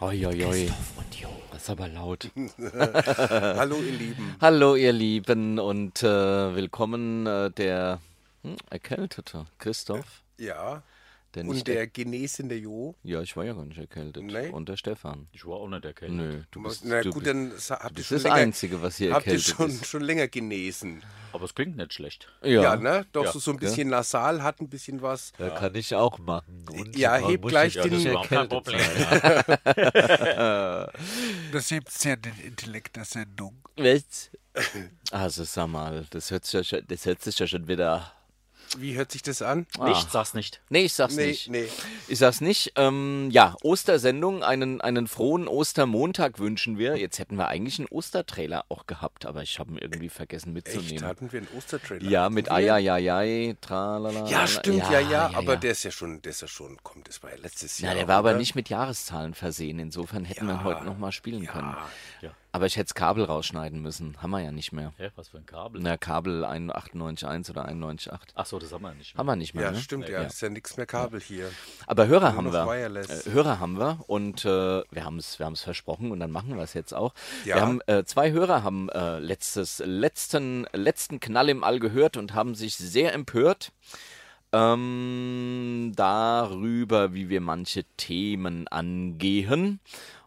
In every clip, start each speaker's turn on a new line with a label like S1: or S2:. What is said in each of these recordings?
S1: Uiuiui. Das ist aber laut.
S2: Hm. Hallo, ihr Lieben.
S1: Hallo, ihr Lieben, und äh, willkommen äh, der hm, Erkältete, Christoph.
S2: Ja.
S1: Der
S2: Und
S1: nicht
S2: der genesende Jo.
S1: ja, ich war ja gar nicht erkältet.
S2: Nee.
S1: Und der Stefan.
S3: Ich war auch nicht erkältet.
S1: Nö, du bist.
S2: Na
S1: du
S2: gut,
S1: bist
S2: dann sa- habt ihr
S1: das
S2: schon
S1: ist das
S2: länger,
S1: Einzige, was hier
S2: habt ihr
S1: erkältet
S2: schon,
S1: ist.
S2: schon länger genesen.
S3: Aber es klingt nicht schlecht.
S1: ja.
S2: Ja, ne? Doch
S3: Ja.
S2: so- so ein bisschen nasal hat ein bisschen was.
S4: Da kann ich auch machen. Und
S2: Ja,
S4: man
S2: heb
S4: muss
S2: gleich
S4: nicht
S2: den-
S4: alles
S2: Ja,
S4: erkältet sein.
S3: Ja.
S5: Das hebt sehr den Intellekt der Sendung.
S1: Was? Also, sag mal, das hört sich ja schon, das hört sich ja schon wieder.
S2: Wie hört sich das an?
S1: Ah.
S3: Nicht, sag's nicht.
S1: Nee, ich sag's
S2: Nee,
S1: nicht.
S2: nee.
S1: Ich sag's nicht. Ähm, ja, Ostersendung, einen, einen frohen Ostermontag wünschen wir. Jetzt hätten wir eigentlich einen Ostertrailer auch gehabt, aber ich habe ihn irgendwie vergessen
S2: Echt?
S1: mitzunehmen.
S2: Hatten wir einen Ostertrailer?
S1: Ja,
S2: Hatten
S1: mit
S2: wir?
S1: Ayayayay, tralala.
S2: Ja, stimmt, ja, ja. aber
S1: ja.
S2: der ist ja schon, der ist ja schon, komm, das war ja letztes Jahr.
S1: Ja, der war aber
S2: oder?
S1: nicht mit Jahreszahlen versehen. Insofern hätten wir ihn heute nochmal spielen können.
S3: Ja.
S1: Aber ich hätte das Kabel rausschneiden müssen. Haben wir ja nicht mehr.
S3: Hä, was für ein Kabel?
S1: Na, Kabel 198.1 oder 198.
S3: Ach so, das haben wir nicht.
S1: Haben wir nicht mehr.
S2: Ja,
S1: ne?
S2: stimmt, ja. Ist ja nichts mehr Kabel hier.
S1: Aber Hörer haben
S2: Nur
S1: wir.
S2: noch wireless.
S1: Äh, Hörer haben wir und äh, wir haben es wir haben's versprochen und dann machen wir es jetzt auch.
S2: Ja.
S1: Wir haben äh, zwei Hörer haben äh, letztes, letzten, letzten Knall im All gehört und haben sich sehr empört ähm, darüber, wie wir manche Themen angehen.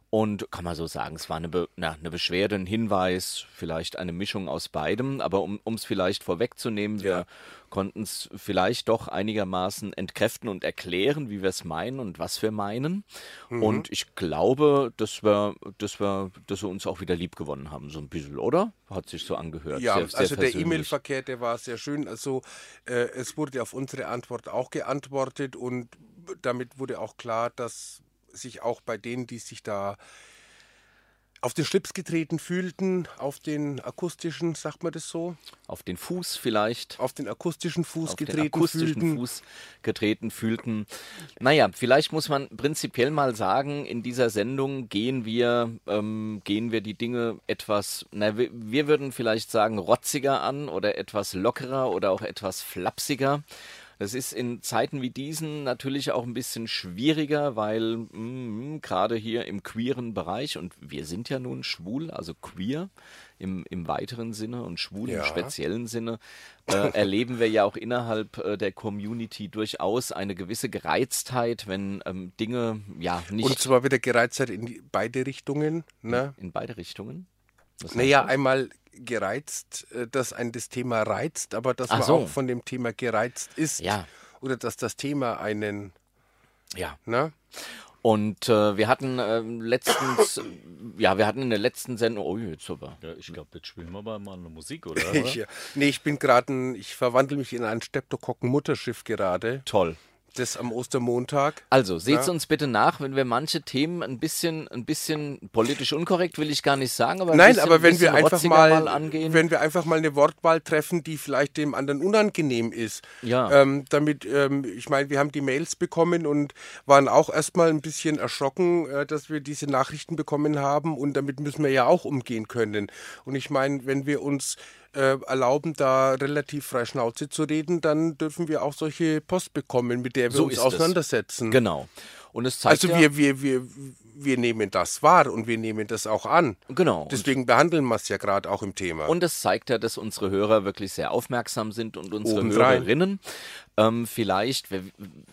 S1: Und kann man so sagen, es war eine, Be na, eine Beschwerde, ein Hinweis, vielleicht eine Mischung aus beidem. Aber um es vielleicht vorwegzunehmen, wir
S2: Ja.
S1: konnten es vielleicht doch einigermaßen entkräften und erklären, wie wir es meinen und was wir meinen.
S2: Mhm.
S1: Und ich glaube, dass wir, dass, wir, dass wir uns auch wieder lieb gewonnen haben, so ein bisschen, oder? Hat sich so angehört.
S2: Ja,
S1: Sehr- sehr
S2: also der
S1: versöhnlich.
S2: E-Mail-Verkehr, der war sehr schön. Also äh, es wurde auf unsere Antwort auch geantwortet und damit wurde auch klar, dass sich auch bei denen, die sich da auf den Schlips getreten fühlten, auf den akustischen, sagt man das so,
S1: Auf den Fuß vielleicht.
S2: auf den akustischen Fuß
S1: auf den
S2: getreten
S1: akustischen
S2: fühlten.
S1: Fuß getreten fühlten. Naja, vielleicht muss man prinzipiell mal sagen, in dieser Sendung gehen wir, ähm, gehen wir die Dinge etwas, na, wir, wir würden vielleicht sagen, rotziger an oder etwas lockerer oder auch etwas flapsiger. Das ist in Zeiten wie diesen natürlich auch ein bisschen schwieriger, weil mm, gerade hier im queeren Bereich, und wir sind ja nun schwul, also queer im, im weiteren Sinne und schwul im
S2: Ja.
S1: speziellen Sinne, äh, erleben wir ja auch innerhalb äh, der Community durchaus eine gewisse Gereiztheit, wenn ähm, Dinge ja nicht
S2: Und zwar wieder gereizt in die, beide Richtungen. Ne?
S1: in beide Richtungen. Was
S2: Naja,
S1: heißt das?
S2: einmal gereizt, äh, dass ein das Thema reizt, aber dass
S1: Ach
S2: man
S1: so.
S2: auch von dem Thema gereizt ist.
S1: Ja.
S2: Oder dass das Thema einen,
S1: ja.
S2: ne?
S1: Und äh, wir hatten ähm, letztens, äh, ja, wir hatten in der letzten Sendung, oh, jetzt aber.
S3: Ja, ich glaube, jetzt spielen wir mal mal eine Musik, oder?
S2: Ich, ja. nee, ich bin gerade ein, ich verwandle mich in ein Streptokokken-Mutterschiff gerade.
S1: Toll.
S2: Das am Ostermontag.
S1: Also, seht's uns bitte nach, wenn wir manche Themen ein bisschen, ein bisschen politisch unkorrekt will ich gar nicht sagen, aber ein
S2: Nein,
S1: bisschen,
S2: aber wenn
S1: bisschen
S2: wir einfach
S1: rotziger
S2: mal,
S1: angehen.
S2: wenn wir einfach mal eine Wortwahl treffen, die vielleicht dem anderen unangenehm ist.
S1: Ja.
S2: Ähm, damit, ähm, ich meine, wir haben die Mails bekommen und waren auch erstmal ein bisschen erschrocken, äh, dass wir diese Nachrichten bekommen haben und damit müssen wir ja auch umgehen können. Und ich meine, wenn wir uns äh, erlauben, da relativ frei Schnauze zu reden, dann dürfen wir auch solche Post bekommen, mit der wir
S1: So
S2: uns
S1: ist es.
S2: auseinandersetzen.
S1: genau. Und es zeigt
S2: Also
S1: ja,
S2: wir, wir, wir, wir nehmen das wahr und wir nehmen das auch an.
S1: Genau.
S2: Deswegen behandeln wir es ja gerade auch im Thema.
S1: Und es zeigt ja, dass unsere Hörer wirklich sehr aufmerksam sind und unsere
S2: Obendrein.
S1: Hörerinnen. Ähm, vielleicht, wir,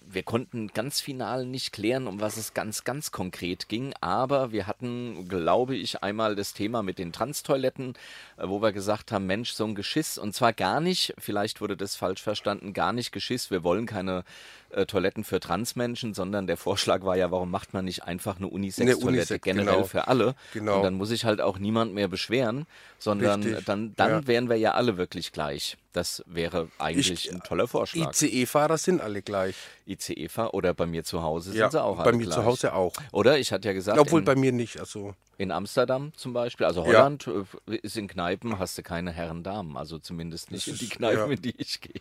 S1: wir konnten ganz final nicht klären, um was es ganz, ganz konkret ging, aber wir hatten, glaube ich, einmal das Thema mit den Transtoiletten, äh, wo wir gesagt haben, Mensch, so ein Geschiss. Und zwar gar nicht, vielleicht wurde das falsch verstanden, gar nicht Geschiss. Wir wollen keine äh, Toiletten für Transmenschen, sondern der Vorschlag war ja, warum macht man nicht einfach eine Unisex-Toilette
S2: Unisex,
S1: generell
S2: genau.
S1: für alle?
S2: Genau.
S1: Und dann muss sich halt auch niemand mehr beschweren, sondern
S2: Richtig,
S1: dann, dann
S2: ja.
S1: wären wir ja alle wirklich gleich. Das wäre eigentlich
S2: Ich-
S1: ein toller Vorschlag.
S2: ICE-Fahrer sind alle gleich.
S1: ICE-Fahr oder bei mir zu Hause sind
S2: Ja,
S1: sie auch
S2: bei
S1: alle
S2: mir zu
S1: gleich.
S2: Hause auch.
S1: Oder ich hatte ja gesagt,
S2: Obwohl
S1: in,
S2: bei mir nicht. Also
S1: in Amsterdam zum Beispiel, also Holland, äh, ist in Kneipen hast du keine Herren-Damen, also zumindest nicht in die
S2: ist-
S1: Kneipen,
S2: ja.
S1: in die ich gehe.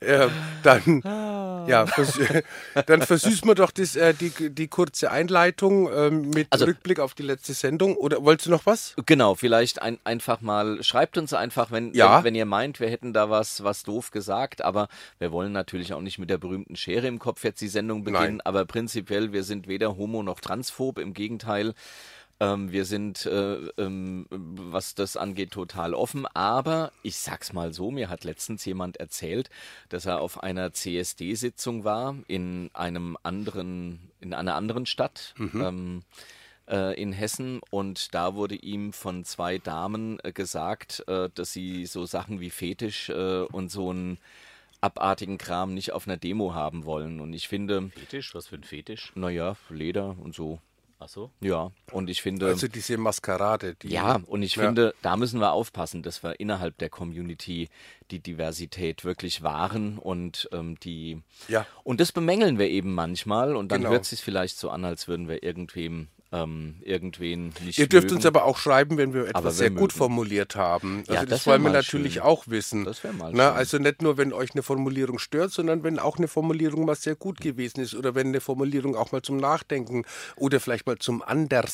S2: äh, dann,
S1: Ah.
S2: ja, vers dann versüßen wir doch das, äh, die, die kurze Einleitung ähm, mit
S1: Also-
S2: Rückblick auf die letzte Sendung. Oder wolltest du noch was?
S1: Genau, vielleicht ein, einfach mal, schreibt uns einfach, wenn,
S2: Ja.
S1: wenn, wenn ihr meint, wir hätten da was, was doof gesagt, aber wir wollen natürlich auch nicht mit der berühmten Schere im Kopf jetzt die Sendung beginnen,
S2: Nein.
S1: aber prinzipiell, wir sind weder homo noch transphob, im Gegenteil. Ähm, wir sind, äh, ähm, was das angeht, total offen. Aber ich sag's mal so: Mir hat letztens jemand erzählt, dass er auf einer CSD-Sitzung war in einem anderen, in einer anderen Stadt. Ähm, äh, in Hessen und da wurde ihm von zwei Damen äh, gesagt, äh, dass sie so Sachen wie Fetisch äh, und so einen abartigen Kram nicht auf einer Demo haben wollen. Und ich finde,
S3: Fetisch? Was für ein Fetisch?
S1: naja, Leder und so.
S3: Achso.
S1: Ja, und ich finde.
S2: Also diese Maskerade. Die,
S1: Ja, und ich
S2: Ja.
S1: finde, da müssen wir aufpassen, dass wir innerhalb der Community die Diversität wirklich wahren und ähm, die.
S2: Ja.
S1: Und das bemängeln wir eben manchmal und dann
S2: Genau.
S1: hört es sich vielleicht so an, als würden wir irgendwem, ähm, irgendwen nicht.
S2: Ihr dürft
S1: mögen.
S2: uns aber auch schreiben, wenn wir etwas
S1: Aber wir
S2: sehr gut
S1: mögen.
S2: formuliert haben. Also
S1: Ja,
S2: das,
S1: das wär
S2: wollen wir
S1: mal
S2: natürlich
S1: schön.
S2: auch wissen.
S1: Das wär mal
S2: Na,
S1: schön.
S2: Also nicht nur, wenn euch eine Formulierung stört, sondern wenn auch eine Formulierung mal sehr gut gewesen ist oder wenn eine Formulierung auch mal zum Nachdenken oder vielleicht mal zum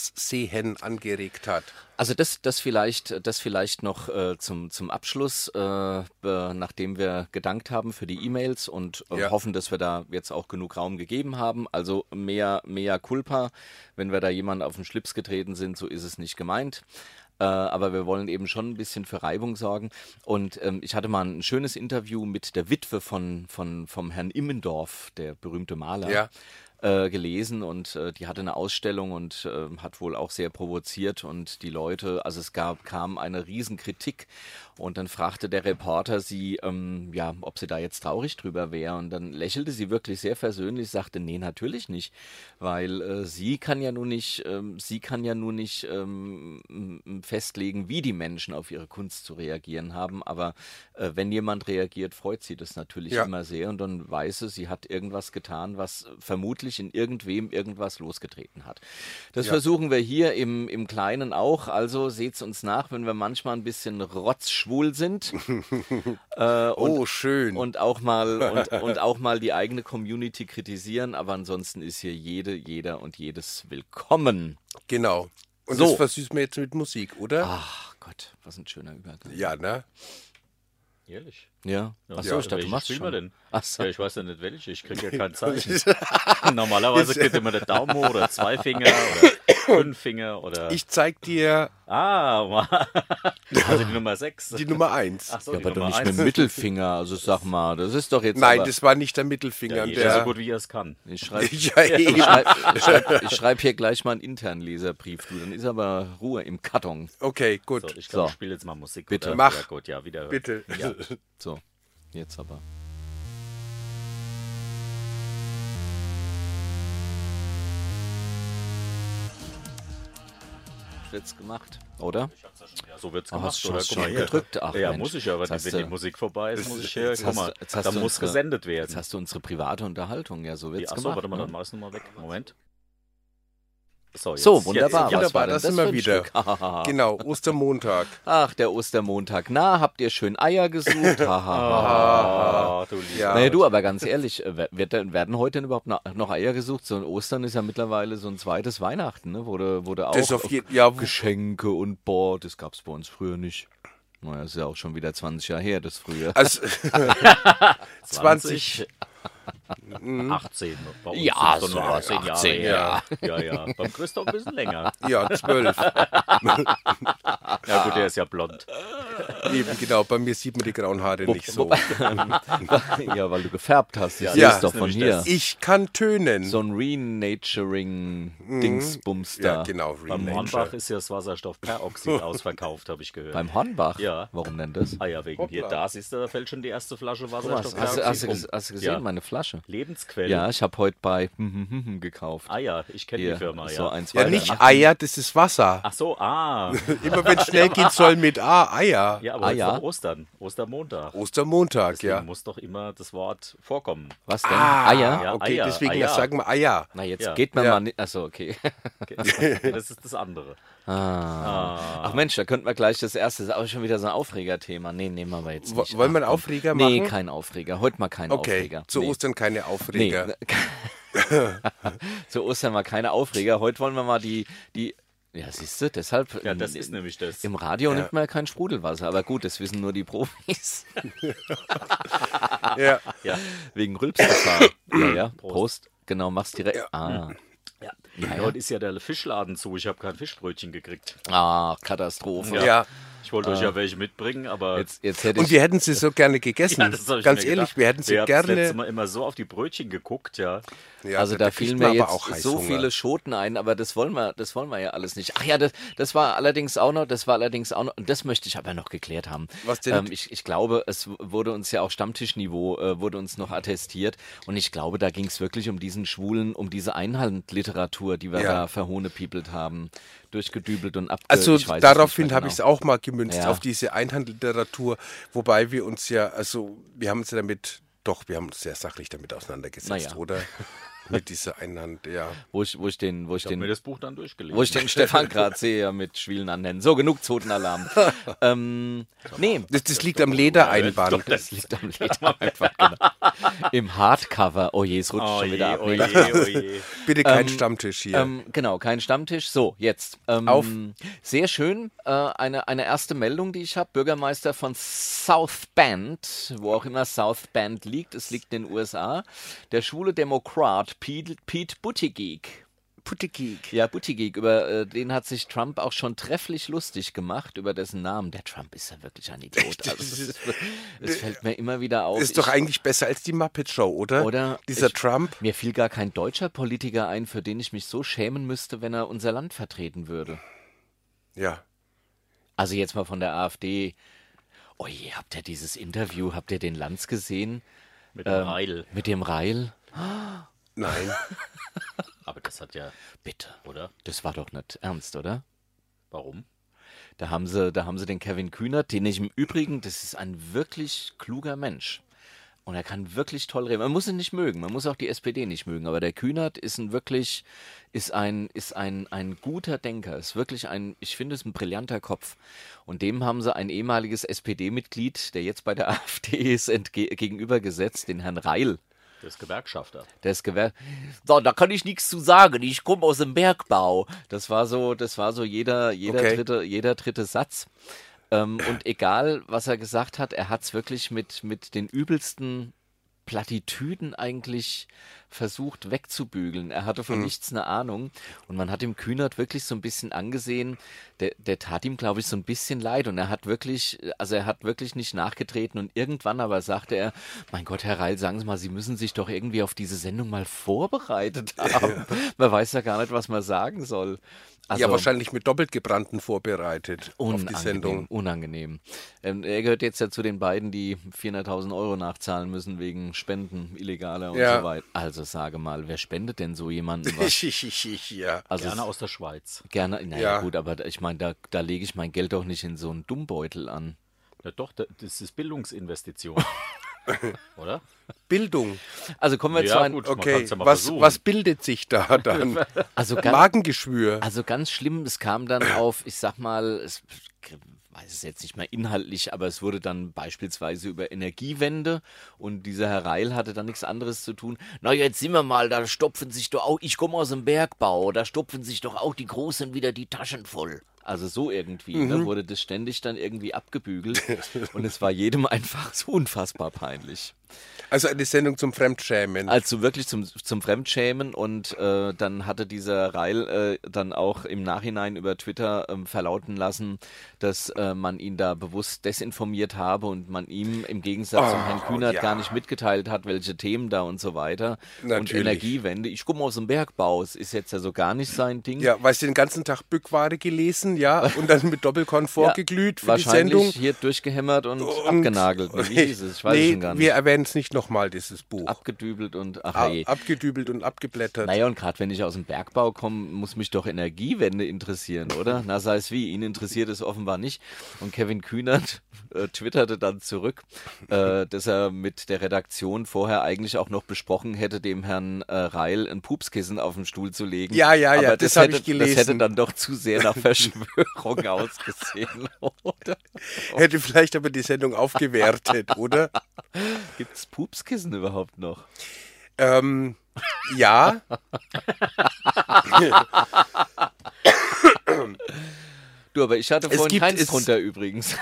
S2: Anderssehen angeregt hat.
S1: Also das, das vielleicht, das vielleicht noch äh, zum, zum Abschluss, äh, äh, nachdem wir gedankt haben für die E-Mails und äh,
S2: Ja.
S1: hoffen, dass wir da jetzt auch genug Raum gegeben haben. Also mehr, mehr Culpa, wenn wir da jemanden auf den Schlips getreten sind, so ist es nicht gemeint. Äh, aber wir wollen eben schon ein bisschen für Reibung sorgen. Und ähm, ich hatte mal ein schönes Interview mit der Witwe von, von, vom Herrn Immendorf, der berühmte Maler
S2: Ja.
S1: äh, gelesen und äh, die hatte eine Ausstellung und äh, hat wohl auch sehr provoziert und die Leute, also es gab, kam eine Riesenkritik und dann fragte der Reporter sie, ähm, ja, ob sie da jetzt traurig drüber wäre und dann lächelte sie wirklich sehr versöhnlich, sagte, nee, natürlich nicht, weil äh, sie kann ja nun nicht, ähm, sie kann ja nun nicht ähm, m- m- festlegen, wie die Menschen auf ihre Kunst zu reagieren haben, aber äh, wenn jemand reagiert, freut sie das natürlich
S2: Ja.
S1: immer immer sehe und dann weiß sie, sie hat irgendwas getan, was äh, vermutlich in irgendwem irgendwas losgetreten hat. Das versuchen wir hier im, im Kleinen auch. Also seht's uns nach, wenn wir manchmal ein bisschen rotzschwul sind Äh,
S2: oh, schön.
S1: und auch mal und, und auch mal die eigene Community kritisieren. Aber ansonsten ist hier jede, jeder und jedes willkommen.
S2: genau. Und
S1: So. Ah.
S2: das versüßen wir jetzt mit Musik, oder?
S1: Ach Gott, was ein schöner Übergang.
S2: Ja, ne?
S3: Ehrlich.
S1: Ja. Ach so,
S3: Ja,
S1: ich dachte, du
S3: welches
S1: machst
S3: spielen wir
S1: schon. Ah,
S3: denn?
S1: Ach so.
S3: Ja, ich weiß ja nicht welche, ich kriege ja kein Zeichen. Normalerweise kriegt immer der Daumen hoch oder zwei Finger oder fünf Finger oder.
S2: Ich zeig dir
S3: ah, Mann. also die Nummer sechs.
S2: die Nummer eins.
S3: Ach so,
S1: Ja,
S3: die
S1: aber doch
S3: Nummer
S1: nicht
S3: eins.
S1: mit dem Mittelfinger. Also sag mal, das ist doch jetzt.
S2: Nein,
S1: aber,
S2: das war nicht der Mittelfinger.
S3: Ja, jeder
S2: der,
S3: so gut wie er es kann.
S1: Ich schreibe
S2: ja,
S1: Ich
S2: eh.
S1: schreibe schreib, ich schreib hier gleich mal einen internen Leserbrief, du. Dann ist aber Ruhe im Karton.
S2: Okay, gut.
S3: So, ich
S1: So.
S3: glaube, ich spiele jetzt mal Musik.
S1: Bitte.
S3: oder?
S2: Mach.
S3: Ja, gut, ja, wieder.
S2: Bitte.
S3: Ja.
S1: So, jetzt aber. Wird's gemacht, oder?
S3: Ja, so wird's
S1: Oh,
S3: gemacht,
S1: hast
S3: oder?
S1: schon-
S3: Guck mal
S1: schon
S3: hier.
S1: gedrückt. Ach,
S3: ja,
S1: Mensch.
S3: muss ich aber.
S1: Jetzt hast
S3: wenn
S1: du-
S3: die Musik vorbei ist, muss ich hier.
S1: jetzt
S3: Guck
S1: hast
S3: mal,
S1: du- jetzt hast
S3: da
S1: du
S3: muss
S1: unsere-
S3: gesendet werden.
S1: Jetzt hast du unsere private Unterhaltung. Ja, so
S3: Die-
S1: wird's
S3: Achso,
S1: gemacht.
S3: warte mal, dann
S1: ne?
S3: mach ich's nochmal weg. Moment. So, jetzt,
S1: So, wunderbar.
S3: Jetzt,
S1: Was
S3: jetzt,
S2: wunderbar,
S1: war denn
S2: das sind
S1: für
S2: wir
S1: ein
S2: wieder.
S1: Stück? Hahaha.
S2: Genau, Ostermontag.
S1: Ach, der Ostermontag. Na, habt ihr schön Eier gesucht? Hahaha.
S3: Ah, du lieber.
S2: Ja.
S1: Naja, du, aber ganz ehrlich, äh, wer- wird denn, werden heute denn überhaupt noch- noch Eier gesucht? So ein Ostern ist ja mittlerweile so ein zweites Weihnachten, ne? Wurde, wurde auch
S2: Das ist auf jeden- ja, wo-
S1: Geschenke und boah, das gab's bei uns früher nicht. Naja, ist ja auch schon wieder 20 Jahre her, das früher.
S2: Also, 20.
S3: 20.
S2: Mhm.
S3: 18. Bei uns
S1: Ja,
S3: sind's doch nur
S1: sowas,
S3: 18 Jahre
S1: 18,
S3: her. Ja, ja. Beim Christoph ein bisschen länger.
S2: Ja, zwölf.
S3: Ja, gut, der ist ja blond.
S2: Eben, genau. Bei mir sieht man die grauen Haare nicht so.
S1: ja, weil du gefärbt hast. Ich ja,
S3: Ja,
S1: sehe
S2: das
S1: es
S2: ist
S1: doch von
S3: nämlich
S1: hier.
S3: das.
S2: Ich kann tönen.
S1: So ein Renaturing-Dingsbums da.
S2: Mhm. ja, genau.
S3: Beim
S2: Renature.
S3: Hornbach ist ja das Wasserstoffperoxid ausverkauft, habe ich gehört.
S1: Beim Hornbach?
S3: Ja.
S1: Warum denn das?
S3: ah ja, wegen hier, da siehst du, da fällt schon die erste Flasche
S1: Thomas, hast, du-
S3: Wasserstoffperoxid.
S1: hast, du
S3: um.
S1: ges- hast du gesehen,
S3: Ja.
S1: meine Flasche?
S3: Lebensquelle.
S1: Ja, ich habe heute bei gekauft.
S3: Ah ja, ich kenne die
S1: Hier,
S3: Firma, ja.
S1: so ein, zwei,
S2: Ja,
S3: ne?
S1: drei,
S2: nicht
S1: acht.
S2: Eier, das ist Wasser.
S3: Ach so, ah.
S2: Immer wenn schnell geht, soll mit A, Eier. Ja,
S3: Ja, aber
S1: Ah,
S3: heute
S1: ja.
S3: ist doch Ostern, Ostermontag.
S2: Ostermontag,
S3: Deswegen
S2: ja.
S3: muss doch immer das Wort vorkommen.
S1: Was denn? Eier?
S3: ja.
S2: okay,
S3: Eier,
S2: deswegen
S3: Eier.
S2: sagen wir Eier.
S1: Na, jetzt
S3: Ja.
S1: geht man
S2: Ah, Ja.
S1: mal nicht. Achso, okay.
S3: Okay. Das ist das andere.
S1: Ah. Ach Mensch, da könnten wir gleich das erste, ist auch schon wieder so ein Aufregerthema. Nee, nehmen wir aber jetzt
S2: Wo-
S1: nicht.
S2: wollen wir einen
S1: Ach, komm.
S2: Aufreger
S1: Nee,
S2: machen?
S1: kein Aufreger. Heute mal kein
S2: Okay,
S1: Aufreger.
S2: zu
S1: nee.
S2: Ostern keine Aufreger.
S1: Nee. zu Ostern mal keine Aufreger. Heute wollen wir mal die, die ja, siehst du, deshalb.
S3: Ja, das ist nämlich das.
S1: Im Radio nimmt man ja kein Sprudelwasser, aber gut, das wissen nur die Profis.
S2: Ja.
S3: Ja.
S1: Wegen Rülpsgefahr. ja, ja. Prost.
S3: Prost.
S1: Genau, mach's direkt. Ah.
S3: Ja. Heute ist ja der Fischladen zu. Ich habe kein Fischbrötchen gekriegt.
S1: ah, Katastrophe.
S2: Ja.
S3: Ich wollte euch ja welche mitbringen, aber.
S1: Ah. Jetzt, jetzt hätte
S2: Und
S1: ich.
S2: wir hätten sie so gerne gegessen.
S3: ja, das hab ich
S2: Ganz
S3: mir
S2: ehrlich,
S3: gedacht.
S2: wir hätten sie
S3: Ihr habt Das letzte
S2: gerne.
S3: Mal immer so auf die Brötchen geguckt, ja.
S2: Ja,
S1: also da
S2: kriegt
S1: fielen
S2: man
S1: mir
S2: aber
S1: jetzt
S2: auch
S1: so
S2: Heißhunger.
S1: viele Schoten ein, aber das wollen wir, das wollen wir ja alles nicht. Ach ja, das, das war allerdings auch noch, das war allerdings auch noch, und das möchte ich aber noch geklärt haben.
S2: Was denn?
S1: Ähm, ich, ich glaube, es wurde uns ja auch Stammtischniveau äh, wurde uns noch attestiert und ich glaube, da ging es wirklich um diesen Schwulen, um diese Einhandliteratur, die wir
S2: Ja.
S1: da verhohnepiepelt haben, durchgedübelt und abge.
S2: Also
S1: ich weiß es
S2: daraufhin
S1: nicht mehr
S2: habe
S1: genau.
S2: ich es auch mal gemünzt,
S1: Ja.
S2: auf diese Einhandliteratur, wobei wir uns ja, also wir haben uns ja damit, doch, wir haben uns sehr sachlich damit auseinandergesetzt,
S1: Naja.
S2: oder? Mit dieser Einhand, ja.
S1: wo ich, wo ich den, wo ich
S3: Ich habe
S1: den
S3: mir das Buch dann durchgelesen.
S1: Wo ich den Stefan gerade sehe ja, mit Schwielen annennen. So, genug Zotenalarm. ähm, nee,
S2: Das, das liegt am Ledereinband.
S1: das liegt am Leder einfach, genau. Im Hardcover. Oh je, es rutscht
S3: oh
S1: schon
S3: je,
S1: wieder ab.
S3: oh je, oh je.
S2: Bitte kein Stammtisch hier.
S1: Ähm, genau, kein Stammtisch. So, jetzt. Ähm,
S2: Auf.
S1: Sehr schön. Äh, eine, eine erste Meldung, die ich habe. Bürgermeister von South Bend, wo auch immer South Bend liegt. Es liegt in den USA. Der schwule Demokrat Pete, Pete Buttigieg. Buttigieg. Ja, Buttigieg. Über äh, den hat sich Trump auch schon trefflich lustig gemacht, über dessen Namen. Der Trump ist ja wirklich ein Idiot. Also, es, ist, es fällt mir immer wieder auf.
S2: ist doch
S1: Ich-
S2: eigentlich besser als die Muppet Show, oder?
S1: oder
S2: Dieser
S1: ich,
S2: Trump.
S1: Mir fiel gar kein deutscher Politiker ein, für den ich mich so schämen müsste, wenn er unser Land vertreten würde.
S2: Ja.
S1: Also jetzt mal von der AfD. Oh je, habt ihr dieses Interview, habt ihr den Lanz gesehen?
S3: Mit
S1: Ähm.
S3: dem Heidel.
S1: Mit dem Reil?
S2: Nein.
S3: Aber das hat ja,
S1: Bitte.
S3: oder?
S1: Das war doch nicht ernst, oder?
S3: Warum?
S1: Da haben sie, da haben sie den Kevin Kühnert, den ich im Übrigen, das ist ein wirklich kluger Mensch. Und er kann wirklich toll reden. Man muss ihn nicht mögen, man muss auch die SPD nicht mögen, aber der Kühnert ist ein wirklich, ist ein, ist ein, ein guter Denker, ist wirklich ein, ich finde es ein brillanter Kopf. Und dem haben sie ein ehemaliges SPD-Mitglied, der jetzt bei der AfD ist, entge- gegenübergesetzt, den Herrn Reil.
S3: Der ist Gewerkschafter.
S1: Der ist Gewer so, da kann ich nichts zu sagen. Ich komme aus dem Bergbau. Das war so, das war so jeder, jeder
S2: Okay.
S1: dritte, jeder dritte Satz. Ähm, und egal, was er gesagt hat, er hat es wirklich mit, mit den übelsten Plattitüden eigentlich versucht wegzubügeln. Er hatte von nichts eine Ahnung. Und man hat dem Kühnert wirklich so ein bisschen angesehen, der, der tat ihm, glaube ich, so ein bisschen leid. Und er hat wirklich, also er hat wirklich nicht nachgetreten. Und irgendwann aber sagte er, mein Gott, Herr Reil, sagen Sie mal, Sie müssen sich doch irgendwie auf diese Sendung mal vorbereitet haben. Man weiß ja gar nicht, was man sagen soll. Also,
S2: ja, wahrscheinlich mit doppelt gebrannten vorbereitet auf die
S1: Unangenehm,
S2: Sendung.
S1: unangenehm. Ähm, er gehört jetzt ja zu den beiden, die 400.000 Euro nachzahlen müssen wegen Spenden, illegaler und
S2: Ja.
S1: so weiter. Also sage mal, wer spendet denn so jemanden was?
S2: ja.
S1: Also
S3: Gerne
S1: es-
S3: aus der Schweiz.
S1: gerne naja,
S2: Ja.
S1: gut, aber da- ich meine, da, da lege ich mein Geld doch nicht in so einen Dummbeutel an.
S3: Na doch, da- das ist Bildungsinvestition. oder?
S2: Bildung.
S1: Also kommen wir zu einem,
S3: man
S2: Okay.
S3: kann's ja mal
S2: was,
S3: versuchen.
S2: was bildet sich da dann?
S1: also ganz,
S2: Äh, Magengeschwür.
S1: Also ganz schlimm, es kam dann auf, ich sag mal, es ich weiß es jetzt nicht mehr inhaltlich, aber es wurde dann beispielsweise über Energiewende und dieser Herr Reil hatte dann nichts anderes zu tun. Na, jetzt sind wir mal, da stopfen sich doch auch, ich komme aus dem Bergbau, da stopfen sich doch auch die Großen wieder die Taschen voll. Also so irgendwie, ne, wurde das ständig dann irgendwie abgebügelt und es war jedem einfach so unfassbar peinlich.
S2: Also eine Sendung zum Fremdschämen.
S1: Also wirklich zum, zum Fremdschämen und äh, dann hatte dieser Reil äh, dann auch im Nachhinein über Twitter ähm, verlauten lassen, dass äh, man ihn da bewusst desinformiert habe und man ihm im Gegensatz zum Herrn Kühnert
S2: Ah, ja.
S1: gar nicht mitgeteilt hat, welche Themen da und so weiter. Und
S2: Natürlich.
S1: Energiewende. Ich komme aus dem Bergbau, es ist jetzt ja so gar nicht sein Ding.
S2: ja, weißt du, den ganzen Tag Bückware gelesen, ja, und dann mit Doppelkorn vorgeglüht für die
S1: wahrscheinlich
S2: Sendung.
S1: hier durchgehämmert und,
S2: Und-
S1: abgenagelt. Wie hieß es? Ich weiß
S2: nee,
S1: es schon gar nicht.
S2: wir Ah, erwähnen kenne es nicht nochmal, dieses Buch.
S1: Abgedübelt und ach
S2: A-
S1: hey.
S2: Abgedübelt und abgeblättert.
S1: Naja, und gerade wenn ich aus dem Bergbau komme, muss mich doch Energiewende interessieren, oder? Na, sei es wie, ihn interessiert es offenbar nicht. Und Kevin Kühnert äh, twitterte dann zurück, äh, dass er mit der Redaktion vorher eigentlich auch noch besprochen hätte, dem Herrn äh, Reil ein Pupskissen auf den Stuhl zu legen.
S2: Ja, ja, ja,
S1: Aber
S2: das
S1: das,
S2: hab
S1: hätte,
S2: ich gelesen.
S1: Das hätte dann doch zu sehr nach Verschwörung ausgesehen, oder?
S2: Hätte vielleicht aber die Sendung aufgewertet, oder?
S1: Gibt's Pupskissen überhaupt noch?
S2: Ähm, ja.
S1: Du, aber ich hatte
S2: Es
S1: vorhin
S2: gibt-
S1: keins
S2: es-
S1: drunter übrigens.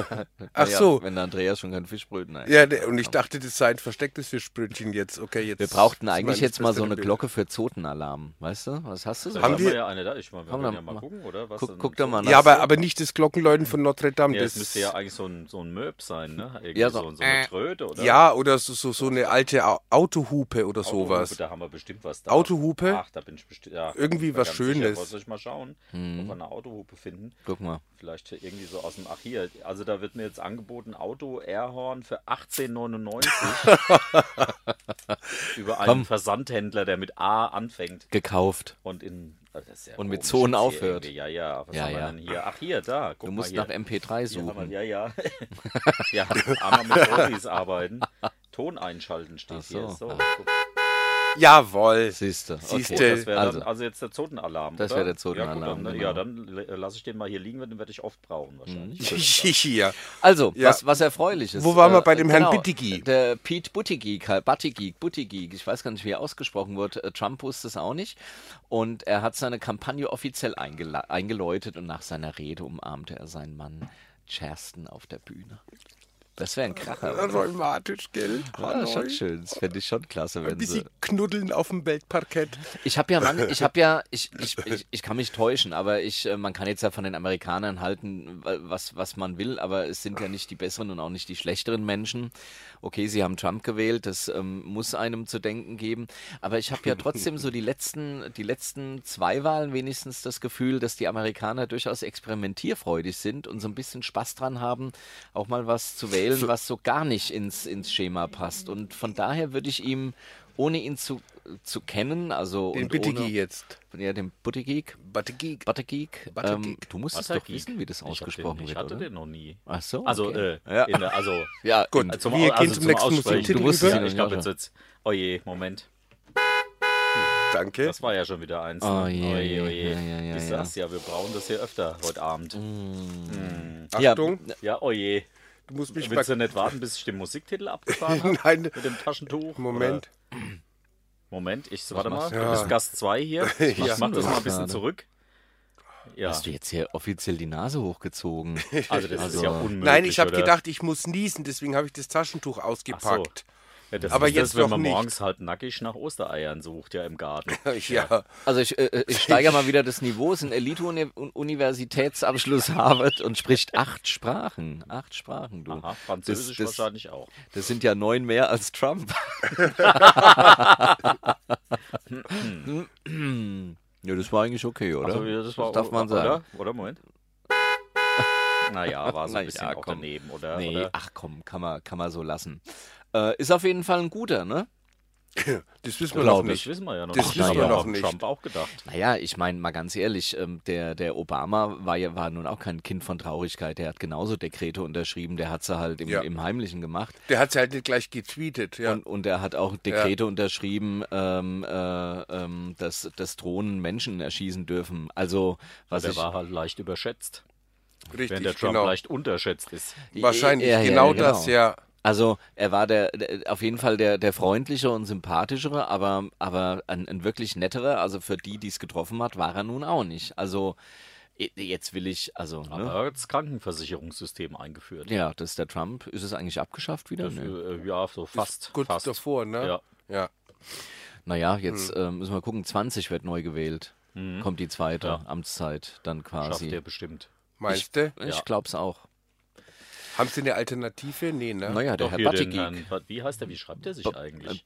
S2: Ach so.
S1: Wenn der Andreas schon kein Fischbrötchen hat.
S2: Ja, ne, und ich dachte, das sei ein verstecktes Fischbrötchen jetzt. Okay, jetzt.
S1: Wir brauchten
S2: ist
S1: eigentlich
S2: meine
S1: jetzt mal so
S2: bessere
S1: eine
S2: Bild.
S1: Glocke für Zotenalarm, weißt du? Was hast du so?
S2: Haben
S3: da
S2: wir-
S3: wir ja eine da. Ich meine, wir
S1: Haben
S3: können
S1: wir-
S3: ja mal gucken, oder? Was
S1: Guck,
S3: denn-
S1: guck doch mal nach.
S2: Ja, aber, aber nicht das Glockenläuten von Notre Dame.
S3: Ja,
S2: das äh,
S3: das müsste ja eigentlich so ein, so ein Möb sein, ne? Irgendwie
S1: Ja, so-
S3: so, so eine Tröte oder
S2: ja, oder so, so, so eine alte Au- Autohupe oder
S3: Autohupe,
S2: sowas.
S3: Da haben wir bestimmt was da.
S2: Autohupe?
S3: Ach, da bin ich bestimmt. Ja,
S2: Irgendwie
S3: bin ich mir
S2: was
S3: ganz
S2: Schönes. Hm.
S3: Sicher. Soll ich mal schauen, ob wir eine Autohupe finden?
S1: Guck mal.
S3: Vielleicht irgendwie so aus dem. Ach, hier. Also, da wird mir jetzt angeboten: Auto Airhorn für 18,99. Über einen
S1: Komm.
S3: Versandhändler, der mit A anfängt
S1: Gekauft.
S3: und in. also das ist ja
S1: Und mit
S3: komisch
S1: Zonen
S3: jetzt hier
S1: aufhört.
S3: irgendwie. Ja, ja. Was
S1: Ja,
S3: haben wir
S1: ja.
S3: denn hier? Ach, hier, da. Guck
S1: Du
S3: mal
S1: musst
S3: hier.
S1: nach MP3
S3: Hier haben
S1: suchen.
S3: wir- Ja, ja. ja, einmal mit Profis arbeiten. Ton einschalten steht
S1: Ach so.
S3: hier. So,
S1: Ah.
S3: guck.
S2: Jawohl.
S1: Siehste.
S2: Siehste.
S1: Okay.
S3: Das wäre
S1: Also.
S3: dann, also jetzt der Zotenalarm.
S1: Das
S3: oder?
S1: wäre der Zotenalarm,
S3: Ja, gut, dann, ne,
S1: genau.
S3: ja, dann le- lasse ich den mal hier liegen, weil den werde ich oft brauchen wahrscheinlich.
S1: Hm.
S2: Hier.
S1: Also,
S2: Ja.
S1: was, was erfreuliches.
S2: Wo waren wir bei dem Herrn Bittigi?
S1: genau, Der Pete Buttigieg, halt, Buttigieg, Buttigieg, ich weiß gar nicht, wie er ausgesprochen wird. Äh, Trump wusste es auch nicht. Und er hat seine Kampagne offiziell eingela- eingeläutet und nach seiner Rede umarmte er seinen Mann Chersten auf der Bühne. Das wäre ein Kracher. oder?
S2: Rheumatisch, gell?
S1: Ja, schon
S2: Hanoi.
S1: schön. Das fände ich schon klasse,
S2: Ein
S1: wenn sie.
S2: bisschen knuddeln auf dem Weltparkett.
S1: Ich habe ja, man, ich habe ja, ich, ich, ich, ich kann mich täuschen, aber ich, äh, man kann jetzt ja von den Amerikanern halten, wa- was, was man will, aber es sind ja nicht die besseren und auch nicht die schlechteren Menschen. Okay, sie haben Trump gewählt, das ähm, muss einem zu denken geben, aber ich habe ja trotzdem so die letzten, die letzten zwei Wahlen wenigstens das Gefühl, dass die Amerikaner durchaus experimentierfreudig sind und so ein bisschen Spaß dran haben, auch mal was zu wählen, was so gar nicht ins, ins Schema passt. Und von daher würde ich ihm ohne ihn zu, zu kennen, also
S2: Den
S1: und
S2: Bittigi
S1: ohne,
S2: jetzt.
S1: ja, den Buttigeek,
S2: Buttigieg.
S1: Buttigeek, ähm,
S2: Buttigeek.
S1: du musst es doch wissen, wie das ausgesprochen
S3: ich
S1: wird,
S3: Ich hatte
S1: oder?
S3: den noch nie.
S1: Ach so,
S3: Also,
S1: okay.
S3: äh,
S1: Ja.
S3: in der, also
S1: Ja,
S2: Gut.
S1: in-
S2: Wir
S3: Au-
S2: gehen zum nächsten
S3: Aussprechen.
S2: Musiktitel
S3: Du musst es
S1: rüber.
S3: ja, ich glaube,
S1: Ja,
S3: jetzt wird's. Oh je, Moment.
S2: Danke.
S3: Das war ja schon wieder eins.
S1: Oh
S3: ne?
S1: je,
S3: oh
S1: je,
S3: je, oh je.
S1: ja, ja, ja,
S3: ich
S1: ja.
S3: sag's ja, wir brauchen das hier öfter heute Abend.
S2: Achtung,
S1: Ja,
S3: Ja, oh je.
S2: du musst mich mal.
S3: Willst du nicht warten, bis ich den Musiktitel abgefahren habe?
S2: Nein.
S3: Mit dem Taschentuch?
S2: Moment.
S3: Oder? Moment, ich warte mal.
S1: machst
S3: Du
S1: du?
S3: bist Gast 2 hier. Ich
S2: Ja.
S3: mach das mal ein bisschen
S1: Gerade.
S3: zurück. Ja,
S1: hast du jetzt hier offiziell die Nase hochgezogen?
S3: also das ist ja unmöglich.
S2: Nein, ich habe
S3: oder?
S2: gedacht, ich muss niesen, deswegen habe ich das Taschentuch ausgepackt.
S3: Ja, das
S2: aber
S3: ist
S2: jetzt
S3: das, wenn
S2: doch
S3: man
S2: nicht.
S3: morgens halt nackig nach Ostereiern sucht, ja im Garten.
S2: Ja.
S1: Also ich, äh, äh, ich steigere mal wieder das Niveau, ist ein Elite-Universitätsabschluss Harvard und spricht acht Sprachen. Acht Sprachen, du.
S3: Aha, Französisch
S1: das, das,
S3: wahrscheinlich auch.
S1: das sind ja neun mehr als Trump. ja, das war eigentlich okay, oder?
S3: Also, ja, das, war,
S1: darf man sagen.
S3: Oder, oder Moment. Naja, war so
S1: Na ja,
S3: ein bisschen auch
S1: komm.
S3: daneben, oder?
S1: Nee,
S3: oder?
S1: ach komm, kann man, kann man so lassen. Äh, ist auf jeden Fall ein guter, ne?
S2: Das wissen wir noch
S1: Glaub
S2: nicht.
S3: Das wissen wir ja noch
S2: Das
S3: nicht.
S2: wissen
S1: wir
S3: aber
S2: noch
S3: haben
S2: nicht.
S3: Trump auch gedacht.
S1: Naja, ich meine mal ganz ehrlich, ähm, der, der Obama war ja war nun auch kein Kind von Traurigkeit. Der hat genauso Dekrete unterschrieben, der hat sie halt im,
S2: Ja.
S1: im Heimlichen gemacht.
S2: Der hat es halt nicht gleich getweetet. Ja.
S1: Und, und er hat auch Dekrete unterschrieben, ähm, äh, ähm, dass, dass Drohnen Menschen erschießen dürfen. Also, was
S3: Der
S1: ich,
S3: war halt leicht überschätzt. Während der
S2: Richtig,
S3: Trump
S2: genau.
S3: leicht unterschätzt ist.
S2: Wahrscheinlich,
S1: Ja, ja,
S2: genau,
S1: ja,
S2: das, ja.
S1: Also er war der, der auf jeden Fall der, der freundlichere und sympathischere, aber, aber ein, ein wirklich nettere, also für die, die es getroffen hat, war er nun auch nicht. Also i- jetzt will ich, also
S3: Aber
S1: ne?
S3: er hat das Krankenversicherungssystem eingeführt.
S1: ja, das ist der Trump. Ist es eigentlich abgeschafft wieder?
S3: Das,
S1: Nö.
S3: äh, ja, so fast.
S2: Kurz
S3: fast.
S2: davor, ne?
S3: Ja.
S2: ja.
S1: Naja,
S3: Hm.
S1: jetzt ähm, müssen wir gucken, 20 wird neu gewählt. Kommt die zweite
S3: Mhm. Ja.
S1: Amtszeit dann
S3: Schafft er
S1: quasi.
S3: bestimmt.
S2: Meinst du?
S1: Ich
S3: Ja.
S1: glaub's auch.
S2: Haben sie eine Alternative? Nee, ne?
S1: Naja, der
S3: Doch,
S1: Herr
S3: hier den
S1: Buttigieg.
S3: Herrn- Wie heißt der? Wie schreibt der sich eigentlich?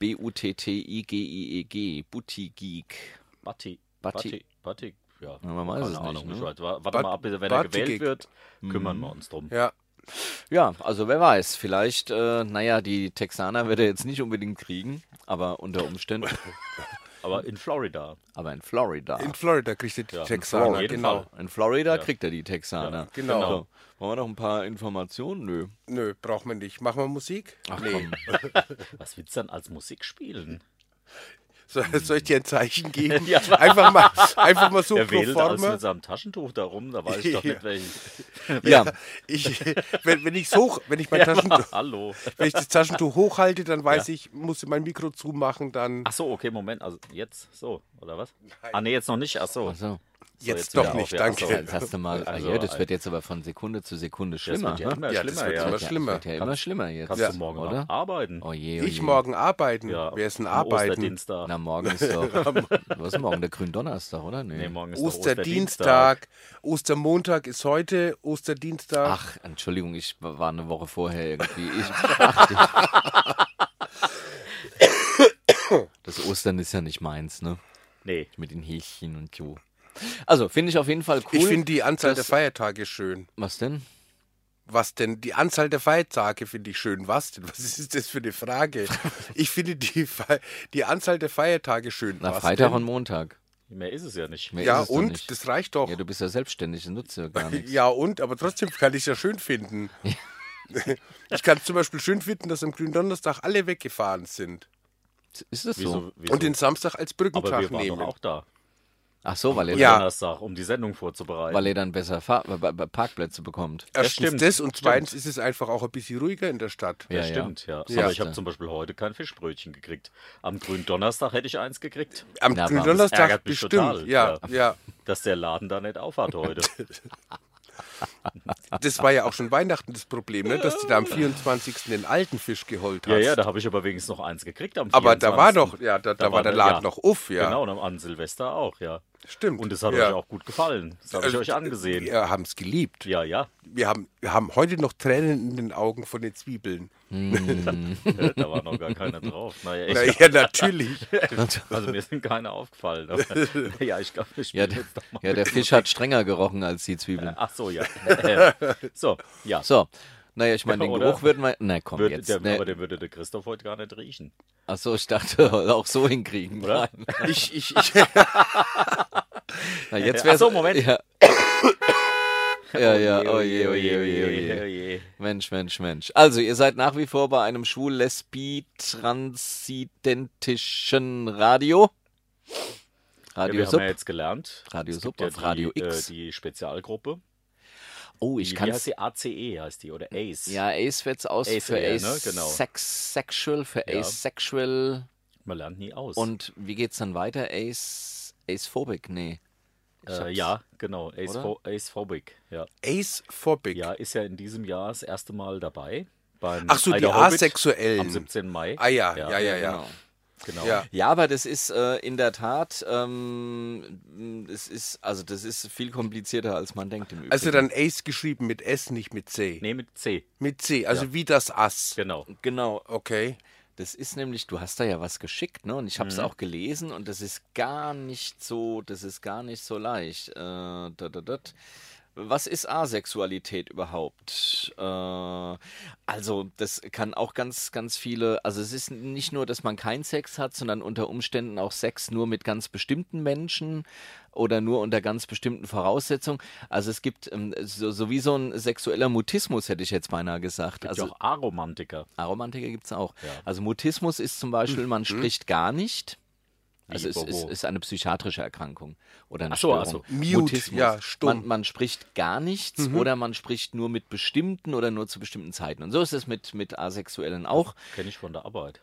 S1: B-U-T-T-I-G-I-E-G. Buttigieg.
S3: Batti.
S1: Batti.
S3: Batti. Batti. Ja,
S1: man weiß
S3: keine
S1: es nicht,
S3: Ahnung.
S1: ne?
S3: Ich weiß, wa- warte
S2: Bat-
S3: mal ab, wenn er
S2: Batti
S3: gewählt
S1: Mhm.
S2: gegen-
S3: wird, kümmern wir uns drum.
S2: Ja.
S1: Ja, also wer weiß, vielleicht, äh, naja, die Texaner wird er jetzt nicht unbedingt kriegen, aber unter Umständen,
S3: Aber in Florida.
S1: aber in Florida.
S2: In Florida kriegt ihr die
S3: Ja, auf
S2: Texaner,
S3: jeden
S2: genau.
S3: Fall.
S1: In Florida kriegt er die Texaner.
S3: Ja,
S2: genau.
S1: So, brauchen wir noch ein paar Informationen? Nö.
S2: Nö, braucht man nicht. Machen wir Musik?
S1: Ach
S3: Ah.
S2: nee.
S1: komm.
S3: Was willst du dann als Musik spielen?
S2: Soll, soll ich dir ein Zeichen geben?
S3: Ja.
S2: Einfach mal, einfach mal so
S3: Er
S2: pro
S3: wählt alles
S2: forma.
S3: mit seinem Taschentuch da rum, da weiß ich doch
S2: Ja.
S3: nicht, welchen.
S1: Ja,
S2: Ich, wenn, wenn ich hoch, wenn ich mein Taschentuch,
S3: Hallo.
S2: wenn ich das Taschentuch hochhalte, dann weiß ich, muss ich mein Mikro zumachen, dann
S3: Ach so, okay, Moment. Also jetzt so, oder was? Ah, nee, jetzt noch nicht. Ach so.
S1: also,
S3: So,
S2: jetzt
S3: wieder
S2: doch
S3: auf,
S2: nicht,
S3: ja.
S2: danke.
S3: Ach so,
S1: jetzt hast du mal,
S3: Also,
S1: also, ja, das wird jetzt aber von Sekunde zu Sekunde
S3: Das
S1: schlimmer.
S3: wird ja
S1: ne?
S3: immer
S2: Ja, das
S3: schlimmer,
S2: wird
S3: ja.
S2: immer schlimmer.
S1: Wird ja immer schlimmer jetzt.
S3: Kannst
S1: ja.
S3: du morgen
S1: oder?
S3: noch arbeiten?
S1: Oh je, oh je.
S2: ich morgen arbeiten.
S3: Ja,
S2: Wer ist denn
S3: am
S2: arbeiten?
S3: Osterdienstag.
S1: Na, morgen ist doch. was ist morgen? Der Gründonnerstag, oder?
S3: nee, morgen ist doch Osterdienstag.
S2: Osterdienstag, Ostermontag ist heute, Osterdienstag.
S1: Ach, Entschuldigung, ich war eine Woche vorher irgendwie. Ich, ach, du- das Ostern ist ja nicht meins, ne?
S3: Nee,
S1: Mit den Hähnchen und so. Also, finde ich auf jeden Fall cool.
S2: ich finde die Anzahl der
S1: Das-
S2: Feiertage schön.
S1: Was denn?
S2: Was denn? Die Anzahl der Feiertage finde ich schön. Was denn? Was ist das für eine Frage? Ich finde die, Fe die Anzahl der Feiertage schön.
S1: Na,
S2: Was
S1: Freitag
S2: denn?
S1: und Montag.
S3: mehr ist es ja nicht.
S1: Mehr
S2: Ja,
S1: ist es doch
S2: und?
S1: nicht.
S2: Das reicht doch.
S1: Ja, du bist ja selbstständig, das nutzt ja gar nichts.
S2: Ja, und? Aber trotzdem kann ich es ja schön finden. Ich kann es zum Beispiel schön finden, dass am Gründonnerstag alle weggefahren sind
S1: Ist das so?
S3: Wieso, wieso?
S2: und den Samstag als
S3: Aber
S2: Brückentag
S3: wir waren
S2: nehmen.
S3: doch auch da.
S1: Ach so, weil er,
S2: Ja.
S3: Donnerstag, um die Sendung vorzubereiten.
S1: weil er dann besser Fahr Ba- Ba- Parkplätze bekommt.
S2: Erstens
S3: stimmt,
S2: das und
S3: stimmt.
S2: zweitens ist es einfach auch ein bisschen ruhiger in der Stadt.
S3: ja,
S1: Ja, ja.
S3: stimmt, ja.
S1: Ja.
S3: Aber ich habe zum Beispiel heute kein Fischbrötchen gekriegt. Am grünen Donnerstag hätte ich eins gekriegt.
S2: Am
S1: Na, aber
S3: das
S2: Gründonnerstag
S3: ärgert mich
S2: bestimmt.
S3: total,
S2: ja, ja.
S3: Dass der Laden da nicht aufhat heute.
S2: Das war ja auch schon Weihnachten das Problem, ne? dass die da am 24. den alten Fisch geholt hast.
S3: ja, ja, da habe ich aber wenigstens noch eins gekriegt am
S2: Aber da war
S3: 24..
S2: doch, ja, da, da, war der Laden
S3: ja.
S2: noch uff, ja.
S3: Genau, und am- an Silvester auch, ja.
S2: Stimmt.
S3: Und das hat
S2: ja.
S3: euch auch gut gefallen. Das habe ich
S2: Also,
S3: euch angesehen.
S2: Wir haben es geliebt.
S3: Ja, ja.
S2: Wir haben, wir haben heute noch Tränen in den Augen von den Zwiebeln.
S3: Äh, Da war noch gar keiner drauf. Naja,
S2: Na,
S3: ich,
S2: ja, natürlich.
S3: also mir sind keine aufgefallen. Aber, ja, ich glaube, ich
S1: Ja,
S3: spiele
S1: der,
S3: jetzt doch mal.
S1: ja, der Fisch hat strenger gerochen als die Zwiebeln.
S3: Ach so, ja. so, ja.
S1: So, naja, ich meine,
S3: Ja,
S1: den
S3: oder?
S1: Geruch würden wir. Na komm,
S3: Würde,
S1: jetzt.
S3: der,
S1: ne,
S3: Aber den würde der Christoph heute gar nicht riechen.
S1: Ach so, ich dachte, auch so hinkriegen.
S3: Oder?
S1: Nein.
S2: Ich, ich, ich,
S1: Na, jetzt
S3: Ach
S1: wär's,
S3: so, Moment.
S1: Ja, ja, ja oje, oje, oje, oje.
S3: oje.
S1: Mensch, Mensch, Mensch. Also, ihr seid nach wie vor bei einem schwul-lesbi-transidentischen Radio.
S3: Ja,
S1: Radio
S3: wir
S1: Sub.
S3: haben ja jetzt gelernt.
S1: Radio
S3: es
S1: Sub
S3: gibt ja
S1: auf
S3: die,
S1: Radio X.
S3: Äh, die Spezialgruppe.
S1: oh,
S3: die,
S1: ich
S3: wie
S1: kann
S3: heißt die ACE heißt die oder ACE.
S1: Ja, Ace wird's aus
S3: Ace
S1: für
S3: eher,
S1: Ace
S3: ne? Genau.
S1: Sex, Sexual, für
S3: Ja.
S1: Ace Sexual.
S3: Man lernt nie aus.
S1: Und wie geht's dann weiter? Ace, Acephobic? Nee. Ich
S3: äh,
S1: hab's-
S3: ja, genau. Acepho- Acephobic. Ja.
S2: Acephobic.
S3: ja, ist ja in diesem Jahr das erste Mal dabei. Beim
S2: Ach so, die
S3: Eider Hobbit
S2: Asexuellen.
S3: Am 17. Mai.
S2: Ah ja, ja, ja, ja.
S1: Genau.
S3: Genau.
S2: Ja.
S1: Ja, aber das ist äh, in der Tat, ähm, es ist, also das ist viel komplizierter, als man denkt im Übrigen.
S2: Also dann Ace geschrieben mit S, nicht mit C.
S3: Nee, mit C.
S2: Mit C, also wie das Ass.
S3: Genau.
S1: Genau,
S2: Okay.
S1: das ist nämlich, du hast da ja was geschickt, ne? Und ich habe es auch gelesen und das ist gar nicht so, das ist gar nicht so leicht. Äh, da, da, da. Was ist Asexualität überhaupt? Äh, also, das kann auch ganz, ganz viele, also es ist nicht nur, dass man keinen Sex hat, sondern unter Umständen auch Sex nur mit ganz bestimmten Menschen oder nur unter ganz bestimmten Voraussetzungen. Also es gibt ähm, so, so wie so ein sexueller Mutismus, hätte ich jetzt beinahe gesagt.
S3: Also,
S1: Also,
S3: auch Aromantiker.
S1: Aromantiker gibt es auch. Also Mutismus ist zum
S3: Mhm.
S1: Beispiel, man spricht gar nicht. Also es
S3: wo,
S1: ist,
S3: wo?
S1: ist eine psychiatrische Erkrankung oder eine
S3: Ach so, also ach
S1: Störung.
S2: so. Mute, ja, stumm.
S1: Man, man spricht gar nichts
S3: Mhm.
S1: oder man spricht nur mit bestimmten oder nur zu bestimmten Zeiten. Und so ist es mit, mit Asexuellen auch.
S3: Kenne ich von der Arbeit.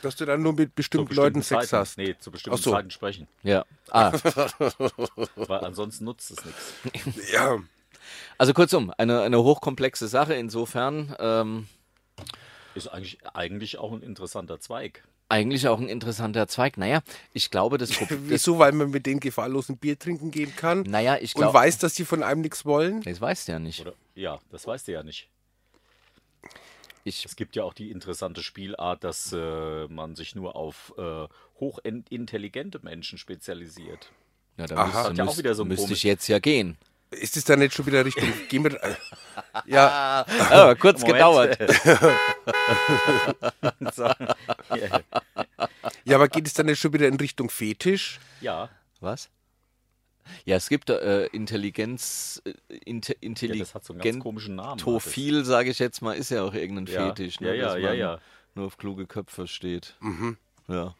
S2: Dass du dann nur mit
S3: Zu
S2: bestimmten
S3: bestimmten
S2: Leuten Sex
S3: Zeiten.
S2: hast.
S3: Nee, zu bestimmten
S2: Ach so.
S3: Zeiten sprechen.
S1: Ja. Ah,
S3: Weil ansonsten nutzt es nichts.
S2: Ja.
S1: also kurzum, eine, eine hochkomplexe Sache. Insofern ähm,
S3: Ist eigentlich, eigentlich auch ein interessanter Zweig.
S1: eigentlich auch ein interessanter Zweig. Naja, ich glaube, das Problem.
S2: Wieso? Weil man mit denen gefahrlosen Bier trinken gehen kann
S1: Naja, ich
S2: und
S1: glaube.
S2: weiß, dass sie von einem nichts wollen?
S1: Das weißt du ja nicht.
S3: Oder? Ja, das weißt du ja nicht.
S1: Ich
S3: Es gibt ja auch die interessante Spielart, dass äh, man sich nur auf äh, hochintelligente Menschen spezialisiert.
S1: Ja, da
S2: Aha.
S1: müsste,
S2: Hat
S3: ja auch
S1: müsste-
S3: wieder so ein
S1: müsste
S3: komisch-
S1: ich jetzt ja gehen.
S2: Ist es da nicht schon wieder Richtung? Gehen wir, äh, ja,
S1: Ah, kurz
S3: Moment.
S1: gedauert.
S3: So. Ja.
S2: ja, aber geht es dann nicht schon wieder in Richtung Fetisch?
S3: ja.
S1: Was? Ja, es gibt äh, Intelligenz, äh, Inte,
S3: Ja, das hat so einen ganz
S1: Intelligentophil,
S3: komischen Namen.
S1: sage ich jetzt mal, ist ja auch irgendein
S3: Ja.
S1: Fetisch,
S3: Ja,
S1: ne,
S3: ja,
S1: dass
S3: ja,
S1: man
S3: ja.
S1: nur auf kluge Köpfe steht. Ja.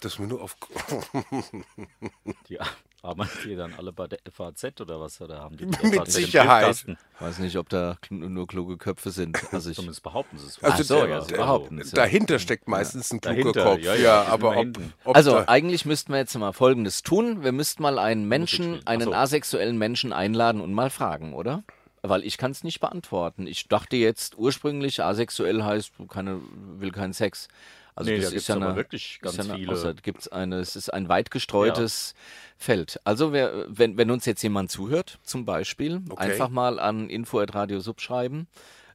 S2: Dass wir nur auf.
S3: Die arbeiten die dann alle bei der FAZ oder was? Oder haben die die
S2: Mit
S3: FAZ im
S2: Sicherheit.
S3: Briefkasten?
S1: Weiß nicht, ob da kl- nur kluge Köpfe sind. Also ich,
S3: Zumindest behaupten sie es.
S2: Also
S3: Ach
S2: so, ja,
S3: so.
S2: der-
S1: behaupten. Ist ja-
S2: Dahinter steckt meistens ein kluger
S3: Dahinter,
S2: Kopf.
S3: ja,
S2: Ja,
S3: ja, die sind
S2: aber
S3: immer
S2: ob,
S3: hinten.
S2: ob
S1: also
S2: da,
S1: eigentlich müssten wir jetzt mal Folgendes tun. Wir müssten mal einen Menschen,
S3: spielen. Ach
S1: einen
S3: so.
S1: asexuellen Menschen einladen und mal fragen, oder? Weil ich kann es nicht beantworten. Ich dachte jetzt ursprünglich, asexuell heißt, keine, will keinen Sex. Also
S3: Nee,
S1: das
S3: da
S1: ist
S3: gibt's
S1: ja
S3: aber
S1: eine,
S3: wirklich
S1: ist ja
S3: ganz
S1: eine,
S3: viele.
S1: Außer, gibt's eine, es ist ein weit gestreutes Feld. Also wer, wenn, wenn uns jetzt jemand zuhört, zum Beispiel,
S2: Okay.
S1: einfach mal an info.radio sub schreiben,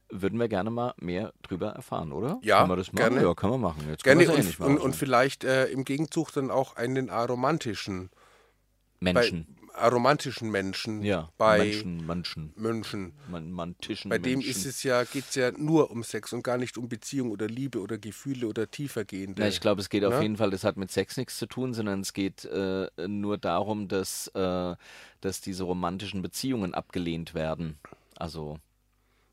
S1: würden wir gerne mal mehr drüber erfahren, oder?
S2: Ja,
S1: Kann man das machen?
S2: gerne.
S1: Ja, kann man machen. Jetzt können
S2: gerne
S1: wir's eh
S2: und,
S1: nicht mehr
S2: und, und
S1: ausmachen.
S2: vielleicht äh, im Gegenzug dann auch einen aromantischen.
S1: Menschen.
S2: Bei, aromantischen Menschen.
S1: Ja,
S2: Bei Menschen.
S1: Menschen, Menschen,
S2: Mönchen.
S1: man, man Tischen.
S2: Bei dem
S1: Menschen.
S2: ist es ja, geht es ja nur um Sex und gar nicht um Beziehung oder Liebe oder Gefühle oder tiefergehende.
S1: Na, ich glaube, es geht auf
S2: Ne?
S1: jeden Fall, das hat mit Sex nichts zu tun, sondern es geht äh, nur darum, dass, äh, dass diese romantischen Beziehungen abgelehnt werden. Also,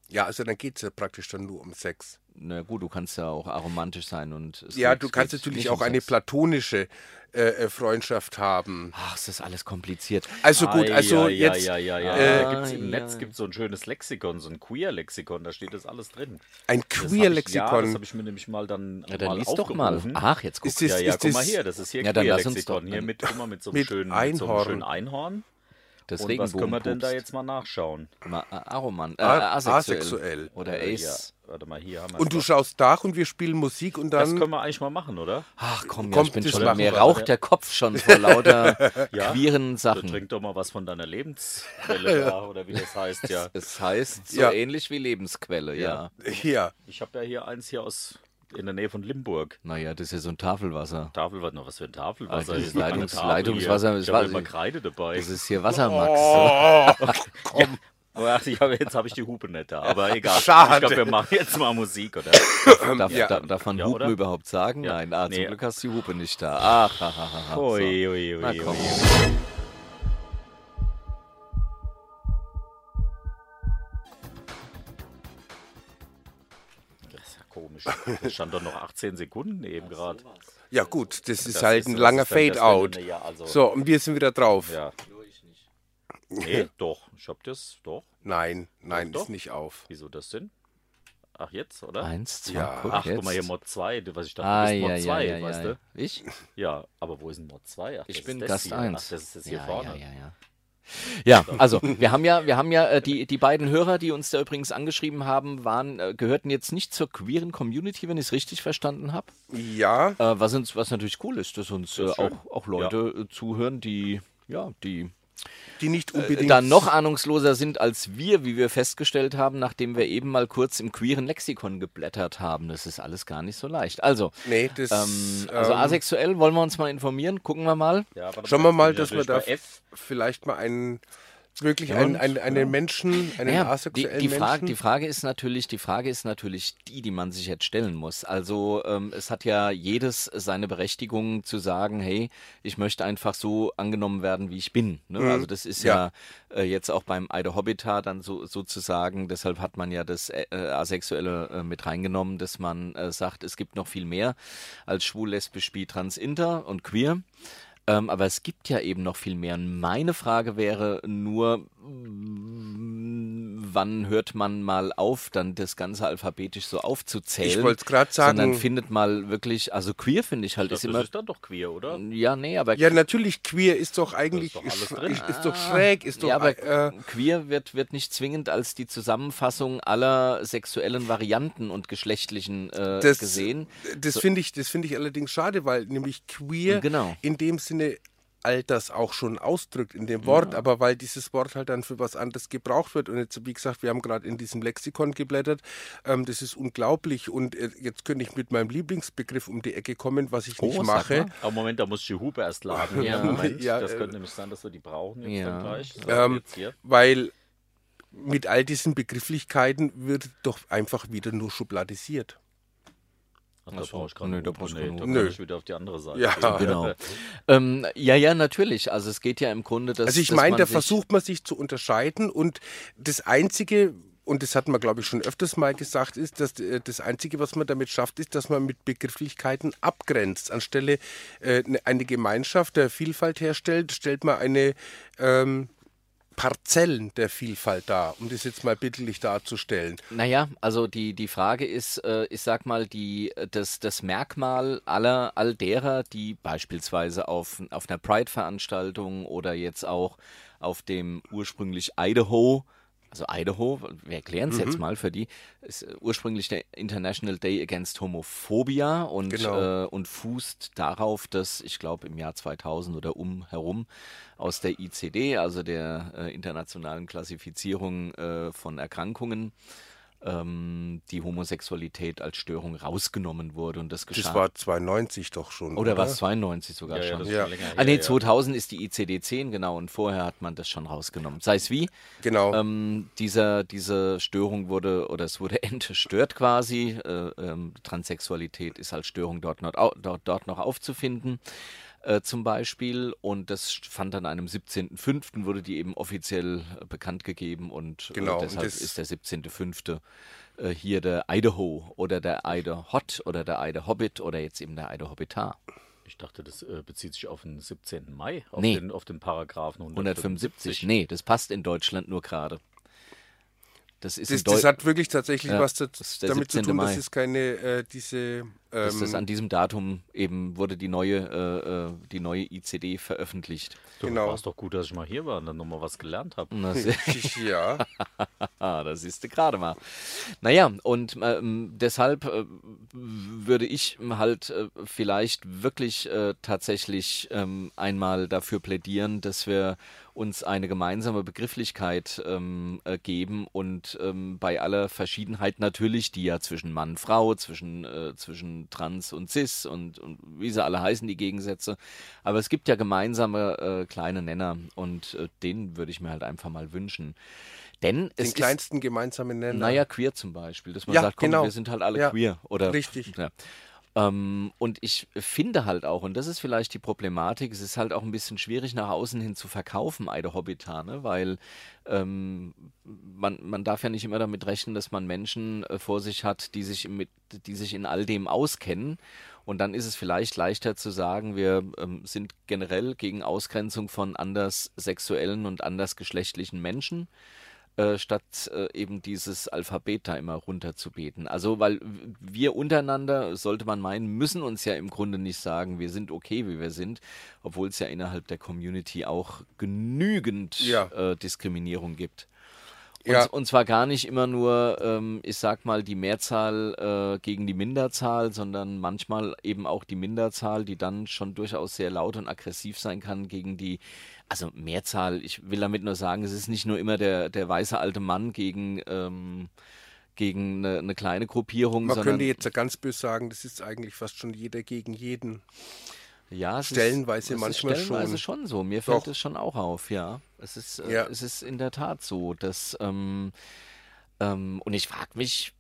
S2: ja, also dann geht es ja praktisch dann nur um Sex.
S1: na gut, du kannst ja auch aromantisch sein und es
S2: Ja,
S1: geht-
S2: du
S1: es
S2: kannst
S1: geht
S2: natürlich
S1: nicht
S2: auch
S1: um
S2: eine
S1: Sex.
S2: platonische äh, äh, Freundschaft haben.
S1: Ach, es ist alles kompliziert.
S2: Also
S3: Ah,
S2: gut, also
S3: Ai,
S2: jetzt,
S3: ai, ai, ai,
S2: äh,
S3: ai. Da gibt's
S1: ai,
S3: Im Netz
S1: ai.
S3: gibt es so ein schönes Lexikon, so ein Queer-Lexikon, da steht das alles drin.
S2: ein
S3: Das hab ich- Ja, das
S2: Queer-Lexikon.
S3: habe ich mir nämlich mal dann
S1: Ja, dann
S3: mal
S1: lies doch mal.
S3: aufgerufen.
S1: Ach, jetzt guck.
S2: Ist es-
S1: ja,
S3: ja, ja,
S2: ist
S3: guck mal
S2: das-
S3: hier, das ist hier
S1: Ja, dann lass uns doch
S3: Queer-Lexikon. Hier
S1: dann-
S3: mit, guck mal, mit so einem
S2: Mit
S3: schönen Mit so einem
S2: Einhorn.
S3: schönen Einhorn.
S1: das
S3: Und was können wir denn da
S1: Regenbogenpupst.
S3: jetzt mal nachschauen?
S1: Mal äh, Aroman, äh,
S2: A-
S1: asexuell.
S2: asexuell.
S1: Oder
S3: Äh,
S1: Ace.
S3: Ja, warte mal, hier haben wir
S2: Und du
S3: das.
S2: schaust nach und wir spielen Musik und
S3: Das
S2: dann.
S3: können wir eigentlich mal machen, oder?
S1: Ach komm, ja,
S2: Komm,
S1: ich bin
S2: das
S1: schon,
S2: machen
S1: mir
S2: wir.
S1: raucht der Kopf schon vor lauter
S3: Ja.
S1: queeren
S3: Dann
S1: Sachen.
S3: trink doch mal was von deiner Lebensquelle da, oder wie das heißt, ja.
S1: Es heißt so
S2: Ja.
S1: ähnlich wie Lebensquelle, ja.
S2: Ja,
S3: Ich habe ja hier eins hier aus in der Nähe von Limburg.
S1: Naja, das ist ja so ein Tafelwasser.
S3: Tafel, was noch was für ein Tafelwasser?
S1: Ah, dieses
S3: Hier ist noch eine
S1: Leitungs-
S3: Tafel
S1: Leitungswasser,
S3: hier.
S1: das
S3: Ich habe
S1: weiß
S3: immer
S1: ich.
S3: Kreide dabei.
S1: Das ist
S2: Oh.
S1: hier Wassermax.
S3: Aber ach, ich hab, jetzt habe ich die Hupe nicht da, aber egal.
S2: Schade.
S3: Ich glaube, wir machen jetzt mal Musik, oder?
S1: Darf,
S2: Ähm, Oh. ja.
S1: darf, darf man
S3: Ja,
S1: Hupen
S3: oder?
S1: überhaupt sagen?
S3: Ja.
S1: Nein, ah,
S3: Nee.
S1: zum Glück hast du die Hupe nicht da. Ach, ha, ha, ha, ha. So.
S3: Ui, ui, ui,
S1: Na komm.
S3: ui. Das ist ja komisch. Das stand doch noch 18 Sekunden eben gerade.
S2: ja gut, das ist
S3: Das
S2: halt
S3: ist
S2: ein
S3: so,
S2: langer
S3: das ist dann- das
S2: Fade-out.
S3: wäre- ja, also-
S2: So, und wir sind wieder drauf.
S3: Ja. Nee, doch. Ich hab das, doch.
S2: Nein, nein,
S3: Doch,
S2: ist
S3: doch.
S2: nicht auf.
S3: Wieso das denn? Ach, jetzt, oder?
S1: Eins, zwei,
S2: Ja.
S1: guck Ah,
S3: Ach,
S1: jetzt.
S3: guck mal hier Mod 2, was ich dachte,
S1: ah,
S3: du bist Mod
S1: ja,
S3: 2,
S1: ja, ja,
S3: weißt
S1: ja.
S3: du?
S1: Ich?
S3: Ja, aber wo ist denn Mod 2? Ach, das
S1: Ich
S3: ist
S1: bin
S3: das
S1: Gast
S3: hier.
S1: 1.
S3: Ach, das ist das hier
S1: ja,
S3: vorne.
S1: Ja, ja, ja. Ja, also wir haben ja, wir haben ja äh, die, die beiden Hörer, die uns da übrigens angeschrieben haben, waren, äh, gehörten jetzt nicht zur queeren Community, wenn ich es richtig verstanden habe.
S2: Ja,
S1: Äh, was, uns, was natürlich cool ist, dass uns äh,
S3: schön.
S1: auch, auch Leute äh, zuhören, die ja, die
S2: die
S3: Äh,
S2: nicht unbedingt.
S1: dann noch ahnungsloser sind als wir, wie wir festgestellt haben, nachdem wir eben mal kurz im queeren Lexikon geblättert haben. Das ist alles gar nicht so leicht. Also,
S2: Nee, das.
S1: ähm, also asexuell wollen wir uns mal informieren, gucken wir mal.
S3: Ja, warte mal,
S2: Schauen wir
S3: jetzt
S2: mal,
S3: bin Also ich
S2: dass wir da
S3: natürlich bei F.
S2: vielleicht mal einen. Wirklich einen, einen, einen Menschen, einen
S1: Naja, die,
S2: asexuellen
S1: die, Frage,
S2: Menschen.
S1: die Frage ist natürlich, die Frage ist natürlich die, die man sich jetzt stellen muss. Also ähm, es hat ja jedes seine Berechtigung zu sagen, hey, ich möchte einfach so angenommen werden, wie ich bin. Ne?
S2: Mhm.
S1: Also das ist ja, äh, jetzt auch beim Ida Hobbita dann so sozusagen. Deshalb hat man ja das äh, äh, asexuelle äh, mit reingenommen, dass man äh, sagt, es gibt noch viel mehr als schwul, lesbisch, bi, trans, inter und queer. Ähm, aber es gibt ja eben noch viel mehr. Und Meine Frage wäre nur, mm, wann hört man mal auf, dann das Ganze alphabetisch so aufzuzählen?
S2: Ich wollt's grad sagen.
S1: Sondern findet mal wirklich, also queer finde ich halt,
S3: Das
S1: ist immer.
S3: ist dann doch queer, oder?
S1: ja, nee, aber.
S2: Ja, natürlich, queer ist doch eigentlich.
S3: doch alles
S2: sch-
S3: drin.
S2: Ist, doch schräg, ist doch.
S1: Ah. ja, aber
S2: äh,
S1: queer wird, wird nicht zwingend als die Zusammenfassung aller sexuellen Varianten und geschlechtlichen äh,
S2: das,
S1: gesehen.
S2: Das finde ich, das finde ich allerdings schade, weil nämlich queer
S1: Genau.
S2: in dem Sinne Alters auch schon ausdrückt in dem Wort, aber weil dieses Wort halt dann für was anderes gebraucht wird. Und jetzt, wie gesagt, wir haben gerade in diesem Lexikon geblättert. Ähm, das ist unglaublich. Und äh, jetzt könnte ich mit meinem Lieblingsbegriff um die Ecke kommen, was ich
S1: Oh,
S2: nicht
S1: sag
S2: mache.
S1: mal.
S3: Aber Moment, da muss ich die Hupe erst laden.
S1: Ja.
S3: Moment,
S2: Ja,
S3: das
S2: äh,
S3: könnte nämlich sein, dass wir die brauchen jetzt
S1: ja.
S3: dann gleich. So,
S2: Ähm,
S3: jetzt hier.
S2: Weil mit all diesen Begrifflichkeiten wird doch einfach wieder nur schubladisiert.
S3: Ach, da
S1: Ach so,
S3: brauche ich gerade
S1: nö,
S3: eine
S1: da
S3: Hupe.
S1: brauchst du
S3: Nee,
S1: keine
S3: da
S1: Hupe.
S3: kann
S2: Nö.
S3: ich wieder auf die andere Seite.
S2: Ja.
S3: gehen.
S1: Genau. ähm, ja, ja, natürlich. Also es geht ja im Grunde, dass
S2: Also ich
S1: dass
S2: meine,
S1: man
S2: da
S1: sich-
S2: versucht man sich zu unterscheiden und das Einzige, und das hat man, glaube ich, schon öfters mal gesagt, ist, dass äh, das Einzige, was man damit schafft, ist, dass man mit Begrifflichkeiten abgrenzt. Anstelle äh, ne- eine Gemeinschaft der Vielfalt herstellt, stellt man eine ähm, Parzellen der Vielfalt dar, um das jetzt mal bildlich darzustellen.
S1: Naja, also die, die Frage ist, äh, ich sag mal, die, das, das Merkmal aller, all derer, die beispielsweise auf, auf einer Pride-Veranstaltung oder jetzt auch auf dem ursprünglich Idaho, also Idaho, wir erklären es jetzt mal für die, ist äh, ursprünglich der International Day Against Homophobia und,
S2: Genau.
S1: äh, und fußt darauf, dass ich glaube im Jahr 2000 oder um herum aus der ICD, also der äh, internationalen Klassifizierung äh, von Erkrankungen, ähm, die Homosexualität als Störung rausgenommen wurde und das geschah.
S2: Das war 92 doch schon.
S1: oder war es 92 sogar
S3: Ja, ja,
S1: schon?
S3: das ist
S2: Ja.
S3: schon länger
S1: ah nee,
S3: her, ja.
S1: 2000 ist die ICD-10 genau und vorher hat man das schon rausgenommen. Sei es wie,
S2: Genau.
S1: ähm, dieser, diese Störung wurde oder es wurde entstört quasi. Äh, ähm, Transsexualität ist als Störung dort noch, au- dort, dort noch aufzufinden. Äh, zum Beispiel und das fand dann an einem 17.05. wurde die eben offiziell äh, bekannt gegeben und
S2: Genau,
S1: äh,
S2: und
S1: deshalb
S2: das-
S1: ist der 17.05. Äh, hier der Idaho oder der Idaho Hot oder der Idaho Hobbit oder jetzt eben der Idaho Hobbitar.
S3: Ich dachte, das äh, bezieht sich auf den 17. Mai, auf,
S1: Nee.
S3: den, auf den Paragraphen
S1: 175. Nee, das passt in Deutschland nur gerade. Das ist
S2: das,
S1: in Deu-
S2: das hat wirklich tatsächlich
S1: Ja,
S2: was da,
S1: das ist der
S2: damit zu
S1: 17.
S2: tun, dass
S1: Mai.
S2: es keine äh, diese
S1: dass das
S2: ähm,
S1: an diesem Datum eben wurde die neue, äh, äh, die neue ICD veröffentlicht.
S3: Du,
S2: Genau.
S3: War es doch gut, dass ich mal hier war und dann nochmal was gelernt habe.
S1: Und Das,
S2: ja.
S1: ah, das siehst du gerade mal. Naja, und ähm, deshalb äh, würde ich halt äh, vielleicht wirklich äh, tatsächlich ähm, einmal dafür plädieren, dass wir uns eine gemeinsame Begrifflichkeit ähm, äh, geben und ähm, bei aller Verschiedenheit natürlich, die ja zwischen Mann, Frau, zwischen, äh, zwischen Trans und Cis und, und wie sie alle heißen, die Gegensätze. Aber es gibt ja gemeinsame äh, kleine Nenner und äh, den würde ich mir halt einfach mal wünschen. Denn es
S2: den
S1: ist
S2: kleinsten gemeinsamen Nenner.
S1: naja, queer zum Beispiel, dass man
S2: ne? Ja,
S1: sagt, komm,
S2: genau.
S1: wir sind halt alle
S2: Ja,
S1: queer. Oder,
S2: richtig.
S1: Ja. Ähm, und ich finde halt auch, und das ist vielleicht die Problematik, es ist halt auch ein bisschen schwierig nach außen hin zu verkaufen, Eide Hobbita, ne? weil ähm, man, man darf ja nicht immer damit rechnen, dass man Menschen äh, vor sich hat, die sich, mit, die sich in all dem auskennen. Und dann ist es vielleicht leichter zu sagen, wir ähm, sind generell gegen Ausgrenzung von anders sexuellen und anders geschlechtlichen Menschen äh, statt äh, eben dieses Alphabet da immer runterzubeten. Also, weil w- wir untereinander, sollte man meinen, müssen uns ja im Grunde nicht sagen, wir sind okay, wie wir sind, obwohl es ja innerhalb der Community auch genügend
S2: Ja.
S1: äh, Diskriminierung gibt. Und,
S2: Ja.
S1: und zwar gar nicht immer nur, ähm, ich sag mal, die Mehrzahl äh, gegen die Minderzahl, sondern manchmal eben auch die Minderzahl, die dann schon durchaus sehr laut und aggressiv sein kann gegen die, also Mehrzahl, ich will damit nur sagen, es ist nicht nur immer der, der weiße alte Mann gegen, ähm, gegen eine, eine kleine Gruppierung,
S2: Man
S1: sondern
S2: könnte jetzt ja ganz böse sagen, das ist eigentlich fast schon jeder gegen jeden.
S1: ja, es ist,
S2: stellenweise
S1: es
S2: manchmal
S1: ist stellenweise
S2: schon.
S1: so. Mir
S2: Doch.
S1: fällt es schon auch auf, ja. Es ist, äh,
S2: Ja.
S1: Es ist in der Tat so, dass ähm, ähm, und ich frage mich,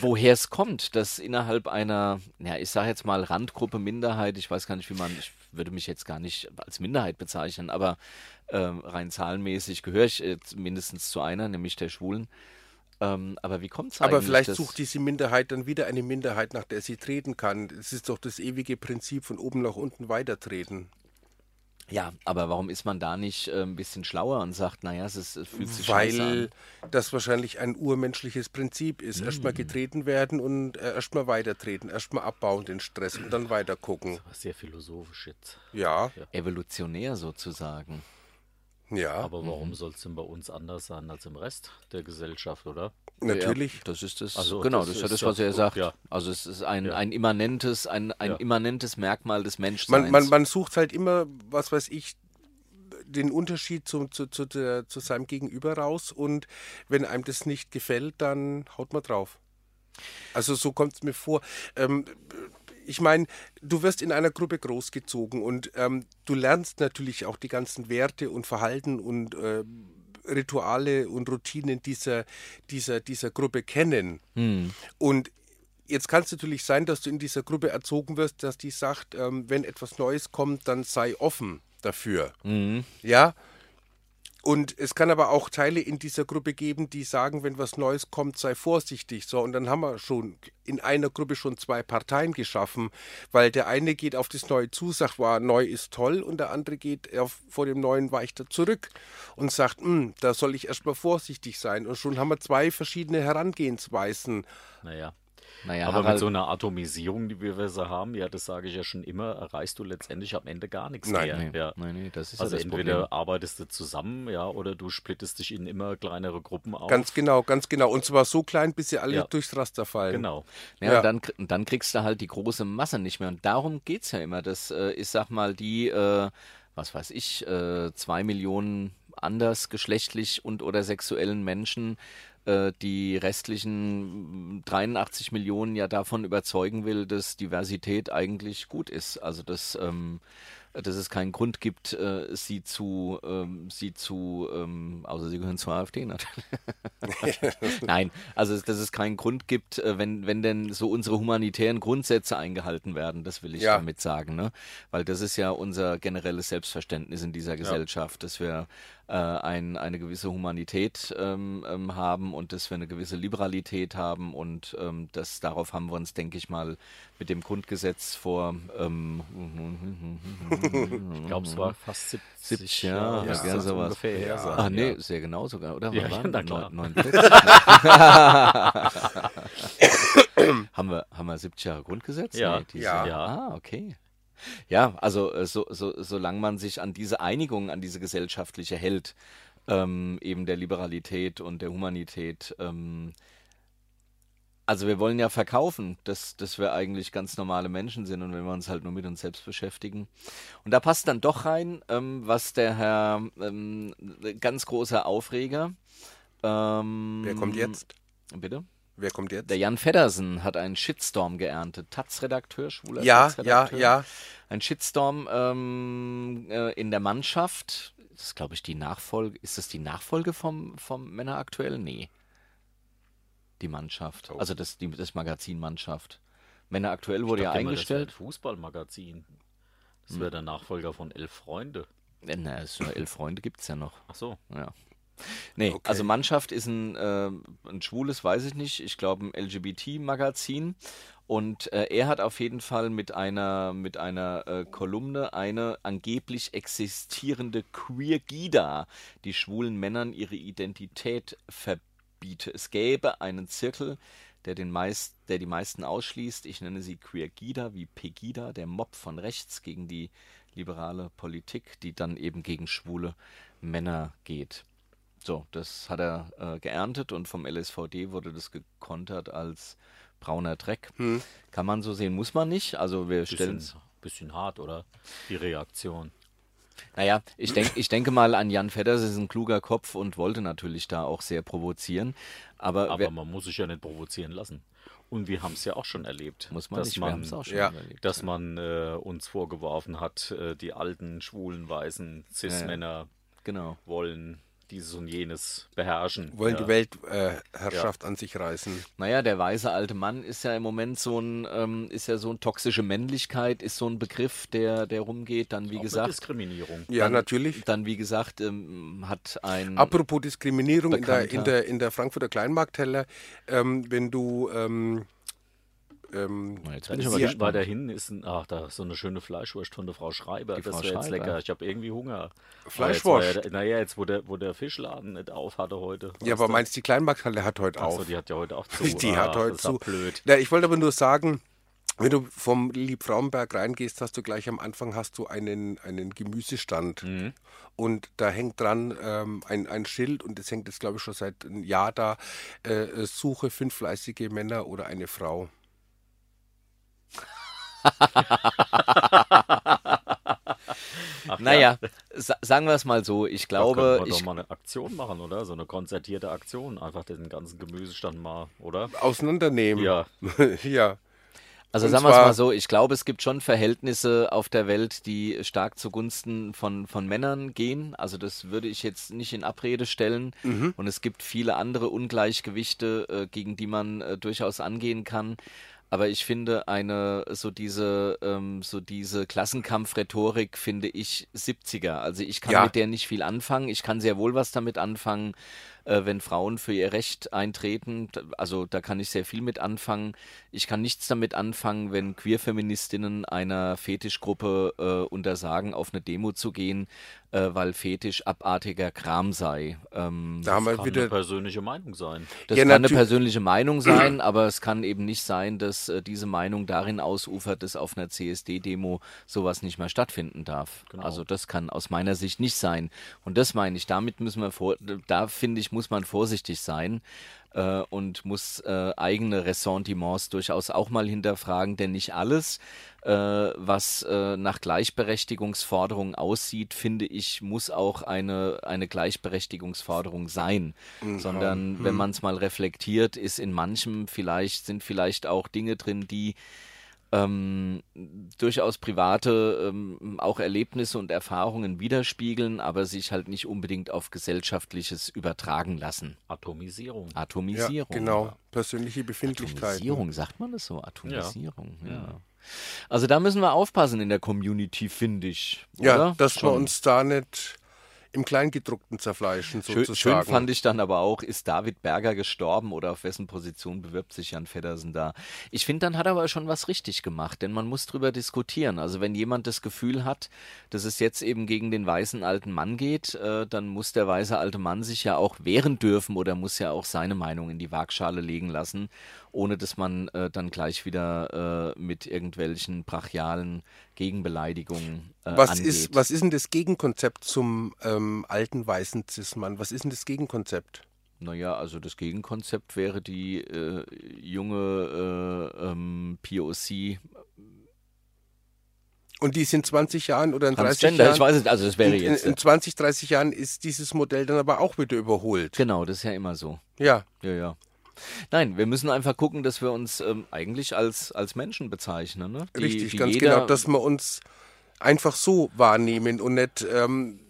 S1: woher es kommt, dass innerhalb einer, ja, ich sage jetzt mal Randgruppe Minderheit, ich weiß gar nicht, wie man, ich würde mich jetzt gar nicht als Minderheit bezeichnen, aber ähm, rein zahlenmäßig gehöre ich äh, mindestens zu einer, nämlich der Schwulen. Ähm, aber wie kommt es eigentlich?
S2: Aber vielleicht
S1: dass-
S2: sucht diese Minderheit dann wieder eine Minderheit, nach der sie treten kann. Es ist doch das ewige Prinzip von oben nach unten weitertreten.
S1: Ja, aber warum ist man da nicht äh, ein bisschen schlauer und sagt, naja, es, ist, es fühlt sich scheiße an? Mm.
S2: Weil das wahrscheinlich ein urmenschliches Prinzip ist. Erstmal getreten werden und äh, erstmal weitertreten, erstmal abbauen den Stress und dann weiter gucken.
S3: Sehr philosophisch jetzt.
S2: Ja,
S1: evolutionär sozusagen.
S2: Ja,
S1: Mhm.
S3: Aber warum soll es denn bei uns anders sein als im Rest der Gesellschaft, oder?
S2: natürlich.
S1: Ja, das ist das.
S3: Also,
S1: genau,
S3: das
S1: das, ist ja
S3: ist
S1: das,
S3: ja
S1: was er
S3: gut,
S1: sagt.
S3: ja.
S1: Also es ist ein, ein immanentes, ein, ein
S3: Ja.
S1: immanentes Merkmal des Menschseins.
S2: Man, man, man sucht halt immer, was weiß ich, den Unterschied zum, zu, zu, der, zu seinem Gegenüber raus und wenn einem das nicht gefällt, dann haut man drauf. Also so kommt es mir vor. Ähm, ich meine, du wirst in einer Gruppe großgezogen und ähm, du lernst natürlich auch die ganzen Werte und Verhalten und äh, Rituale und Routinen dieser, dieser, dieser Gruppe kennen. Und jetzt kann es natürlich sein, dass du in dieser Gruppe erzogen wirst, dass die sagt, ähm, wenn etwas Neues kommt, dann sei offen dafür. Ja. Und es kann aber auch Teile in dieser Gruppe geben, die sagen, wenn was Neues kommt, sei vorsichtig. So, und dann haben wir schon in einer Gruppe schon zwei Parteien geschaffen, weil der eine geht auf das Neue zu, sagt, wow, neu ist toll, und der andere geht auf, vor dem Neuen weicht er zurück und sagt, "Hm, da soll ich erstmal vorsichtig sein. Und schon haben wir zwei verschiedene Herangehensweisen.
S3: Naja.
S1: naja,
S3: Aber mit
S1: Harald,
S3: so einer Atomisierung, die wir so haben, ja, das sage ich ja schon immer, erreichst du letztendlich am Ende gar nichts
S2: Nein.
S3: mehr.
S1: Nee.
S3: Ja.
S1: Nein, nee, das ist
S3: also
S1: ja das
S3: entweder
S1: Problem.
S3: arbeitest du zusammen, ja, oder du splittest dich in immer kleinere Gruppen auf.
S2: Ganz genau, ganz genau. Und zwar so klein, bis sie alle
S3: Ja.
S2: durchs Raster fallen.
S3: genau.
S1: Ja,
S2: Ja.
S1: Und dann, kr- und dann kriegst du halt die große Masse nicht mehr. Und darum geht es ja immer, dass äh, ich sag mal, die, äh, was weiß ich, äh, zwei Millionen anders geschlechtlich und oder sexuellen Menschen äh, die restlichen mm, 83 Millionen ja davon überzeugen will, dass Diversität eigentlich gut ist. Also dass, ähm, dass es keinen Grund gibt, äh, sie zu, ähm, sie zu, ähm, außer sie gehören zur AfD natürlich. Nein, also dass es keinen Grund gibt, äh, wenn, wenn denn so unsere humanitären Grundsätze eingehalten werden, das will ich
S2: Ja.
S1: damit sagen. Ne? Weil das ist ja unser generelles Selbstverständnis in dieser Gesellschaft, dass wir äh, ein, eine gewisse Humanität ähm, ähm, haben und dass wir eine gewisse Liberalität haben und ähm, das, darauf haben wir uns, denke ich mal, mit dem Grundgesetz vor ähm,
S3: Ich glaube,
S1: Mhm.
S3: es war fast 70,
S1: 70 Jahre,
S2: ja,
S1: gell, sowas.
S3: ungefähr her sein,
S1: Ah, nee,
S3: ja.
S1: sehr genau sogar, oder?
S3: Ja,
S1: Wann waren
S3: ja, na
S1: wir?
S3: klar.
S1: Neun- ne? 49? haben, wir, haben wir 70 Jahre Grundgesetz?
S3: Ja,
S1: Nee, die
S2: ja.
S1: sind- Ah, okay. Ja, also äh, so, so, solange man sich an diese Einigung, an diese gesellschaftliche hält, ähm, eben der Liberalität und der Humanität, ähm, also wir wollen ja verkaufen, dass, dass wir eigentlich ganz normale Menschen sind und wenn wir uns halt nur mit uns selbst beschäftigen. Und da passt dann doch rein, ähm, was der Herr, ähm, ganz großer Aufreger. Ähm,
S2: Wer
S3: Mm.
S2: kommt jetzt?
S1: Bitte?
S2: Wer kommt jetzt?
S1: Der Jan Feddersen hat einen Shitstorm geerntet. Taz-Redakteur, schwuler
S2: ja, ja,
S1: Taz-Redakteur.
S2: ja.
S1: Ein Shitstorm ähm, äh, in der Mannschaft. Das ist, glaube ich, die Nachfolge. Ist das die Nachfolge vom, vom Männer aktuell? Nee. Die Mannschaft. Also das, die, das Magazin Mannschaft. Männer aktuell wurde ja
S3: Dachte immer,
S1: eingestellt. Hm.
S3: Das wäre ein Fußballmagazin. Das wäre der Nachfolger von Elf Freunde.
S1: Äh, Na, es sind nur elf Freunde, gibt es ja noch.
S3: Ach so.
S1: Ja. Nee,
S2: Okay.
S1: also Mannschaft ist ein, äh, ein schwules, weiß ich nicht, ich glaube ein LGBT-Magazin. Und äh, er hat auf jeden Fall mit einer, mit einer äh, Kolumne eine angeblich existierende Queer-Gida, die schwulen Männern ihre Identität verbiete. Es gäbe einen Zirkel, der, den meist, der die meisten ausschließt. Ich nenne sie Queer-Gida wie Pegida, der Mob von rechts gegen die liberale Politik, die dann eben gegen schwule Männer geht. So, das hat er äh, geerntet und vom LSVD wurde das gekontert als brauner Dreck. Kann man so sehen, muss man nicht. Also wir stellen.
S3: Hm. Bisschen, bisschen hart, oder? Die Reaktion.
S1: Naja, ich, denk, ich denke mal an Jan Fedders, ist ein kluger Kopf und wollte natürlich da auch sehr provozieren. Aber,
S3: Aber
S1: Äh, wer,
S3: man muss sich ja nicht provozieren lassen. Und wir haben es ja auch schon erlebt.
S1: muss man
S3: dass
S1: nicht, wir
S3: man,
S1: haben's auch schon
S2: ja,
S1: überlebt.
S3: dass man äh, uns vorgeworfen hat, äh, die alten, schwulen, weißen Cis-Männer
S1: Genau.
S3: wollen dieses und jenes beherrschen.
S2: Wollen
S3: ja.
S2: die Weltherrschaft äh, Herrschaft an sich reißen.
S1: Naja, der weiße alte Mann ist ja im Moment so ein, ähm, ist ja so ein toxische Männlichkeit, ist so ein Begriff, der, der rumgeht. Dann, wie
S3: Auch eine
S1: gesagt,
S3: Diskriminierung.
S2: Ja, natürlich.
S1: dann, wie gesagt, ähm, hat
S3: mm.
S1: ein.
S2: Apropos Diskriminierung in der, in,
S1: Bekannter.
S2: der, in der Frankfurter Kleinmarktteller, ähm, wenn du ähm, ähm,
S1: Jetzt
S3: Da
S1: bin ich
S3: ist
S1: aber
S3: hier
S1: gespannt.
S3: weiter hinten ist ein, ach, da ist so eine schöne Fleischwurst von der Frau Schreiber.
S1: Die
S3: das
S1: Frau
S3: wäre jetzt
S1: Schreiber.
S3: lecker. Ich habe irgendwie Hunger. Aber
S2: Fleischwurst.
S3: Jetzt war ja, naja, jetzt wo der, wo der Fischladen nicht auf hatte heute.
S2: ja,
S3: Weißt
S2: aber
S3: du?
S2: meinst du, die Kleinmarkthalle hat heute
S3: Ach so,
S2: auf?
S3: die hat ja heute auch zu.
S2: Die
S3: Ach,
S2: hat heute
S3: das ist ja
S2: zu.
S3: blöd.
S2: Ja, ich wollte aber nur sagen, Wenn du vom Liebfrauenberg reingehst, hast du gleich am Anfang hast du einen, einen Gemüsestand.
S3: Mhm.
S2: Und da hängt dran ähm, ein, ein Schild und das hängt jetzt, glaube ich, schon seit einem Jahr da. Äh, suche fünf fleißige Männer oder eine Frau.
S1: naja, sa sagen wir es mal so. Ich
S3: da
S1: glaube,
S3: könnten wir
S1: ich,
S3: doch mal eine Aktion machen, oder? So eine konzertierte Aktion. Einfach den ganzen Gemüsestand mal, oder?
S2: Auseinandernehmen.
S3: Ja.
S2: ja.
S1: also
S2: und
S1: sagen wir es
S2: zwar-
S1: mal so, ich glaube, es gibt schon Verhältnisse auf der Welt, die stark zugunsten von, von Männern gehen. Also das würde ich jetzt nicht in Abrede stellen. Und es gibt viele andere Ungleichgewichte, äh, gegen die man äh, durchaus angehen kann. Aber ich finde eine, so diese, ähm, so diese Klassenkampfrhetorik finde ich 70er. Also ich kann
S2: Ja.
S1: mit der nicht viel anfangen. Ich kann sehr wohl was damit anfangen, äh, wenn Frauen für ihr Recht eintreten. D- Also da kann ich sehr viel mit anfangen. Ich kann nichts damit anfangen, wenn Queerfeministinnen einer Fetischgruppe äh, untersagen, auf eine Demo zu gehen, äh, weil Fetisch abartiger Kram sei. Ähm,
S2: Da haben wir
S3: Kann eine
S2: wieder.
S3: persönliche Meinung sein.
S1: das
S2: Ja,
S1: kann eine
S2: natür-
S1: persönliche Meinung sein, aber es kann eben nicht sein, dass äh, diese Meinung darin ausufert, dass auf einer CSD-Demo sowas nicht mehr stattfinden darf. Also das kann aus meiner Sicht nicht sein. Und das meine ich, damit müssen wir vor, da finde ich, muss man vorsichtig sein äh, und muss äh, eigene Ressentiments durchaus auch mal hinterfragen, denn nicht alles, äh, was äh, nach Gleichberechtigungsforderungen aussieht, finde ich, muss auch eine, eine Gleichberechtigungsforderung sein. Sondern wenn man es mal reflektiert, ist in manchem vielleicht, sind vielleicht auch Dinge drin, die ähm, durchaus private ähm, auch Erlebnisse und Erfahrungen widerspiegeln, aber sich halt nicht unbedingt auf gesellschaftliches übertragen lassen.
S3: Atomisierung.
S1: Ah,
S2: Ja,
S1: Atomisierung.
S2: genau. ne? Persönliche Befindlichkeiten.
S1: Atomisierung, sagt man das so? Atomisierung, ja. Also da müssen wir aufpassen in der Community, finde ich.
S2: Ja,
S1: oder?
S2: dass wir
S1: Schon.
S2: uns da nicht im Kleingedruckten zerfleischen, sozusagen.
S1: Schön, schön fand ich dann aber auch, ist David Berger gestorben oder auf wessen Position bewirbt sich Jan Feddersen da? Ich finde, dann hat er aber schon was richtig gemacht, denn man muss drüber diskutieren. Also wenn jemand das Gefühl hat, dass es jetzt eben gegen den weißen alten Mann geht, äh, dann muss der weiße alte Mann sich ja auch wehren dürfen oder muss ja auch seine Meinung in die Waagschale legen lassen, ohne dass man äh, dann gleich wieder äh, mit irgendwelchen brachialen Gegenbeleidigungen äh,
S2: was
S1: angeht.
S2: ist, was ist denn das Gegenkonzept zum ähm, alten weißen Zismann? Was ist denn das Gegenkonzept?
S1: Naja, also das Gegenkonzept wäre die äh, junge äh, ähm, POC
S2: Und die sind 20 Jahren oder in 30
S1: Transgender.
S2: Jahren.
S1: Ich weiß es, also das wäre
S2: in, in,
S1: jetzt.
S2: in 20, 30 Jahren ist dieses Modell dann aber auch wieder überholt.
S1: genau, das ist ja immer so.
S2: Ja.
S1: Ja, ja. Nein, wir müssen einfach gucken, dass wir uns ähm, eigentlich als, als Menschen bezeichnen. Ne? Die-
S2: Richtig,
S1: die
S2: ganz
S1: jeder-
S2: genau, dass wir uns einfach so wahrnehmen und nicht, ähm,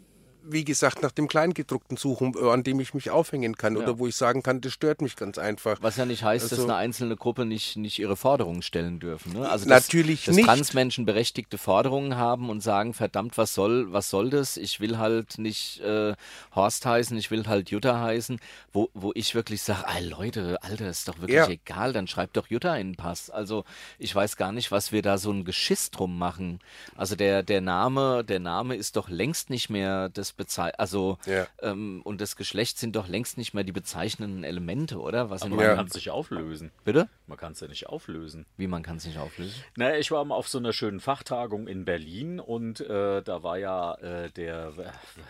S2: wie gesagt, nach dem Kleingedruckten suchen, äh, an dem ich mich aufhängen kann oder wo ich sagen kann, das stört mich ganz einfach.
S1: was ja nicht heißt, dass
S2: Also-
S1: eine einzelne Gruppe nicht, nicht ihre Forderungen stellen dürfen. Ne? Also
S2: Natürlich
S1: dass, dass
S2: nicht.
S1: Transmenschen berechtigte Forderungen haben und sagen, verdammt, was soll, was soll das? Ich will halt nicht äh, Horst heißen, ich will halt Jutta heißen, wo, wo ich wirklich sage, ey Leute, Alter, ist doch wirklich
S2: Ja.
S1: egal, dann schreibt doch Jutta in den Pass. Also ich weiß gar nicht, was wir da so ein Geschiss drum machen. Also der, der Name, der Name ist doch längst nicht mehr das Bezeichnen, also
S2: Ja.
S1: ähm, und das Geschlecht sind doch längst nicht mehr die bezeichnenden Elemente, oder? Was in
S3: Aber
S2: Ja.
S3: man kann es nicht auflösen.
S1: Bitte?
S3: Man kann es ja nicht auflösen.
S1: Wie man kann es nicht auflösen?
S3: Naja, ich war mal auf so einer schönen Fachtagung in Berlin und äh, da war ja äh, der,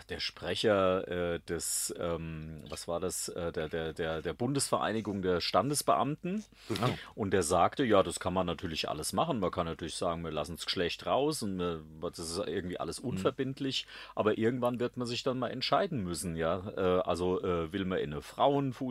S3: der Sprecher äh, des, ähm, was war das, äh, der, der, der, der Bundesvereinigung der Standesbeamten
S1: Mhm. Oh.
S3: und der sagte, ja, das kann man natürlich alles machen. Man kann natürlich sagen, wir lassen das Geschlecht raus und wir, das ist irgendwie alles
S1: Mhm.
S3: unverbindlich, aber irgendwann wird man sich dann mal entscheiden müssen, ja. Äh, also äh, will man in eine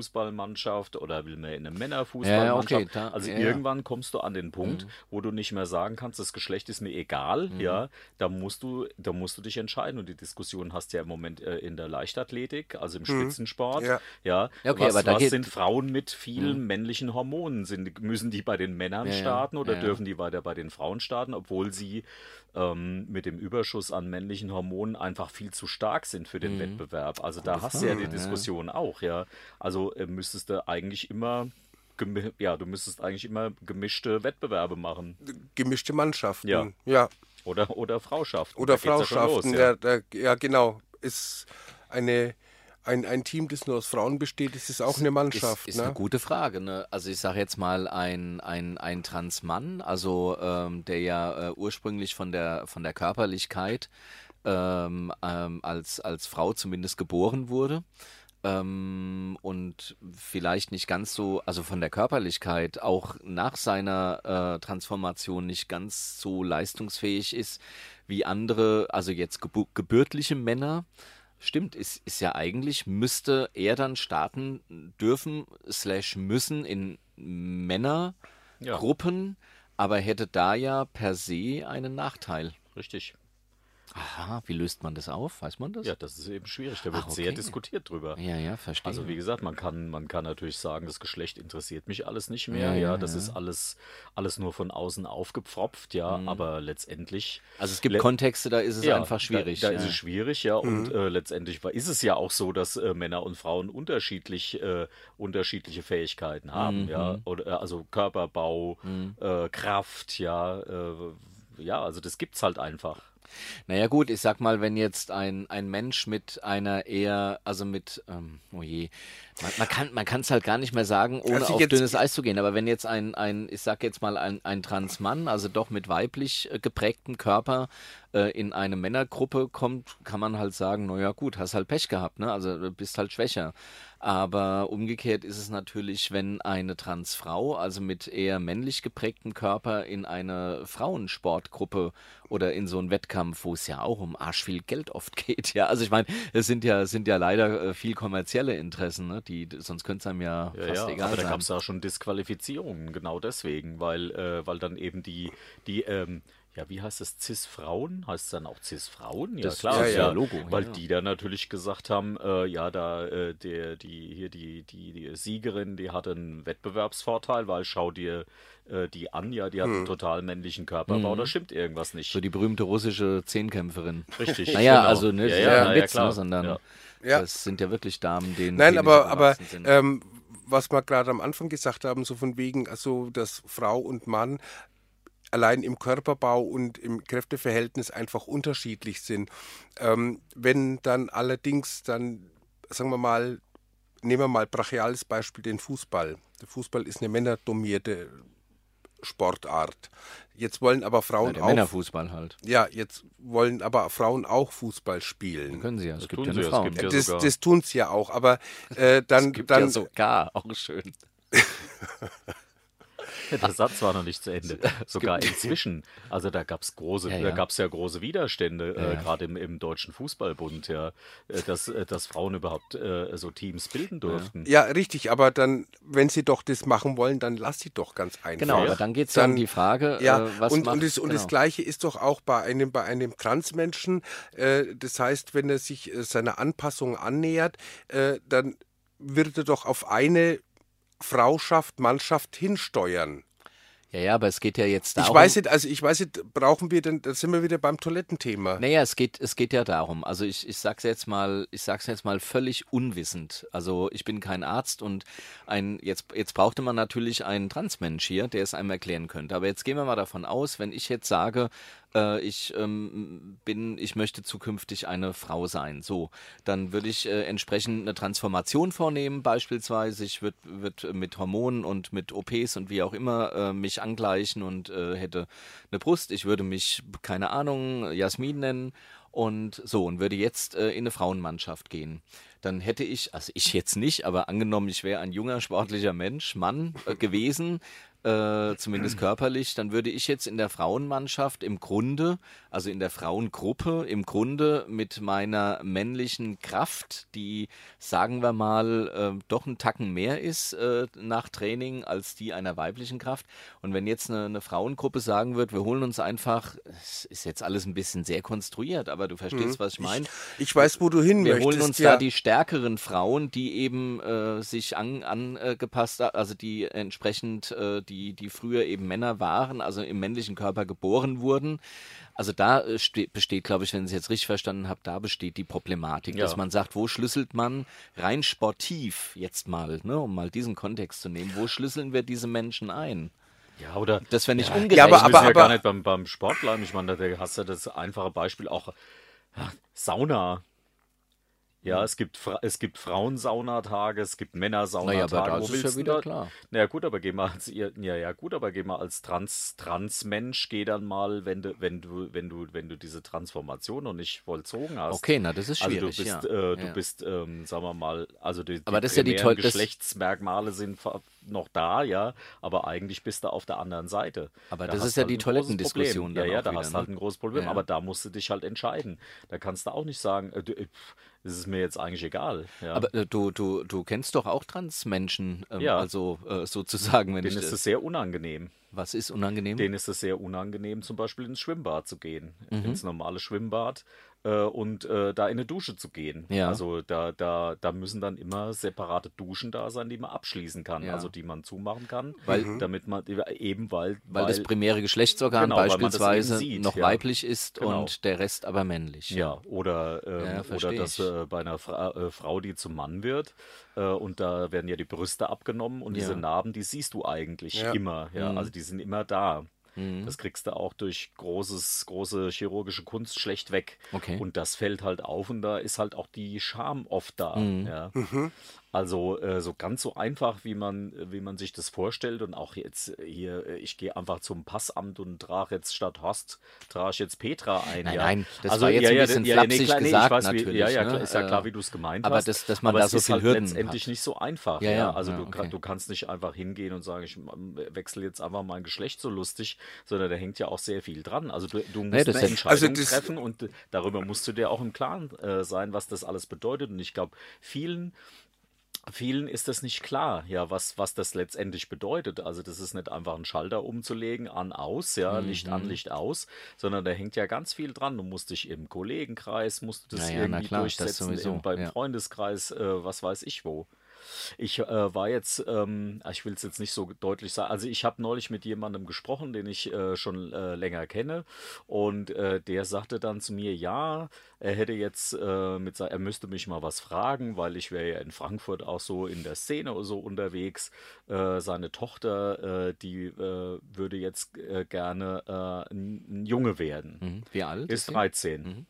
S3: Frauenfußballmannschaft oder will man in eine Männerfußballmannschaft?
S1: da-
S3: also
S1: ja, ja.
S3: irgendwann irgendwann kommst du an den Punkt,
S1: Mhm.
S3: wo du nicht mehr sagen kannst, das Geschlecht ist mir egal, ja, da musst du, da musst du dich entscheiden. Und die Diskussion hast du ja im Moment äh, in der Leichtathletik, also im Spitzensport,
S2: Ja.
S3: ja.
S1: Mhm. Ja, okay,
S3: was
S1: aber da
S3: was
S1: geht- Mhm.
S3: sind Frauen mit vielen männlichen Hormonen? Sind, müssen die bei den Männern
S1: ja.
S3: starten oder
S1: Ja, ja.
S3: dürfen die weiter bei den Frauen starten, obwohl sie ähm, mit dem Überschuss an männlichen Hormonen einfach viel zu stark sind für den Wettbewerb. Also da hast du ja die Diskussion auch, ja. Also äh, müsstest du eigentlich immer gemi- ja, du müsstest eigentlich immer gemischte Wettbewerbe machen.
S2: Gemischte Mannschaften.
S3: Ja.
S2: ja.
S3: Oder, oder Frauschaften.
S2: Oder
S3: Da geht's ja schon
S2: Frauschaften.
S3: los,
S2: Ja,
S3: ja.
S2: da, ja, genau. Ist eine, ein, ein Team, das nur aus Frauen besteht, ist es auch eine Mannschaft.
S1: Ist, ist
S2: ne?
S1: eine gute Frage. Ne? Also ich sage jetzt mal ein, ein, ein Transmann, also ähm, der ja äh, ursprünglich von der, von der Körperlichkeit ähm, ähm, als, als Frau zumindest geboren wurde. Ähm, und vielleicht nicht ganz so, also von der Körperlichkeit auch nach seiner äh, Transformation nicht ganz so leistungsfähig ist wie andere, also jetzt gebu- gebürtliche Männer. Stimmt, ist, ist ja eigentlich, müsste er dann starten dürfen, slash müssen in
S3: Ja.
S1: Männergruppen, aber hätte da ja per se einen Nachteil.
S3: Richtig.
S1: Aha, wie löst man das auf? Weiß man das?
S3: Ja, das ist eben schwierig. Da wird
S1: Ach, okay.
S3: sehr diskutiert drüber.
S1: ja, ja, verstehe.
S3: Also wie gesagt, man kann, man kann natürlich sagen, das Geschlecht interessiert mich alles nicht mehr.
S1: Ja,
S3: Ja,
S1: ja,
S3: das
S1: ja. Mhm.
S3: ist alles, alles nur von außen aufgepfropft, ja, aber letztendlich.
S1: Also es gibt
S3: le-
S1: Kontexte, da ist es
S3: ja,
S1: einfach schwierig.
S3: Da, da
S1: ja. Mhm.
S3: ist es schwierig, ja. Und äh, letztendlich war, ist es ja auch so, dass äh, Männer und Frauen unterschiedlich äh, unterschiedliche Fähigkeiten haben, ja.
S1: Mhm.
S3: Oder, äh, also Körperbau, äh, Kraft, ja. Äh, ja, also das gibt's halt einfach.
S1: Naja gut, ich sag mal, wenn jetzt ein, ein Mensch mit einer eher, also mit, ähm, oh je, man, man kann man kann es halt gar nicht mehr sagen, ohne
S2: Also
S1: auf
S2: jetzt-
S1: dünnes Eis zu gehen. Aber wenn jetzt ein, ein ich sag jetzt mal, ein, ein Transmann, also doch mit weiblich äh, geprägtem Körper äh, in eine Männergruppe kommt, kann man halt sagen, naja gut, hast halt Pech gehabt, ne? Also du bist halt schwächer. Aber umgekehrt ist es natürlich, wenn eine Transfrau, also mit eher männlich geprägtem Körper, in eine Frauensportgruppe oder in so einen Wettkampf, wo es ja auch um arsch viel Geld oft geht. Ja, also ich meine, es sind ja, sind ja leider äh, viel kommerzielle Interessen, ne? die, sonst könnte es einem ja,
S3: Ja,
S1: fast
S3: ja,
S1: egal
S3: aber da
S1: sein.
S3: gab es ja schon Disqualifizierungen, genau deswegen, weil, äh, weil dann eben die, die ähm, ja, wie heißt es, CIS-Frauen? Heißt es dann auch CIS-Frauen? Ja,
S1: Das
S3: klar,
S2: ist ja
S1: Logo, ja,
S3: Weil
S1: ja.
S3: die dann natürlich gesagt haben, äh, ja, da, äh, der, die, hier die, die, die Siegerin, die hatte einen Wettbewerbsvorteil, weil schau dir äh, die an, ja, die hat einen total männlichen Körperbau, da stimmt irgendwas nicht.
S1: So Mhm. die berühmte russische Zehnkämpferin.
S3: Richtig,
S1: Naja,
S3: genau.
S1: also ne,
S3: Ja,
S1: das ist
S3: ja,
S1: ja,
S3: na
S1: ein
S3: ja,
S1: Witz,
S3: klar.
S1: ne, sondern
S3: Ja.
S2: Ja.
S1: das sind ja wirklich Damen, denen
S2: Nein,
S1: denen
S2: aber,
S1: sie
S2: aber
S1: gewachsen sind.
S2: ähm, was wir gerade am Anfang gesagt haben, so von wegen, also dass Frau und Mann allein im Körperbau und im Kräfteverhältnis einfach unterschiedlich sind. Ähm, wenn dann allerdings dann, sagen wir mal, nehmen wir mal brachiales Beispiel den Fußball. Der Fußball ist eine männerdominierte Sportart. Jetzt wollen aber
S1: Na,
S2: Frauen
S1: der
S2: auch
S1: Männerfußball halt.
S2: ja, jetzt wollen aber Frauen auch Fußball spielen.
S1: Können sie ja. Es gibt
S3: tun
S1: ja
S3: sie
S1: eine
S3: ja, es
S1: Frau.
S3: gibt ja
S2: Das,
S3: sogar.
S2: das tun sie ja auch, aber äh, dann,
S1: gibt
S2: Äh, dann
S1: ja sogar, auch schön.
S3: Der Satz war noch nicht zu Ende. Sogar inzwischen. Also da gab es große,
S1: Ja, ja.
S3: da gab es ja große Widerstände,
S1: Ja,
S3: äh,
S1: ja.
S3: gerade im, im Deutschen Fußballbund, ja, äh, dass, äh, dass Frauen überhaupt äh, so Teams bilden durften.
S2: Ja, richtig, aber dann, wenn sie doch das machen wollen, dann lass sie doch ganz einfach.
S1: Genau, aber dann geht es ja um
S2: Dann-
S1: die Frage,
S2: Ja,
S1: äh, was
S2: und,
S1: macht,
S2: und, das, und
S1: genau.
S2: das Gleiche ist doch auch bei einem, bei einem Transmenschen. Äh, das heißt, wenn er sich äh, seiner Anpassung annähert, äh, dann wird er doch auf eine Frauschaft, Mannschaft hinsteuern.
S1: Ja, ja, aber es geht ja jetzt
S2: Ich
S1: darum.
S2: weiß nicht, also ich weiß nicht, brauchen wir denn, da sind wir wieder beim Toilettenthema.
S1: Naja, es geht, es geht ja darum. Also ich, ich sag's jetzt mal, ich sag's jetzt mal völlig unwissend. Also ich bin kein Arzt und ein, jetzt, jetzt brauchte man natürlich einen Transmensch hier, der es einem erklären könnte. Aber jetzt gehen wir mal davon aus, wenn ich jetzt sage, äh, ich ähm, bin, ich möchte zukünftig eine Frau sein. So, dann würde ich äh, entsprechend eine Transformation vornehmen, beispielsweise. Ich würde würd mit Hormonen und mit OPs und wie auch immer äh, mich angleichen und äh, hätte eine Brust. Ich würde mich, keine Ahnung, Jasmin nennen und so und würde jetzt äh, in eine Frauenmannschaft gehen. Dann hätte ich, also ich jetzt nicht, aber angenommen, ich wäre ein junger, sportlicher Mensch, Mann äh, gewesen, äh, zumindest körperlich, dann würde ich jetzt in der Frauenmannschaft im Grunde, also in der Frauengruppe, im Grunde mit meiner männlichen Kraft, die, sagen wir mal, äh, doch ein Tacken mehr ist äh, nach Training als die einer weiblichen Kraft. Und wenn jetzt eine, eine Frauengruppe sagen wird, wir holen uns einfach, es ist jetzt alles ein bisschen sehr konstruiert, aber du verstehst, was ich meine.
S2: Ich weiß, wo du hin
S1: Wir
S2: möchtest.
S1: holen uns
S2: ja.
S1: da die stärkeren Frauen, die eben äh, sich an, angepasst, also die entsprechend, äh, die, die früher eben Männer waren, also im männlichen Körper geboren wurden. Also da äh, ste- besteht, glaube ich, wenn ich es jetzt richtig verstanden habe, da besteht die Problematik,
S3: Ja.
S1: dass man sagt, wo schlüsselt man rein sportiv jetzt mal, ne, um mal diesen Kontext zu nehmen, wo schlüsseln wir diese Menschen ein?
S3: Ja, oder
S1: Das wäre nicht
S3: ja,
S1: ungerecht.
S2: Ja,
S3: aber,
S2: aber-
S3: aber, ja
S2: aber-
S3: gar nicht beim, beim Sport bleiben. Ich meine, da hast du das einfache Beispiel auch ja, Sauna. Ja, es gibt, Fra es gibt Frauensaunatage, es gibt
S1: Naja, aber
S3: Männersaunatage.
S1: da
S3: Wo
S1: ist es
S3: willst
S1: ja
S3: du
S1: wieder
S3: da-
S1: klar.
S3: Naja, gut, aber geh mal als, ihr- ja, ja, gut, aber geh mal als Trans, Transmensch, geh dann mal, wenn du, wenn du, wenn du, wenn du diese Transformation noch nicht vollzogen hast.
S1: Okay, na, das ist
S3: Also du
S1: schwierig.
S3: bist,
S1: ja.
S3: äh, du
S1: ja.
S3: bist, ähm, sagen wir mal, also die, die
S1: Aber das ist ja die
S3: primären
S1: toll- das-
S3: Geschlechtsmerkmale sind fa- noch da, ja, aber eigentlich bist du auf der anderen Seite.
S1: Aber
S3: Da
S1: das
S3: hast
S1: ist ja
S3: du halt
S1: die
S3: ein großes
S1: Toilettendiskussion
S3: Problem.
S1: dann
S3: Ja, ja,
S1: auch
S3: da
S1: wieder,
S3: hast du
S1: ne?
S3: halt ein großes Problem,
S1: Ja.
S3: aber da musst du dich halt entscheiden. Da kannst du auch nicht sagen, äh, du, äh, pff, es ist mir jetzt eigentlich egal. Ja.
S1: Aber äh, du, du, du kennst doch auch Transmenschen, ähm,
S3: Ja.
S1: also äh, sozusagen, wenn
S3: Denen
S1: ich
S3: ist
S1: das- Hm?
S3: es sehr unangenehm.
S1: was ist unangenehm?
S3: Denen ist es sehr unangenehm, zum Beispiel ins Schwimmbad zu gehen,
S1: Mhm.
S3: ins normale Schwimmbad äh, und äh, da in eine Dusche zu gehen.
S1: Ja.
S3: Also da, da, da müssen dann immer separate Duschen da sein, die man abschließen kann,
S1: Ja.
S3: also die man zumachen kann,
S1: Weil-
S3: damit man eben weil,
S1: weil, das primäre Geschlechtsorgan
S3: Genau, weil man das eben
S1: beispielsweise
S3: sieht,
S1: noch
S3: ja.
S1: weiblich ist
S3: Genau.
S1: und der Rest aber männlich.
S3: Ja, oder, ähm,
S1: Ja,
S3: oder
S1: versteh
S3: dass
S1: ich.
S3: äh, bei einer Fra äh, Frau, die zum Mann wird, äh, und da werden ja die Brüste abgenommen und diese
S1: Ja.
S3: Narben, die siehst du eigentlich
S2: Ja.
S3: immer. Ja?
S1: Mhm.
S3: Also die sind immer da.
S1: Mhm.
S3: Das kriegst du auch durch großes, große chirurgische Kunst schlecht weg.
S1: Okay.
S3: Und das fällt halt auf und da ist halt auch die Scham oft da.
S1: Mhm.
S3: Ja. Also äh, so ganz so einfach, wie man, wie man sich das vorstellt. Und auch jetzt hier, äh, ich gehe einfach zum Passamt und trage jetzt statt Horst, trage ich jetzt Petra ein.
S1: Nein,
S3: ja.
S1: nein, das war jetzt ein bisschen flapsig
S3: klar, ich
S1: gesagt
S3: weiß, wie-
S1: natürlich,
S3: Ja, ja,
S1: ne?
S3: klar, ist ja
S1: Äh,
S3: klar, wie du es gemeint
S1: aber
S3: hast.
S1: das- dass man
S3: aber
S1: da
S3: es
S1: so
S3: ist
S1: viel
S3: halt
S1: Hürden
S3: letztendlich
S1: hat.
S3: nicht so einfach.
S1: Ja,
S3: Ja,
S1: ja,
S3: Also
S1: ja,
S3: du,
S1: okay.
S3: kann- du kannst nicht einfach hingehen und sagen, ich wechsle jetzt einfach mein Geschlecht so lustig, sondern da hängt ja auch sehr viel dran. Also du, du musst
S1: das
S3: eine
S1: hätte-
S3: Entscheidung
S2: Also das-
S3: treffen und darüber musst du dir auch im Klaren äh, sein, was das alles bedeutet. Und ich glaube, vielen Vielen ist das nicht klar, ja, was, was das letztendlich bedeutet. Also, das ist nicht einfach ein Schalter umzulegen, an, aus, ja, Licht an,
S1: Mhm.
S3: Licht aus, sondern da hängt ja ganz viel dran. Du musst dich im Kollegenkreis, musst du das
S1: Naja, na
S3: irgendwie
S1: klar, das
S3: durchsetzen,
S1: sowieso,
S3: im, beim
S1: ja.
S3: Freundeskreis, äh, was weiß ich wo. Ich äh, war jetzt, ähm, ich will es jetzt nicht so deutlich sagen, also ich habe neulich mit jemandem gesprochen, den ich äh, schon äh, länger kenne und äh, der sagte dann zu mir, ja, er hätte jetzt, äh, mit, se- er müsste mich mal was fragen, weil ich wäre ja in Frankfurt auch so in der Szene oder so unterwegs. Äh, seine Tochter, äh, die äh, würde jetzt äh, gerne äh, ein ein Junge werden,
S1: Mhm. Wie alt?
S3: ist
S1: sie?
S3: 13.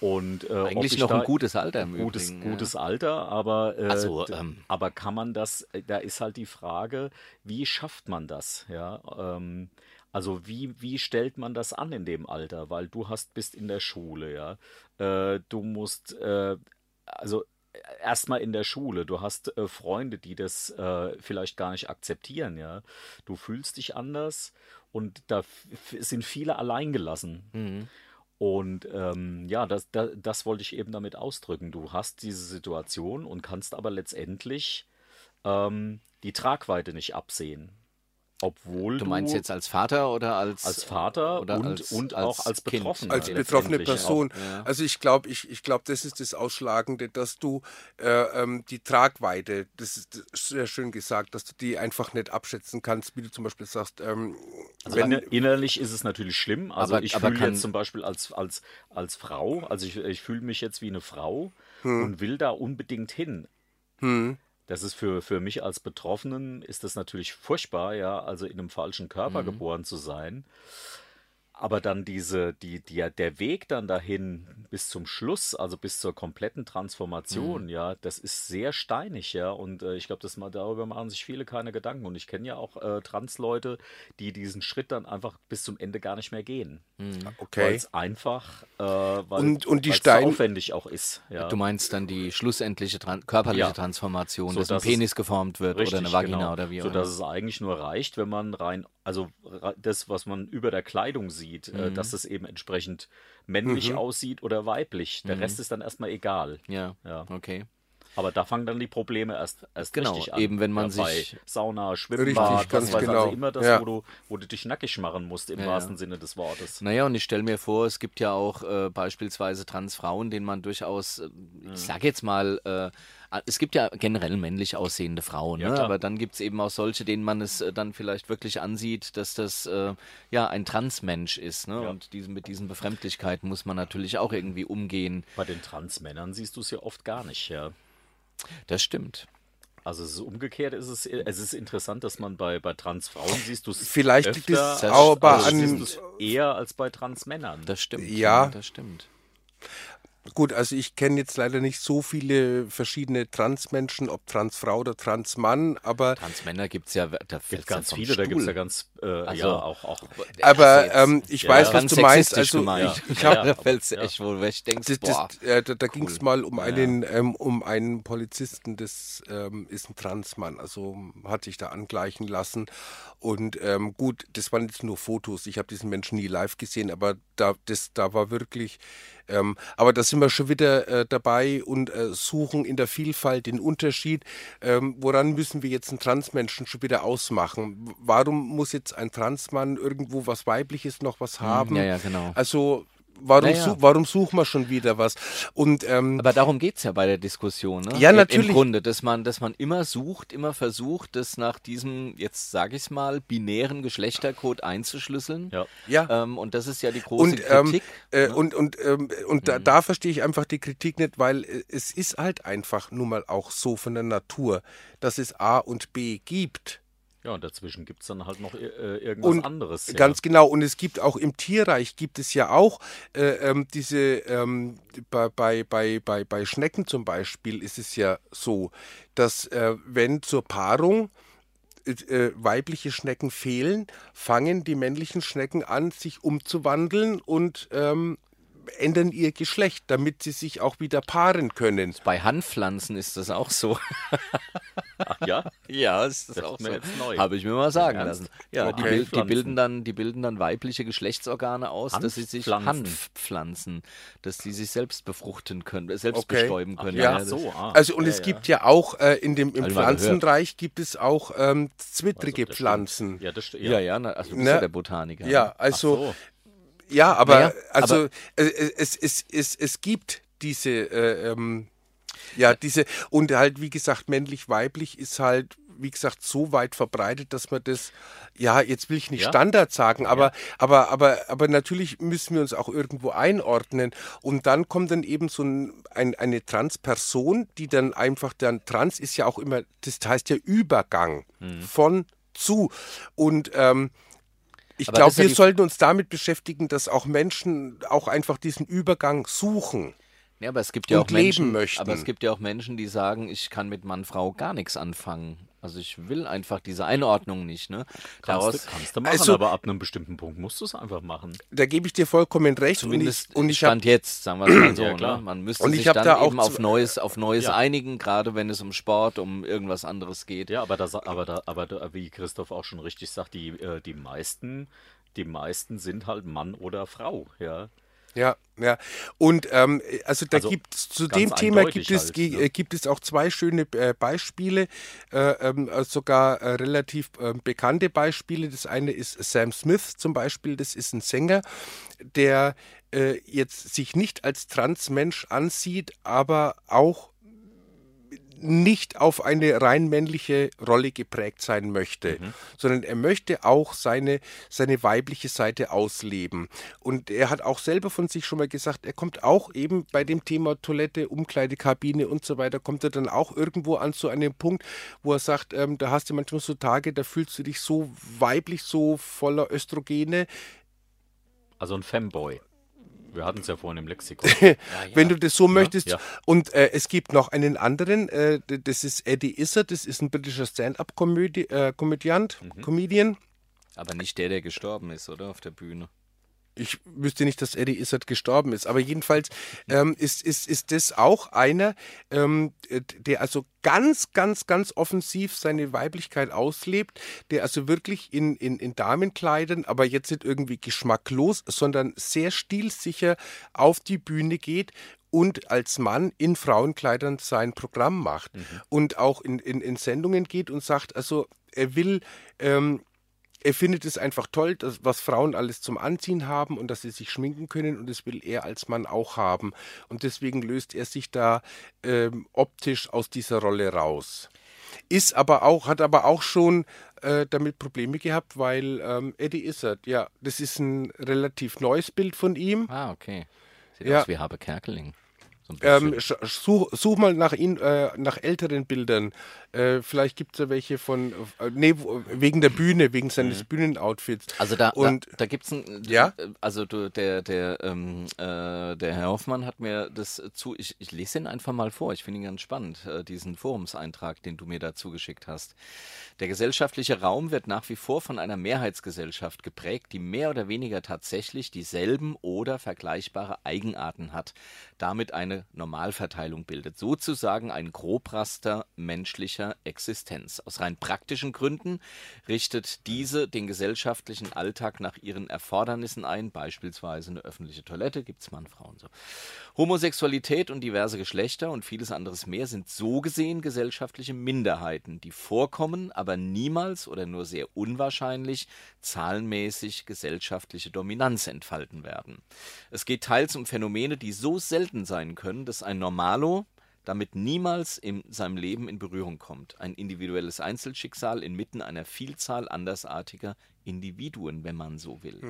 S3: Und, äh, ob
S1: Mhm. Eigentlich
S3: ich
S1: noch
S3: da-
S1: ein gutes Alter im
S3: gutes,
S1: Übrigen.
S3: gutes Alter, aber, äh,
S1: Ach so,
S3: d-
S1: ähm.
S3: aber kann man das, da ist halt die Frage, wie schafft man das? Ja, ähm, also wie, wie stellt man das an in dem Alter? Weil du hast, bist in der Schule, ja. Äh, du musst, äh, also erstmal in der Schule, du hast äh, Freunde, die das äh, vielleicht gar nicht akzeptieren, ja. Du fühlst dich anders und da f- f- sind viele alleingelassen.
S1: Mhm.
S3: Und ähm, ja, das, das, das wollte ich eben damit ausdrücken. Du hast diese Situation und kannst aber letztendlich ähm, die Tragweite nicht absehen. Obwohl
S1: Du meinst jetzt als Vater oder als
S3: als Vater
S1: oder
S3: und,
S1: als-
S3: und
S1: als
S3: auch als
S1: Kind?
S3: Betroffener.
S2: als
S1: Ja,
S2: betroffene
S3: letztendlich auch.
S2: Person.
S1: ja.
S2: Also ich glaube, ich, ich glaube, das ist das Ausschlagende, dass du äh, ähm, die Tragweite, das ist das ist sehr schön gesagt, dass du die einfach nicht abschätzen kannst, wie du zum Beispiel sagst, ähm,
S3: Also
S2: wenn,
S3: inner- innerlich ist es natürlich schlimm. Also
S1: Aber-
S3: ich
S1: aber
S3: fühle
S1: kann-
S3: jetzt zum Beispiel als, als, als Frau, also ich, ich fühle mich jetzt wie eine Frau und will da unbedingt hin.
S2: hm,
S3: Das ist für, für mich als Betroffenen ist das natürlich furchtbar, ja, also in einem falschen Körper geboren zu sein. Aber dann diese, die, die, der Weg dann dahin bis zum Schluss, also bis zur kompletten Transformation, ja, das ist sehr steinig, ja. Und äh, ich glaube, das mal darüber machen sich viele keine Gedanken. Und ich kenne ja auch äh, Trans-Leute, die diesen Schritt dann einfach bis zum Ende gar nicht mehr gehen. Weil
S2: okay,
S3: es einfach, äh, weil
S2: Und- und die
S3: weil's so
S2: Stein-
S3: aufwendig auch ist. Ja.
S1: Du meinst dann die schlussendliche tran körperliche
S3: Ja.
S1: Transformation,
S3: So,
S1: dass ein
S3: dass
S1: Penis
S3: es-
S1: geformt wird oder eine Vagina oder wie auch
S3: genau.
S1: immer.
S3: so dass es eigentlich nur reicht, wenn man rein, also ra- das, was man über der Kleidung sieht, äh,
S1: Mhm.
S3: dass es eben entsprechend männlich aussieht oder weiblich.
S1: Mhm.
S3: Der Rest ist dann erstmal egal.
S1: Ja.
S3: Ja.
S1: okay.
S3: Aber da fangen dann die Probleme erst, erst
S1: Genau,
S3: richtig an.
S1: eben wenn man
S3: ja, bei
S1: sich-
S3: Sauna,
S2: Richtig,
S3: Schwimmbad,
S2: ganz
S3: was weiß
S2: genau.
S3: also immer das,
S2: Ja.
S3: wo, du, wo du dich nackig machen musst, im
S1: Ja,
S3: wahrsten
S1: ja.
S3: Sinne des Wortes.
S1: Naja, und ich stelle mir vor, es gibt ja auch äh, beispielsweise Transfrauen, denen man durchaus, äh,
S3: Mhm.
S1: ich sage jetzt mal, äh, es gibt ja generell männlich aussehende Frauen,
S3: Ja,
S1: ne?
S3: klar.
S1: aber dann gibt es eben auch solche, denen man es äh, dann vielleicht wirklich ansieht, dass das äh, ja ein Transmensch ist. Ne?
S3: Ja.
S1: Und diesen, mit diesen Befremdlichkeiten muss man natürlich auch irgendwie umgehen.
S3: Bei den Transmännern siehst du es ja oft gar nicht, ja.
S1: Das stimmt.
S3: Also es ist umgekehrt ist es, es ist interessant, dass man bei, bei Transfrauen siehst du es
S2: Vielleicht
S3: öfter,
S2: liegt es
S1: das-
S2: aber
S3: also
S2: an,
S3: siehst du es eher als bei Transmännern.
S1: Das stimmt.
S2: Ja.
S1: Das stimmt.
S2: Gut, also ich kenne jetzt leider nicht so viele verschiedene Transmenschen, ob Transfrau oder Transmann, aber
S1: Transmänner gibt es ja da
S3: Gibt ganz viele, da gibt es ja ganz, äh,
S1: Also-
S3: ja, auch, auch.
S2: Aber ähm, ich
S3: Ja,
S2: weiß,
S3: ja.
S2: was du meinst. Also
S1: gemeint.
S2: ich
S1: ja,
S2: habe
S1: da fällt's echt wohl weg. Ich denk's,
S2: das,
S1: boah.
S2: das, äh, da, da ging es mal um einen ähm, um einen Polizisten, das ähm, ist ein Transmann, also hat sich da angleichen lassen. Und ähm, gut, das waren jetzt nur Fotos. Ich habe diesen Menschen nie live gesehen, aber da das da war wirklich. Ähm, aber da sind wir schon wieder äh, dabei und äh, suchen in der Vielfalt den Unterschied. Ähm, woran müssen wir jetzt einen Transmenschen schon wieder ausmachen? W- Warum muss jetzt ein Transmann irgendwo was Weibliches noch was haben?
S1: ja, ja, genau.
S2: Also warum,
S1: Naja.
S2: su warum suchen wir schon wieder was? Und ähm,
S1: Aber darum geht es ja bei der Diskussion, ne?
S2: Ja,
S1: Im-
S2: natürlich.
S1: Im Grunde, dass man, dass man immer sucht, immer versucht, das nach diesem, jetzt sage ich es mal, binären Geschlechtercode einzuschlüsseln.
S3: Ja.
S2: Ja.
S1: Ähm, und das ist ja die große
S2: und, ähm,
S1: Kritik.
S2: äh, und und ähm, und
S1: Mhm.
S2: da, da verstehe ich einfach die Kritik nicht, weil äh, es ist halt einfach nun mal auch so von der Natur, dass es A und B gibt.
S3: Ja, und dazwischen gibt es dann halt noch äh, irgendwas
S2: Und
S3: anderes. ja.
S2: Ganz genau. Und es gibt auch im Tierreich gibt es ja auch äh, ähm, diese ähm, bei, bei, bei, bei, bei Schnecken zum Beispiel ist es ja so, dass äh, wenn zur Paarung äh, weibliche Schnecken fehlen, fangen die männlichen Schnecken an, sich umzuwandeln und ähm, ändern ihr Geschlecht, damit sie sich auch wieder paaren können.
S1: Bei Hanfpflanzen ist das auch so.
S3: Ach, ja,
S1: ja, ist das,
S3: Das ist
S1: auch
S3: mir
S1: so.
S3: jetzt neu.
S1: Habe ich mir mal sagen
S3: Ernst?
S1: lassen. Ja,
S2: Okay.
S1: die, bil- die
S3: Hanfpflanzen.
S1: bilden dann, die bilden dann weibliche Geschlechtsorgane aus, dass sie sich
S3: Hanfpflanzen.
S1: Hanfpflanzen, dass die sich selbst befruchten können, äh, selbst
S2: Okay.
S1: bestäuben können.
S3: ja,
S1: das-
S3: so. Ah,
S2: Also und
S3: ja,
S2: es
S3: ja.
S2: gibt ja auch äh, in dem im
S1: Hab ich mal gehört.
S2: Pflanzenreich gibt es auch ähm, zwittrige
S3: Also, das stimmt.
S2: Pflanzen.
S3: Ja, das stimmt.
S1: Ja, ja, na, also du bist
S2: Ne?
S1: ja der Botaniker.
S2: Ja,
S1: ne?
S3: Ach
S2: also
S3: so.
S2: Ja, aber
S1: Naja,
S2: also es, es, es, es, es gibt diese, äh, ähm, ja, diese, und halt, wie gesagt, männlich-weiblich ist halt, wie gesagt, so weit verbreitet, dass man das, ja, jetzt will ich nicht
S3: Ja.
S2: Standard sagen, aber, aber, aber, aber natürlich müssen wir uns auch irgendwo einordnen. Und dann kommt dann eben so ein, ein, eine Transperson, die dann einfach, dann trans ist ja auch immer, das heißt ja Übergang
S3: Mhm.
S2: von zu. Und ähm, ich
S1: Aber das
S2: glaube,
S1: ist ja
S2: wir
S1: die-
S2: sollten uns damit beschäftigen, dass auch Menschen auch einfach diesen Übergang suchen.
S1: Ja, aber es gibt ja
S2: und
S1: auch Menschen,
S2: leben möchten.
S1: aber es gibt ja auch Menschen, die sagen, ich kann mit Mann, Frau gar nichts anfangen. Also ich will einfach diese Einordnung nicht, ne?
S3: Kannst, du,
S1: Daraus
S3: kannst du machen,
S2: Also-
S3: aber ab einem bestimmten Punkt musst du es einfach machen.
S2: Da gebe ich dir vollkommen recht.
S1: zumindest
S2: und ich, und ich habe
S1: stand jetzt, sagen wir es mal so,
S3: Ja, klar.
S1: ne? Man müsste
S2: Und ich
S1: sich
S2: hab
S1: dann
S2: da auch
S1: eben auf
S2: zu-
S1: Neues, auf Neues
S3: Ja.
S1: einigen, gerade wenn es um Sport, um irgendwas anderes geht.
S3: Ja, aber, da, sa- aber, da, aber da, wie Christoph auch schon richtig sagt, die, äh, die meisten. Die meisten sind halt Mann oder Frau, ja.
S2: Ja, ja. Und ähm, also da
S3: Also
S2: gibt es zu
S3: ganz
S2: dem Thema
S3: eindeutig
S2: gibt es,
S3: halt,
S2: ge-
S3: ne?
S2: äh, gibt es auch zwei schöne äh, Beispiele, äh, ähm, also sogar äh, relativ ähm, bekannte Beispiele. Das eine ist Sam Smith zum Beispiel, das ist ein Sänger, der äh, jetzt sich nicht als Transmensch ansieht, aber auch nicht auf eine rein männliche Rolle geprägt sein möchte, sondern er möchte auch seine, seine weibliche Seite ausleben. Und er hat auch selber von sich schon mal gesagt, er kommt auch eben bei dem Thema Toilette, Umkleidekabine und so weiter, kommt er dann auch irgendwo an zu einem Punkt, wo er sagt, ähm, da hast du manchmal so Tage, da fühlst du dich so weiblich, so voller Östrogene,
S3: Also ein Femboy. Wir hatten es ja vorhin im Lexikon.
S2: wenn du das so möchtest.
S3: ja.
S2: Und äh, es gibt noch einen anderen, äh, d- das ist Eddie Izzard, das ist ein britischer Stand-up-Komödiant, äh, Komödiant,
S3: Mhm.
S2: Comedian.
S1: Aber nicht der, der gestorben ist, oder? Auf der Bühne.
S2: Ich wüsste nicht, dass Eddie Izzard gestorben ist, aber jedenfalls ähm, ist, ist, ist das auch einer, ähm, d- der also ganz, ganz, ganz offensiv seine Weiblichkeit auslebt, der also wirklich in, in, in Damenkleidern, aber jetzt nicht irgendwie geschmacklos, sondern sehr stilsicher auf die Bühne geht und als Mann in Frauenkleidern sein Programm macht und auch in, in, in Sendungen geht und sagt, also er will, ähm, er findet es einfach toll, dass, was Frauen alles zum Anziehen haben und dass sie sich schminken können und das will er als Mann auch haben. Und deswegen löst er sich da ähm, optisch aus dieser Rolle raus. Ist aber auch, hat aber auch schon äh, damit Probleme gehabt, weil ähm, Eddie Izzard, ja, das ist ein relativ neues Bild von ihm.
S1: Ah, okay. Sieht
S2: Ja.
S1: aus wie Habe Kerkeling. So ein bisschen.
S2: Ähm, sch- such, such mal nach ihn, äh, nach älteren Bildern. Äh, vielleicht gibt es ja welche von, äh, nee, wo- wegen der Bühne, wegen seines Bühnenoutfits.
S1: Mhm. Also da,
S2: und
S1: da, da gibt's ein,
S2: Ja?
S1: also du, der, der, ähm, äh, der Herr Hoffmann hat mir das zu, ich, ich lese ihn einfach mal vor, ich finde ihn ganz spannend, äh, diesen Forumseintrag, den du mir dazu geschickt hast. Der gesellschaftliche Raum wird nach wie vor von einer Mehrheitsgesellschaft geprägt, die mehr oder weniger tatsächlich dieselben oder vergleichbare Eigenarten hat, damit eine Normalverteilung bildet, sozusagen ein Grobraster menschlicher Existenz. Aus rein praktischen Gründen richtet diese den gesellschaftlichen Alltag nach ihren Erfordernissen ein, beispielsweise eine öffentliche Toilette, gibt's Mann, Frauen so. Homosexualität und diverse Geschlechter und vieles anderes mehr sind so gesehen gesellschaftliche Minderheiten, die vorkommen, aber niemals oder nur sehr unwahrscheinlich zahlenmäßig gesellschaftliche Dominanz entfalten werden. Es geht teils um Phänomene, die so selten sein können, dass ein Normalo damit niemals in seinem Leben in Berührung kommt. Ein individuelles Einzelschicksal inmitten einer Vielzahl andersartiger Individuen, wenn man so will.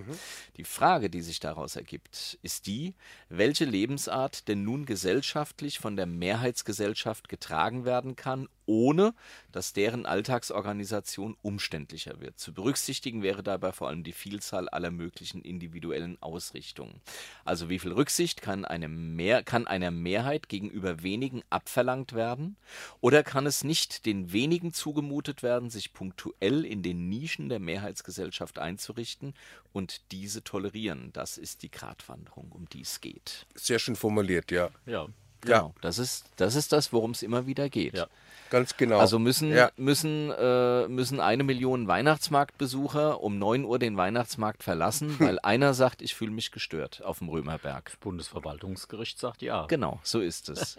S1: Die Frage, die sich daraus ergibt, ist die, welche Lebensart denn nun gesellschaftlich von der Mehrheitsgesellschaft getragen werden kann, ohne dass deren Alltagsorganisation umständlicher wird. Zu berücksichtigen wäre dabei vor allem die Vielzahl aller möglichen individuellen Ausrichtungen. Also wie viel Rücksicht kann, eine Mehr kann einer Mehrheit gegenüber wenigen abverlangt werden oder kann es nicht den wenigen zugemutet werden, sich punktuell in den Nischen der Mehrheitsgesellschaft einzurichten und diese tolerieren? Das ist die Gratwanderung, um die es geht. Genau.
S2: sehr schön formuliert, ja.
S3: Ja.
S2: Ja,
S1: Das ist das, ist das worum es immer wieder geht.
S3: Ja.
S2: ganz genau.
S1: Also müssen,
S2: Ja.
S1: müssen, äh, müssen eine Million Weihnachtsmarktbesucher um 9 Uhr den Weihnachtsmarkt verlassen, weil einer sagt, ich fühle mich gestört auf dem Römerberg.
S3: Bundesverwaltungsgericht sagt ja.
S1: Genau, so ist es.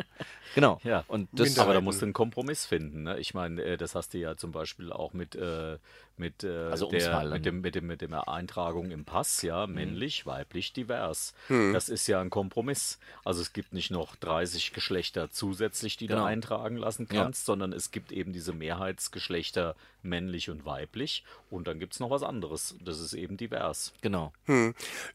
S1: Genau.
S3: Ja.
S1: Und das,
S3: aber da
S2: Minderheiten.
S3: musst du einen Kompromiss finden. Ne? Ich meine, äh, das hast du ja zum Beispiel auch mit, äh, mit, äh,
S1: Also um's
S3: der,
S1: mal Mhm. dann-
S3: mit, dem, mit, dem, mit dem Eintragung im Pass, ja, männlich, weiblich, divers. Das ist ja ein Kompromiss. Also es gibt nicht noch 30 Geschlechter zusätzlich, die du
S1: Genau.
S3: eintragen lassen
S1: Ja.
S3: kannst, sondern es gibt eben diese Mehrheitsgeschlechter männlich und weiblich. Und dann gibt es noch was anderes. Das ist eben divers.
S1: genau.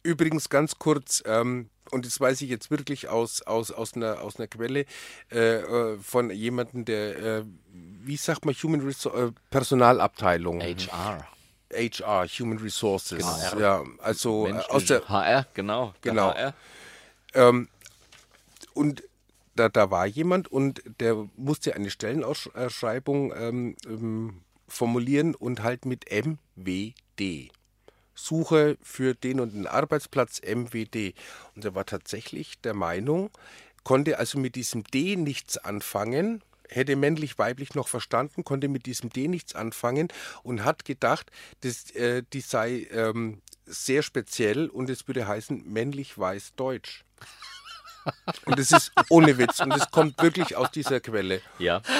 S2: Übrigens ganz kurz, ähm, und das weiß ich jetzt wirklich aus, aus, aus, einer, aus einer Quelle äh, äh, von jemandem, der, äh, wie sagt man, Human Resource, äh, Personalabteilung.
S1: HR.
S2: HR, Human Resources.
S1: Genau.
S2: Ja, also äh, aus der,
S1: HR, genau. der
S2: Genau.
S1: HR.
S2: und da, da war jemand und der musste eine Stellenausschreibung ähm, ähm, formulieren und halt mit MWD. Suche für den und den Arbeitsplatz MWD. Und er war tatsächlich der Meinung, konnte also mit diesem D nichts anfangen, hätte männlich, weiblich noch verstanden, konnte mit diesem D nichts anfangen und hat gedacht, das, äh, die sei ähm, sehr speziell und es würde heißen männlich, weiß, deutsch. Und es ist ohne Witz und es kommt wirklich aus dieser Quelle.
S3: Ja. Also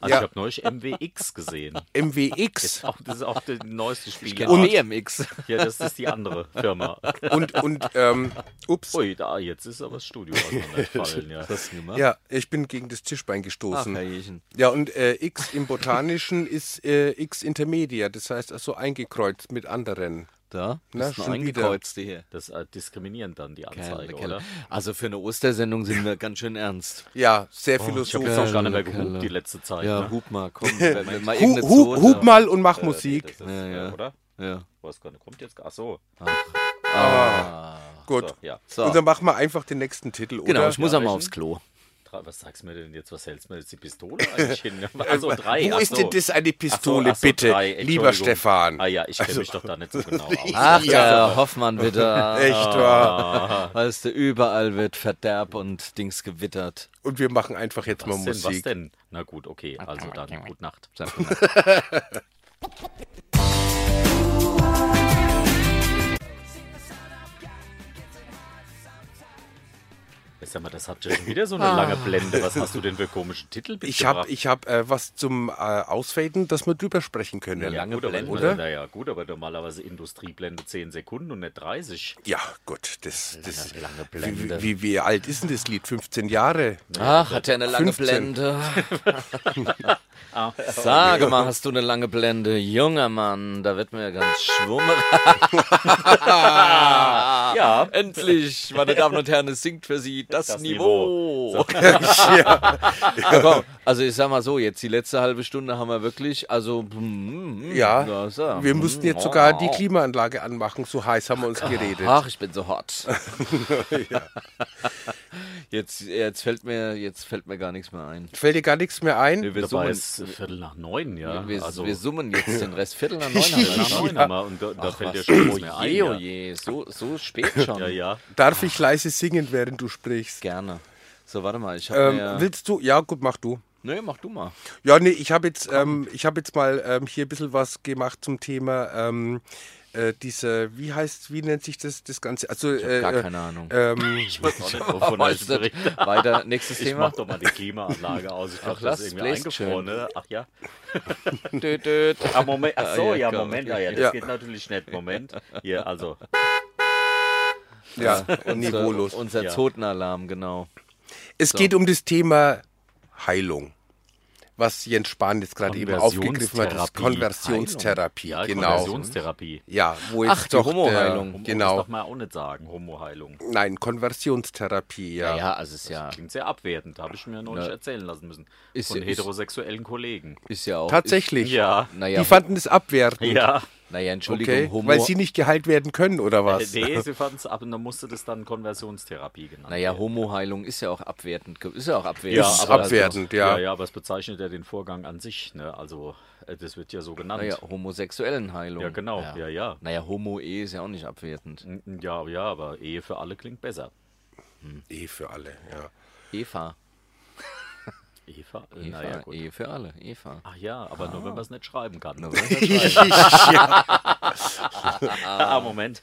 S2: Ja.
S3: ich habe neulich MWX gesehen.
S2: MWX.
S3: Auch, das ist auch das neueste Spiel.
S1: Genau. Und BMX.
S3: Ja, das ist die andere Firma.
S2: Und, und, ähm, ups.
S3: Ui, da, jetzt ist aber das Studio auseinandergefallen, ja.
S1: Das gemacht.
S2: Ja, ich bin gegen das Tischbein
S1: Ach,
S2: gestoßen.
S1: Herrchen.
S2: Ja, und äh, X im Botanischen ist äh, X intermedia, das heißt also eingekreuzt mit anderen.
S1: Da
S2: Na,
S1: ist ein
S2: schon wieder.
S1: eingekreuzte hier.
S3: Das äh, diskriminierend dann die
S1: Kerle,
S3: Anzeige,
S1: Kerle.
S3: oder?
S1: Also für eine Ostersendung sind wir ganz schön ernst.
S2: Ja, sehr
S3: Oh, Ich habe jetzt auch
S2: philosophisch.
S3: gar nicht mehr
S1: Kerle,
S3: gehupt die
S1: Kerle.
S3: letzte Zeit.
S1: Ja,
S3: ne?
S1: hub mal, komm. wenn wir mal
S2: Hu,
S1: irgendeine
S2: hu,
S1: Zote-
S2: hub mal und mach
S3: Äh, nee,
S2: Musik.
S3: das ist,
S1: Ja,
S3: äh,
S1: ja.
S3: Oder?
S1: Ja.
S3: Weiß gar nicht, kommt jetzt. Ach so.
S2: Gut.
S3: So, ja.
S1: So.
S2: Und dann machen wir einfach den nächsten Titel, oder?
S1: Genau, ich muss
S3: Ja,
S1: einmal
S3: welchen?
S1: aufs Klo.
S3: Drei, was sagst du mir denn jetzt? Was hältst du mir jetzt die Pistole eigentlich hin? Also drei.
S2: Äh, Wo
S3: ach
S2: ist
S3: so.
S2: denn das eine
S3: Ach so,
S2: Pistole,
S3: ach so,
S2: bitte?
S3: drei,
S2: Lieber
S3: Entschuldigung.
S2: Stefan. Also,
S3: Ah ja, ich kenne mich doch da nicht so genau aus.
S1: Ach, der Hoffmann wieder.
S2: Echt
S3: Ah.
S2: wahr.
S1: Weißt du, überall wird Verderb und Dings gewittert.
S2: Und wir machen einfach jetzt mal
S3: was denn, was
S2: Musik.
S3: denn? Na gut, okay. Also dann, gute Nacht.
S1: Sag mal.
S3: Sag mal, das hat ja schon wieder so eine lange Blende. Was hast du denn für komischen Titel
S2: Ich habe
S3: mitgebracht?
S2: ich hab, äh, was zum äh, Ausfaden, dass wir drüber sprechen können.
S3: Ja,
S1: lange
S3: gut, aber,
S1: Blende,
S2: oder?
S3: Naja, gut, aber normalerweise Industrieblende 10 Sekunden und nicht 30.
S2: Ja, gut, das, das
S3: lange
S2: wie,
S3: Blende.
S2: wie, wie, wie alt ist denn das Lied? 15 Jahre.
S1: Ach, hat er eine lange
S2: 15.
S1: Blende.
S3: Ah,
S1: Sage mal, hast du eine lange Blende? Junger Mann, da wird mir ja ganz schwummerig.
S3: ja,
S1: Endlich, meine Damen und Herren, es singt für Sie das das, Niveau.
S2: ja.
S1: Ja, komm, also ich sag mal so, jetzt die letzte halbe Stunde haben wir wirklich, also mm, mm,
S2: ja.
S1: da ist er.
S2: Wir
S1: Mm,
S2: mussten jetzt sogar die
S1: wow.
S2: Klimaanlage anmachen, so heiß haben wir uns geredet.
S1: Ach, ich bin so hot. jetzt, jetzt fällt mir, jetzt fällt mir gar nichts mehr ein.
S2: Fällt dir gar nichts mehr ein?
S1: Wir
S3: Dabei
S1: summen,
S3: ist äh, Viertel nach neun, ja.
S1: wir,
S3: also,
S1: wir summen jetzt den Rest Viertel nach neun.
S3: Viertel nach
S1: haben wir
S3: neun
S1: noch.
S3: haben wir und da, da
S1: Ach,
S3: fällt dir
S1: was.
S3: schon nichts mehr ein.
S1: Oje,
S3: Ja,
S1: oje, Oh so, so spät schon.
S3: ja. ja.
S2: Darf ich leise singen, während du sprichst?
S1: Gerne. So, warte mal, ich habe
S2: Ähm,
S1: mir...
S2: Willst du? Ja, gut, mach du.
S1: Nö, mach du mal.
S2: Ja, nee, ich habe jetzt, ähm, ich hab jetzt mal ähm, hier ein bisschen was gemacht zum Thema ähm, äh, diese, wie heißt, wie nennt sich das, das Ganze? Also, ich äh,
S1: Gar
S2: äh,
S1: keine Ahnung. Oh,
S2: Ähm,
S3: Ich weiß auch nicht, wovon er jetzt berichtet.
S1: Weiter, nächstes
S3: Ich
S1: Thema.
S3: mach doch mal die Klimaanlage aus. Ich
S1: Ach,
S3: dachte,
S1: lass,
S3: das ist irgendwie
S1: bläst
S3: eingefroren,
S1: schön.
S3: ne? Ach ja.
S1: Dö, dö.
S3: Ah, Moment. Ach so,
S1: Ah, ja,
S3: ja,
S1: komm.
S3: Moment. Ah, ja, das
S2: Ja.
S3: geht natürlich nicht. Moment. Hier, also.
S2: ja, niveaulos.
S1: Unser, unser
S3: Ja.
S1: Zotenalarm, genau.
S2: Es geht um das Thema Heilung. Was Jens Spahn jetzt gerade eben aufgegriffen hat, das Konversionstherapie,
S3: Ja,
S2: genau.
S3: Konversionstherapie.
S2: Ja, wo jetzt
S1: Ach, die
S2: doch
S1: Homo-Heilung.
S2: Der,
S1: Homo
S3: Genau. Das
S2: genau.
S3: darf man auch nicht sagen, Homo-Heilung.
S2: Nein, Konversionstherapie, ja.
S1: Ja, ja also ist ja,
S3: Klingt sehr abwertend, habe ich mir neulich
S1: Na.
S3: erzählen lassen müssen.
S1: Ist-
S3: Von
S1: ist-
S3: heterosexuellen Kollegen.
S1: ist ja auch...
S2: Tatsächlich.
S3: Ja.
S1: Ist, naja,
S2: Die fanden es abwertend.
S3: Ja.
S1: naja, Entschuldigung,
S2: Okay,
S1: Homo...
S2: weil sie nicht geheilt werden können, oder was?
S3: Nee, sie fanden es ab und dann musste das dann Konversionstherapie genannt
S1: Naja,
S3: werden.
S1: Homo-Heilung ist ja auch abwertend. ge- Ist ja auch abwertend. also,
S3: Ja,
S2: ist
S3: aber das-
S2: abwertend, ja.
S3: Ja, ja, aber es bezeichnet ja den Vorgang an sich. Ne? Also, äh, das wird ja so genannt.
S1: Naja, homosexuellen Heilung.
S3: Ja, genau. Ja, ja.
S1: Naja, Homo-E ist ja auch nicht abwertend.
S3: N- Ja, ja, aber Ehe für alle klingt besser.
S2: Eh für alle, ja.
S1: Eva.
S3: Eva,
S1: Eva,
S3: naja, äh, gut.
S1: E für alle. Eva.
S3: Ach ja, aber nur wenn man es nicht schreiben kann. ah, Moment.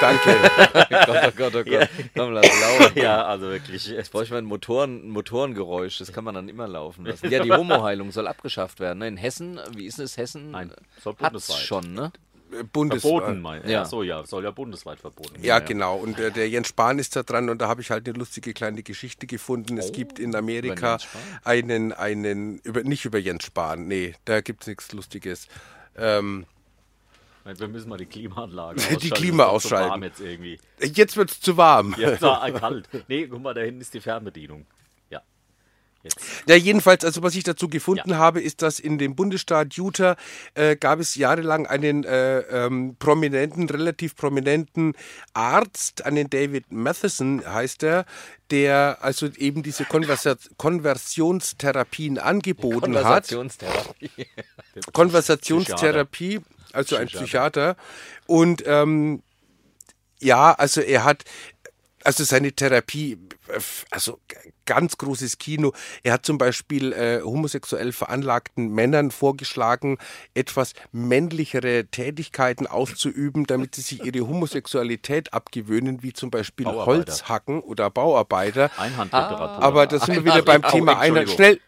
S2: Danke.
S1: Gott, oh Gott, oh Gott. Komm, lass laufen.
S3: ja, also wirklich. Jetzt
S1: Brauche ich mal ein, Motoren, ein Motorengeräusch, das kann man dann immer laufen lassen. Ja, die Homo-Heilung soll abgeschafft werden. Ne? In Hessen, wie ist es? Hessen
S3: Nein, soll
S1: hat's
S3: bundesweit.
S1: schon, ne?
S3: verboten,
S2: Bundeswehr.
S3: mein.
S1: Ja.
S3: Ja. so ja, soll ja bundesweit verboten werden.
S2: Ja, genau. Und äh, der Jens Spahn ist da dran und da habe ich halt eine lustige kleine Geschichte gefunden. Es gibt in Amerika einen, einen, über, nicht über Jens Spahn, nee, da gibt es nichts Lustiges. Ähm,
S3: Moment, Wir müssen mal die Klimaanlage
S2: Die
S3: ausschalten. das ist
S2: Klima
S3: doch so
S2: ausschalten.
S3: warm jetzt irgendwie.
S2: jetzt wird es zu warm.
S3: Ja, so, ah, kalt. Nee, guck mal, da hinten ist die Fernbedienung. Ja. Jetzt.
S2: Ja, jedenfalls, also was ich dazu gefunden
S3: Ja.
S2: habe, ist, dass in dem Bundesstaat Utah äh, gab es jahrelang einen äh, ähm, prominenten, relativ prominenten Arzt, einen David Matheson heißt er, der also eben diese Konversa Konversionstherapien angeboten hat.
S1: Konversationstherapie.
S2: Konversationstherapie, also ein Psychiater. Und ähm, ja, also er hat, also seine Therapie, äh, also g- ganz großes Kino. Er hat zum Beispiel äh, homosexuell veranlagten Männern vorgeschlagen, etwas männlichere Tätigkeiten auszuüben, damit sie sich ihre Homosexualität abgewöhnen, wie zum Beispiel
S3: Bauarbeiter.
S2: Holzhacken oder Bauarbeiter.
S3: Einhandliteratur.
S2: Ah. Aber da sind wir wieder
S1: Ah. Ach,
S2: beim
S1: oh,
S2: Thema einer.
S1: Entschuldigung.
S2: Schnell!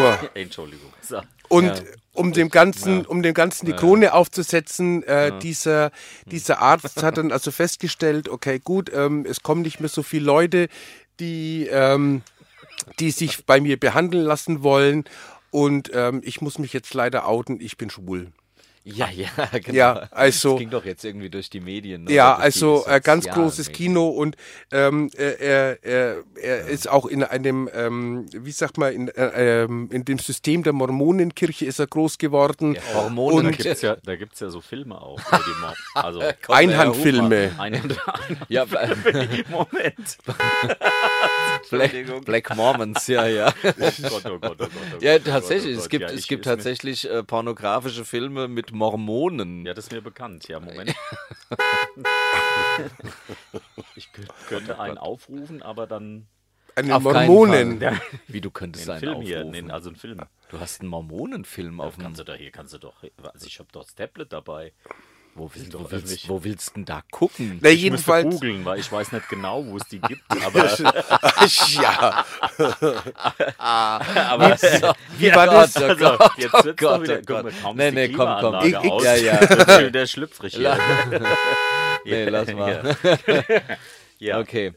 S2: Uhr.
S3: Entschuldigung. So.
S2: Und um dem ganzen, um dem ganzen die Krone aufzusetzen, äh, dieser, dieser Arzt hat dann also festgestellt, okay, gut, ähm, es kommen nicht mehr so viele Leute, die, ähm, die sich bei mir behandeln lassen wollen. Und ähm, ich muss mich jetzt leider outen, ich bin schwul.
S1: Ja, ja, genau.
S2: Ja, also-
S1: Das ging doch jetzt irgendwie durch die Medien. ne?
S2: Ja,
S1: Durch die
S2: also äh, ganz
S1: sozialen
S2: großes
S1: Medien.
S2: Kino und ähm, äh, er, er, er ist auch in einem, ähm, wie sagt man, in, äh, ähm, in dem System der Mormonenkirche ist er groß geworden.
S1: Hormone
S2: Und-
S3: Da gibt es ja, da gibt's ja so Filme auch. über die Mord- Also,
S1: Kommt der Herr
S2: Einhandfilme.
S3: ein, ein,
S1: Ja, Bla-
S3: Moment.
S1: Black, Black Mormons, ja, ja.
S3: Oh Gott, oh Gott, oh Gott, oh Gott,
S1: Ja,
S3: oh Gott,
S1: tatsächlich.
S3: oh
S1: Es
S3: Gott.
S1: gibt,
S3: Ja,
S1: es
S3: ich-
S1: gibt
S3: ist mir-
S1: tatsächlich äh, pornografische Filme mit Mormonen.
S3: Ja, das ist mir bekannt. Ja, Moment. ich kö- könnte einen aufrufen, aber dann
S2: Einen
S1: Auf keinen
S2: Mormonen.
S1: Fall. Wie du könntest
S3: einen
S1: einen
S3: Film hier,
S1: aufrufen.
S3: nee, also einen Film.
S1: Du hast einen Mormonenfilm auf dem.
S3: Kannst du doch hier, kannst du doch. Also ich habe doch das Tablet dabei.
S1: Wo willst, wo,
S3: doch
S1: willst,
S3: nicht.
S1: wo willst denn da gucken?
S2: Na,
S3: Ich müsste
S2: jedenfalls.
S3: googeln, weil ich weiß nicht genau, wo es die gibt. Aber
S2: ja.
S3: Aber
S2: Wie war das?
S1: Oh
S3: also,
S1: Gott,
S3: jetzt
S1: oh
S3: wird's
S1: Gott,
S3: doch wieder.
S1: oh
S3: guck mal,
S1: Gott.
S3: kaum
S1: Nee,
S3: ist die
S1: nee, komm, komm.
S3: Klimaanlage
S2: Ich- ich-
S3: aus,
S1: ja, ja.
S3: wird's schon wieder schlüpfrig hier.
S1: Nee, lass mal.
S3: Ja.
S1: Okay.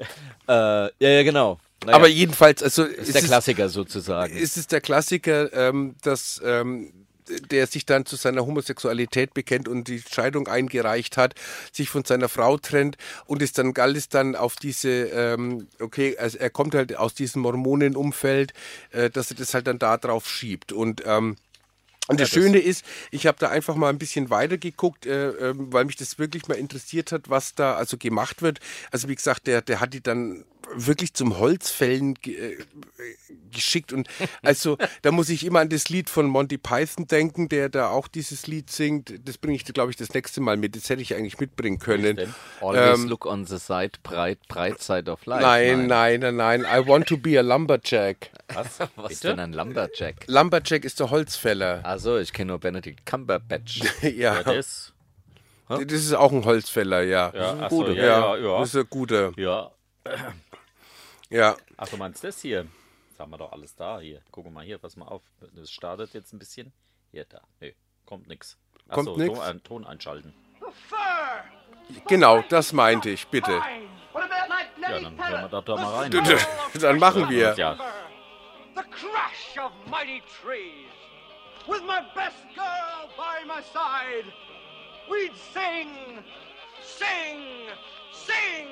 S1: Äh, ja, ja, genau. Naja,
S2: Aber jedenfalls, also
S1: ist der
S2: es
S1: Klassiker sozusagen.
S2: Ist, es ist der Klassiker, ähm, dass ähm, der sich dann zu seiner Homosexualität bekennt und die Scheidung eingereicht hat, sich von seiner Frau trennt und ist dann alles dann auf diese, ähm, okay, also er kommt halt aus diesem Mormonenumfeld, äh, dass er das halt dann da drauf schiebt. Und ähm, und das Schöne ist, ich habe da einfach mal ein bisschen weiter geguckt, äh, ähm, weil mich das wirklich mal interessiert hat, was da also gemacht wird. Also wie gesagt, der, der hat die dann wirklich zum Holzfällen ge äh, geschickt. Und also da muss ich immer an das Lied von Monty Python denken, der da auch dieses Lied singt. Das bringe ich, glaube ich, das nächste Mal mit. Das hätte ich eigentlich mitbringen können. Ähm,
S1: Always
S3: Ähm.
S1: look on the side, bright, bright side of life.
S2: Nein, nein, nein, nein. I want to be a lumberjack.
S3: Was?
S1: Was
S3: Bitte?
S1: denn ein Lumberjack?
S2: Lumberjack ist der Holzfäller.
S1: Also, ich kenne nur Benedict Cumberbatch.
S2: Ah. Ja,
S3: Ja, das?
S2: das ist auch ein Holzfäller, ja.
S3: Ja, ach so,
S1: gute.
S3: ja, ja, ja.
S2: Das ist eine gute.
S3: ja.
S2: Ja.
S3: Ach, du meinst das hier? Das haben wir doch alles da hier. Guck mal hier, pass mal auf. Das startet jetzt ein bisschen. Hier, da. Nö, kommt nix. Ach
S2: Kommt
S3: so,
S2: nix?
S3: Ton, ein- Ton einschalten.
S2: Genau, das meinte ich, bitte.
S6: What about my
S3: Ja, dann
S6: bloody
S3: hören wir
S6: pellet?
S3: doch da mal rein.
S2: Dann machen wir.
S3: Ja,
S6: The crash of mighty trees. With my best girl by my side, we'd sing, sing, sing.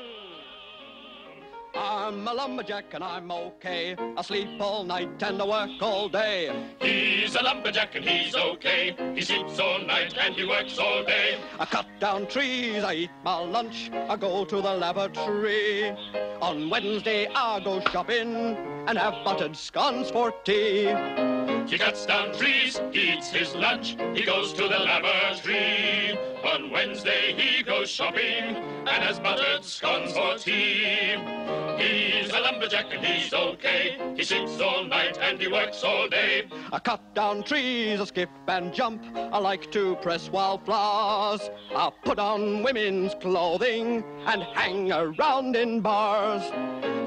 S6: I'm a lumberjack and I'm okay. I sleep all night and I work all day.
S7: He's a lumberjack and he's okay. He sleeps all night and he works all day.
S6: I cut down trees, I eat my lunch, I go to the lavatory. On Wednesday, I go shopping and have buttered scones for tea.
S7: He cuts down trees, he eats his lunch, he goes to the lavatory. On Wednesday he goes shopping and has buttered scones for tea. He's a lumberjack and he's okay. He sleeps all night and he works all day.
S6: I cut down trees, I skip and jump. I like to press wildflowers. I put on women's clothing and hang around in bars.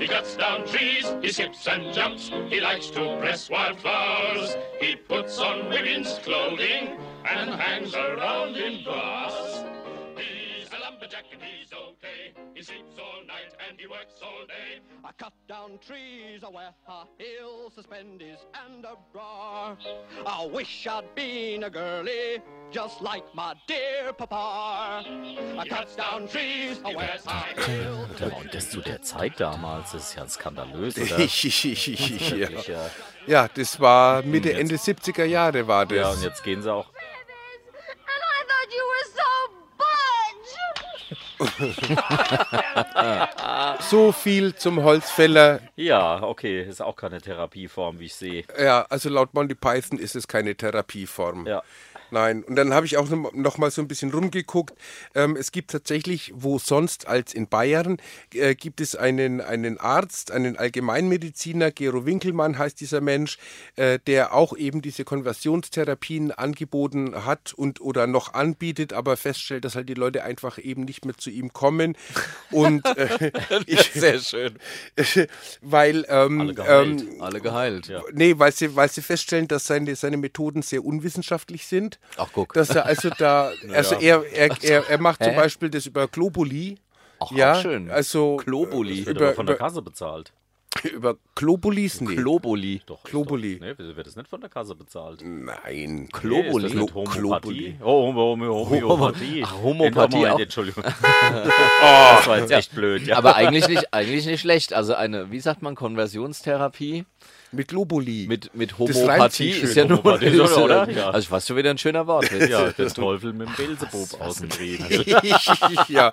S7: He cuts down trees, he skips and jumps, he likes to press wildflowers. He puts on women's clothing and hangs around in bars. He's a lumberjack and he's okay. He sleeps all night and he works all day.
S6: I cut down trees, I wear high heels, suspenders, and a bra. I wish I'd been a girly, just like my dear papa. I cut down trees, I wear high heels.
S3: Alter, und das zu der Zeit damals, das ist ja skandalös, oder? äh,
S2: ja.
S3: Wirklich, ja.
S2: ja, das war Mitte,
S3: Jetzt-
S2: Ende 70er Jahare war
S3: ja, und
S2: das.
S3: jetzt gehen sie auch.
S8: And I thought you were so budge.
S2: So viel zum Holzfäller.
S3: Ja, okay, ist auch keine Therapieform, wie ich sehe.
S2: Ja, also laut Monty Python ist es keine Therapieform.
S3: Ja.
S2: Nein, und dann habe ich auch noch noch mal so ein bisschen rumgeguckt. Ähm, es gibt tatsächlich, wo sonst als in Bayern, äh, gibt es einen, einen Arzt, einen Allgemeinmediziner, Gero Winkelmann heißt dieser Mensch, äh, der auch eben diese Konversionstherapien angeboten hat und oder noch anbietet, aber feststellt, dass halt die Leute einfach eben nicht mehr zu ihm kommen. Und äh, ich,
S1: Sehr schön.
S2: weil ähm,
S3: Alle geheilt.
S2: ähm,
S1: Alle geheilt.
S2: Nee, weil sie, weil sie feststellen, dass seine, seine Methoden sehr unwissenschaftlich sind.
S1: Ach, guck.
S2: Dass er also da, also er, er, er, er macht zum
S1: Hä?
S2: Beispiel das über Globuli.
S1: Auch,
S2: ja,
S1: auch schön.
S2: also-
S1: Globuli.
S2: Äh,
S3: Wird aber
S2: Über-
S3: von der
S2: über-
S3: Kasse bezahlt.
S2: Über Globulis? Nee.
S1: Globuli.
S3: Doch. ist
S2: Globuli. Äh,
S3: Doch, nee, wird das nicht von der Kasse bezahlt?
S2: Nein.
S3: Nee, ist
S1: Globuli.
S3: das nicht Homöopathie? Oh, Homö- Homö- Homöopathie.
S1: Ach, Homöopathie
S3: In- oh,
S1: auch.
S3: Entschuldigung. das war jetzt echt blöd. Ja.
S1: Aber eigentlich nicht, eigentlich nicht schlecht. Also eine, wie sagt man, Konversionstherapie
S2: Mit Globuli.
S1: mit, mit
S2: reimt
S1: Homöopathie
S2: sich schön.
S1: ist ja nur,
S3: Homöopathie ist schon, oder? Ja.
S1: Also fast schon wieder ein schöner Wort.
S3: ja, der Teufel mit dem Beelzebub ausgetrieben.
S2: ja.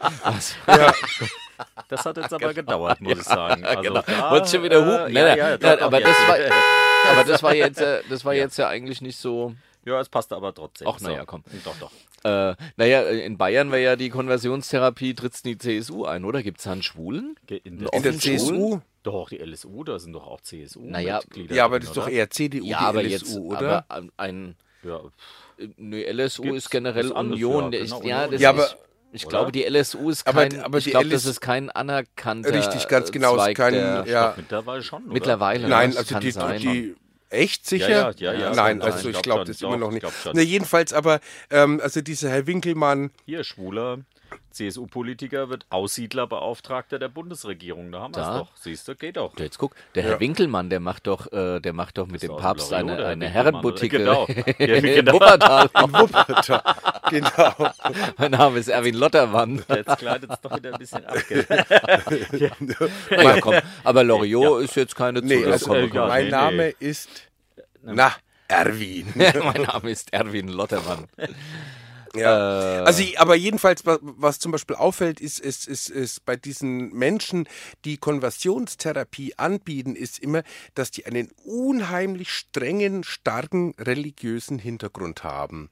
S3: Das hat jetzt aber gedauert, muss ich sagen. Also,
S1: genau.
S3: da,
S1: Wolltest schon wieder hupen?
S3: äh,
S1: Nein,
S3: ja,
S1: nein,
S3: ja,
S1: nein,
S3: doch,
S1: aber
S3: doch,
S1: das
S3: jetzt.
S1: war, aber das war jetzt, äh, das war jetzt ja eigentlich nicht so.
S3: Ja, es passt aber trotzdem.
S1: Ach, na ja, komm.
S3: Doch, doch.
S1: Äh, naja, in Bayern wäre ja die Konversionstherapie, tritt's in die CSU ein, oder? Gibt's da einen Schwulen?
S3: In
S2: In der
S1: Offen
S2: CSU?
S3: Doch, die LSU, da sind doch auch CSU-Mitglieder.
S2: Ja, aber das ist doch eher CDU,
S1: Ja,
S2: die
S1: aber
S2: LSU,
S1: jetzt, aber
S2: oder?
S1: ein- ein,
S3: Ja, pff,
S1: Nee, LSU
S3: Gibt's
S1: ist generell
S3: was anderes, ja,
S1: Union. Ja,
S3: genau,
S1: ich, ja,
S3: Union.
S1: das
S2: Ja,
S1: ist,
S2: aber-
S1: ich
S3: Oder?
S1: glaube, die LSU ist
S2: Aber-
S1: kein,
S2: aber
S1: ich
S2: die
S1: glaube,
S2: LS
S1: das ist kein anerkannter
S2: Richtig, ganz
S1: äh,
S2: genau.
S1: Zweig
S2: Ist kein,
S1: der,
S2: ja.
S3: mittlerweile schon. Oder?
S1: Mittlerweile.
S2: Nein,
S1: das
S2: also
S1: kann
S2: die,
S1: sein.
S2: die echt sicher?
S3: Ja, ja, ja, ja,
S2: Nein,
S1: kann
S2: also
S1: sein.
S2: ich
S3: Glaub
S2: glaube
S3: schon,
S2: das
S3: doch,
S2: immer noch
S3: ich
S2: nicht.
S3: glaub schon.
S2: Na, jedenfalls aber, ähm, also dieser Herr Winkelmann,
S3: Hier, Schwuler, CSU-Politiker wird Aussiedlerbeauftragter der Bundesregierung. Da haben wir es
S1: Da.
S3: doch. Siehst du, geht doch.
S1: Du, Jetzt guck, der Herr Winkelmann, der macht doch, äh, der macht doch mit
S3: Ist
S1: dem
S3: aus
S1: Papst
S3: Loriot,
S1: eine,
S3: der
S1: eine
S3: Winkelmann,
S1: Herrenboutique äh,
S3: oder? Genau. Ja,
S1: in
S3: genau.
S1: Wuppertal.
S2: Wuppertal. genau.
S1: Mein Name ist Erwin Lottermann.
S3: Jetzt gleitet es doch wieder ein bisschen ab. Gell?
S1: Naja, komm, aber Loriot ist jetzt keine
S2: Nee,
S1: Zulassung.
S2: also,
S3: äh, ja,
S2: mein
S3: nee,
S2: Name
S3: nee. ne.
S2: ist. Na, Erwin.
S1: mein Name ist Erwin Lottermann.
S2: Ja. also, ich- aber jedenfalls, was, was zum Beispiel auffällt, ist, ist, ist, ist bei diesen Menschen, die Konversionstherapie anbieten, ist immer, dass die einen unheimlich strengen, starken religiösen Hintergrund haben.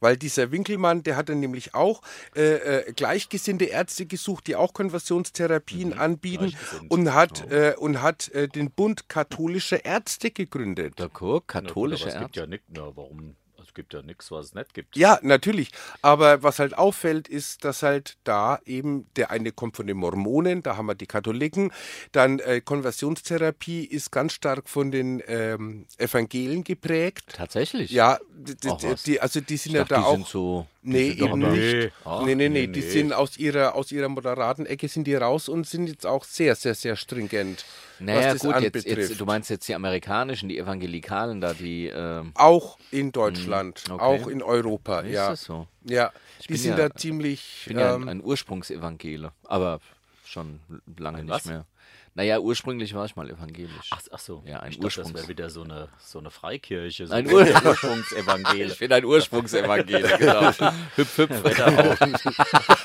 S2: Weil dieser Winkelmann, der hatte nämlich auch äh, äh, gleichgesinnte Ärzte gesucht, die auch Konversionstherapien anbieten
S3: gleichgesinnt.
S2: und hat, äh, und hat äh, den Bund katholischer Ärzte gegründet.
S1: Da guck,
S3: Na gut,
S1: katholische
S3: aber Es gibt
S1: Ärzte.
S3: ja nichts, na, warum? Es gibt ja nichts, was es nicht gibt.
S2: Ja, natürlich. Aber was halt auffällt, ist, dass halt da eben der eine kommt von den Mormonen, da haben wir die Katholiken. Dann äh, Konversionstherapie ist ganz stark von den ähm, Evangelien geprägt.
S1: Tatsächlich?
S2: Ja, d- d-
S1: Ach was.
S2: die, also die sind
S1: ich
S2: ja
S1: dachte,
S2: da
S1: die
S2: auch.
S1: sind so. die
S2: Nee,
S1: sind doch
S2: eben
S1: aber-
S2: nicht.
S1: Ach,
S2: nee, nee, nee,
S3: nee,
S2: Die
S3: nee.
S2: sind aus ihrer, aus ihrer moderaten Ecke sind die raus und sind jetzt auch sehr, sehr, sehr stringent.
S1: Naja,
S2: was das
S1: gut, jetzt,
S2: anbetrifft.
S1: jetzt, du meinst jetzt die amerikanischen, die Evangelikalen da, die. Ähm,
S2: auch in Deutschland,
S1: okay.
S2: auch in Europa,
S1: ist
S2: ja.
S1: das so?
S2: Ja, die
S1: bin
S2: sind
S1: ja-
S2: da ziemlich.
S1: Ich bin ja ein,
S2: ähm,
S1: ein Ursprungsevangele, aber schon lange nicht
S3: was?
S1: mehr. Naja, ursprünglich war ich mal evangelisch.
S3: Ach, ach so,
S1: Ja, ein
S3: ich dachte, das
S1: Ursprungs-
S3: wäre wieder so eine, so eine Freikirche, so
S1: Ein
S3: ein
S1: Ur-
S3: Ursprungsevangelium.
S1: Ich bin ein Ursprungsevangelier, genau. Hüpf, hüpf, Wetterau.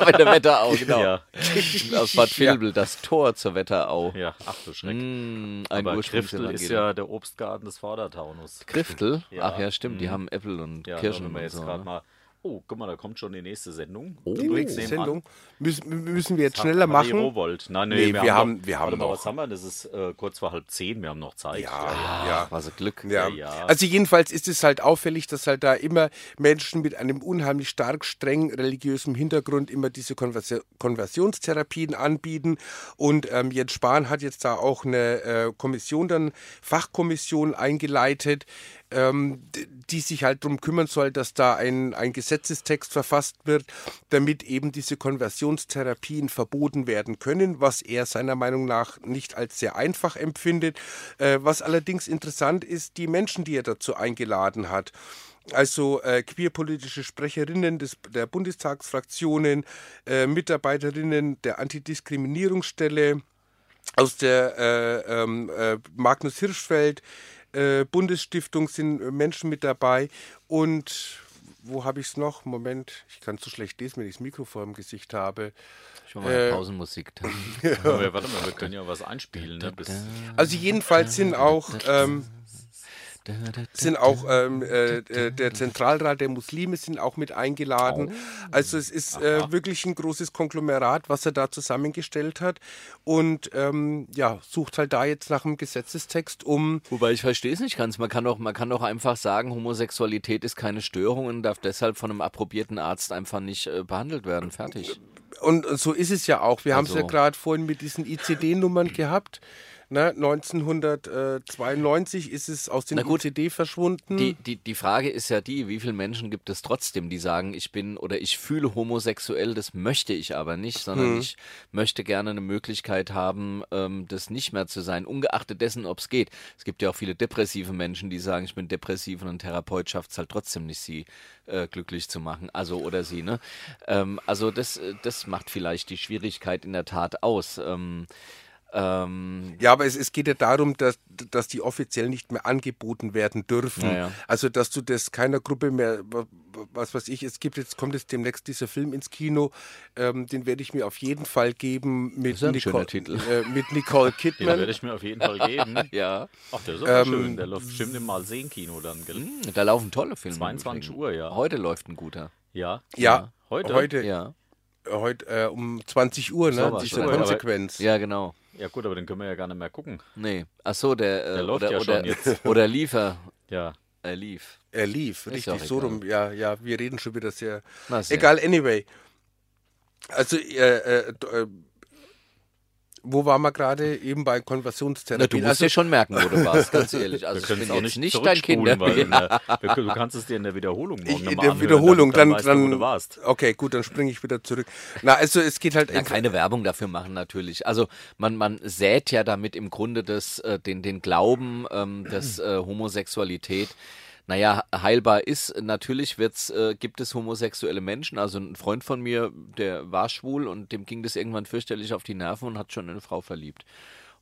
S1: Bei der Wetterau, genau.
S3: Ja.
S1: Aus Bad Vilbel, das Tor zur Wetterau.
S3: Ja, ach du Schreck.
S1: Mm, ein
S3: Aber Griftel ist
S1: Ursprungsevangelier.
S3: ja der Obstgarten des Vordertaunus.
S1: Griftel?
S3: Ja. Mhm.
S1: Ach ja, stimmt, die haben Äpfel und
S3: Ja, da
S1: Kirschen
S3: haben wir
S1: und
S3: jetzt
S1: so.
S3: gerade
S1: ne?
S3: mal. Oh, guck mal, da kommt schon die nächste Sendung. Oh,
S2: Die nächste Sendung müssen, müssen wir jetzt schneller
S3: Marie
S2: machen.
S3: Rowold. Nein, nee,
S2: Nee,
S3: wir,
S2: wir
S3: haben,
S2: haben- wir haben
S3: warte mal,
S2: noch.
S3: was haben wir? Das ist äh, kurz vor halb zehn, wir haben noch Zeit.
S2: Ja, ja.
S1: Ach, was ein Glück.
S2: Ja.
S3: ja.
S2: Also jedenfalls ist es halt auffällig, dass halt da immer Menschen mit einem unheimlich stark streng religiösen Hintergrund immer diese Konvers Konversionstherapien anbieten. Und ähm, Jens Spahn hat jetzt da auch eine äh, Kommission, dann Fachkommission eingeleitet, ähm, d- die sich halt darum kümmern soll, dass da ein, ein Gesetzestext verfasst wird, damit eben diese Konversionstherapien verboten werden können, was er seiner Meinung nach nicht als sehr einfach empfindet. Äh, was allerdings interessant ist, die Menschen, die er dazu eingeladen hat. Also äh, queerpolitische Sprecherinnen des, der Bundestagsfraktionen, äh, Mitarbeiterinnen der Antidiskriminierungsstelle, aus der äh, ähm, äh, Magnus Hirschfeld äh, Bundesstiftung sind äh, Menschen mit dabei und wo habe ich es noch? Moment, ich kann es so schlecht lesen, wenn ich das Mikro vor dem Gesicht habe.
S1: Ich mach mal eine Pausenmusik. da.
S3: Aber warte mal, wir können ja was einspielen. Ne? Bis,
S2: Also jedenfalls sind auch ähm, sind auch ähm, äh, äh, der Zentralrat der Muslime sind auch mit eingeladen. Also es ist äh, wirklich ein großes Konglomerat, was er da zusammengestellt hat und ähm, ja sucht halt da jetzt nach einem Gesetzestext, um
S1: Wobei ich verstehe es nicht ganz. Man kann doch, man kann doch einfach sagen, Homosexualität ist keine Störung und darf deshalb von einem approbierten Arzt einfach nicht äh, behandelt werden. Fertig.
S2: Und so ist es ja auch. Wir haben es
S1: Also-
S2: ja gerade vorhin mit diesen ICD-Nummern gehabt. Ne, 1992 ist es aus den
S1: Na gut,
S2: ICD verschwunden.
S1: Die,
S3: Hm.
S1: die, die Frage ist ja die, wie viele Menschen gibt es trotzdem, die sagen, ich bin oder ich fühle homosexuell, das möchte ich aber nicht,
S3: Hm.
S1: sondern ich möchte gerne eine Möglichkeit haben, ähm, das nicht mehr zu sein, ungeachtet dessen, ob es geht. Es gibt ja auch viele depressive Menschen, die sagen, ich bin depressiv und ein Therapeut schafft es halt trotzdem nicht, sie äh, glücklich zu machen, also oder sie, ne? Ähm, also das, äh, das macht vielleicht die Schwierigkeit in der Tat aus. Ähm, ähm,
S2: ja, aber es, es geht ja darum, dass, dass die offiziell nicht mehr angeboten werden dürfen.
S1: Ja, ja.
S2: Also, dass du das keiner Gruppe mehr, wa- wa- was weiß ich, es gibt jetzt, kommt jetzt demnächst dieser Film ins Kino, ähm, den werde ich mir auf jeden Fall geben mit,
S1: ist ja ein
S2: Nicole,
S1: schöner Titel.
S2: Äh, mit Nicole
S3: den
S2: Kidman.
S3: werde ich mir auf jeden Fall geben.
S1: ja,
S3: Ach, der ist aber schön. Der läuft bestimmt im Mal sehen Kino dann, gell?
S1: hm, da laufen tolle Filme. im
S3: 22
S1: Übrigen.
S3: Uhr, ja. Äh,
S1: Heute läuft ein guter.
S3: Ja.
S2: ja,
S3: Heute?
S2: heute,
S1: ne? Ja.
S2: heute äh, um 20 Uhr, ne,
S1: Sowas,
S2: diese
S1: oder?
S2: Konsequenz.
S1: Ja, genau.
S3: Ja, gut, aber den können wir ja gar nicht mehr gucken.
S1: Nee. Ach so, der, äh,
S3: Der läuft
S1: oder,
S3: ja
S1: oder,
S3: schon jetzt.
S1: oder liefer.
S3: Ja.
S1: Er lief.
S2: Er lief,
S1: ja auch
S2: richtig, so
S1: egal.
S2: rum. Ja, ja, wir reden schon wieder sehr.
S1: Na, sehr.
S2: Egal, anyway. Also, äh, äh, d- äh, wo waren wir gerade? Eben bei
S1: Na,
S2: Konversionstherapie. Also,
S1: du musst Also dir schon merken, wo du warst, ganz ehrlich. Also
S3: Wir
S1: ich
S3: können
S1: bin
S3: es auch
S1: jetzt
S3: nicht,
S1: nicht dein Kind.
S3: zurückspulen, weil in der- wir können- Du kannst es dir in der Wiederholung morgen
S2: ich,
S3: nochmal
S2: in der
S3: anhören,
S2: Wiederholung,
S3: damit- dann
S2: dann,
S3: weißt
S2: dann,
S3: du, wo du warst.
S2: okay, gut, dann springe ich wieder zurück. Na, also es geht halt,
S1: Ja,
S2: einfach-
S1: keine Werbung dafür machen natürlich. Also man, man sät ja damit im Grunde das, äh, den, den Glauben, ähm, dass äh, Homosexualität, naja, heilbar ist. Natürlich wird's, äh, gibt es homosexuelle Menschen. Also ein Freund von mir, der war schwul und dem ging das irgendwann fürchterlich auf die Nerven und hat schon eine Frau verliebt.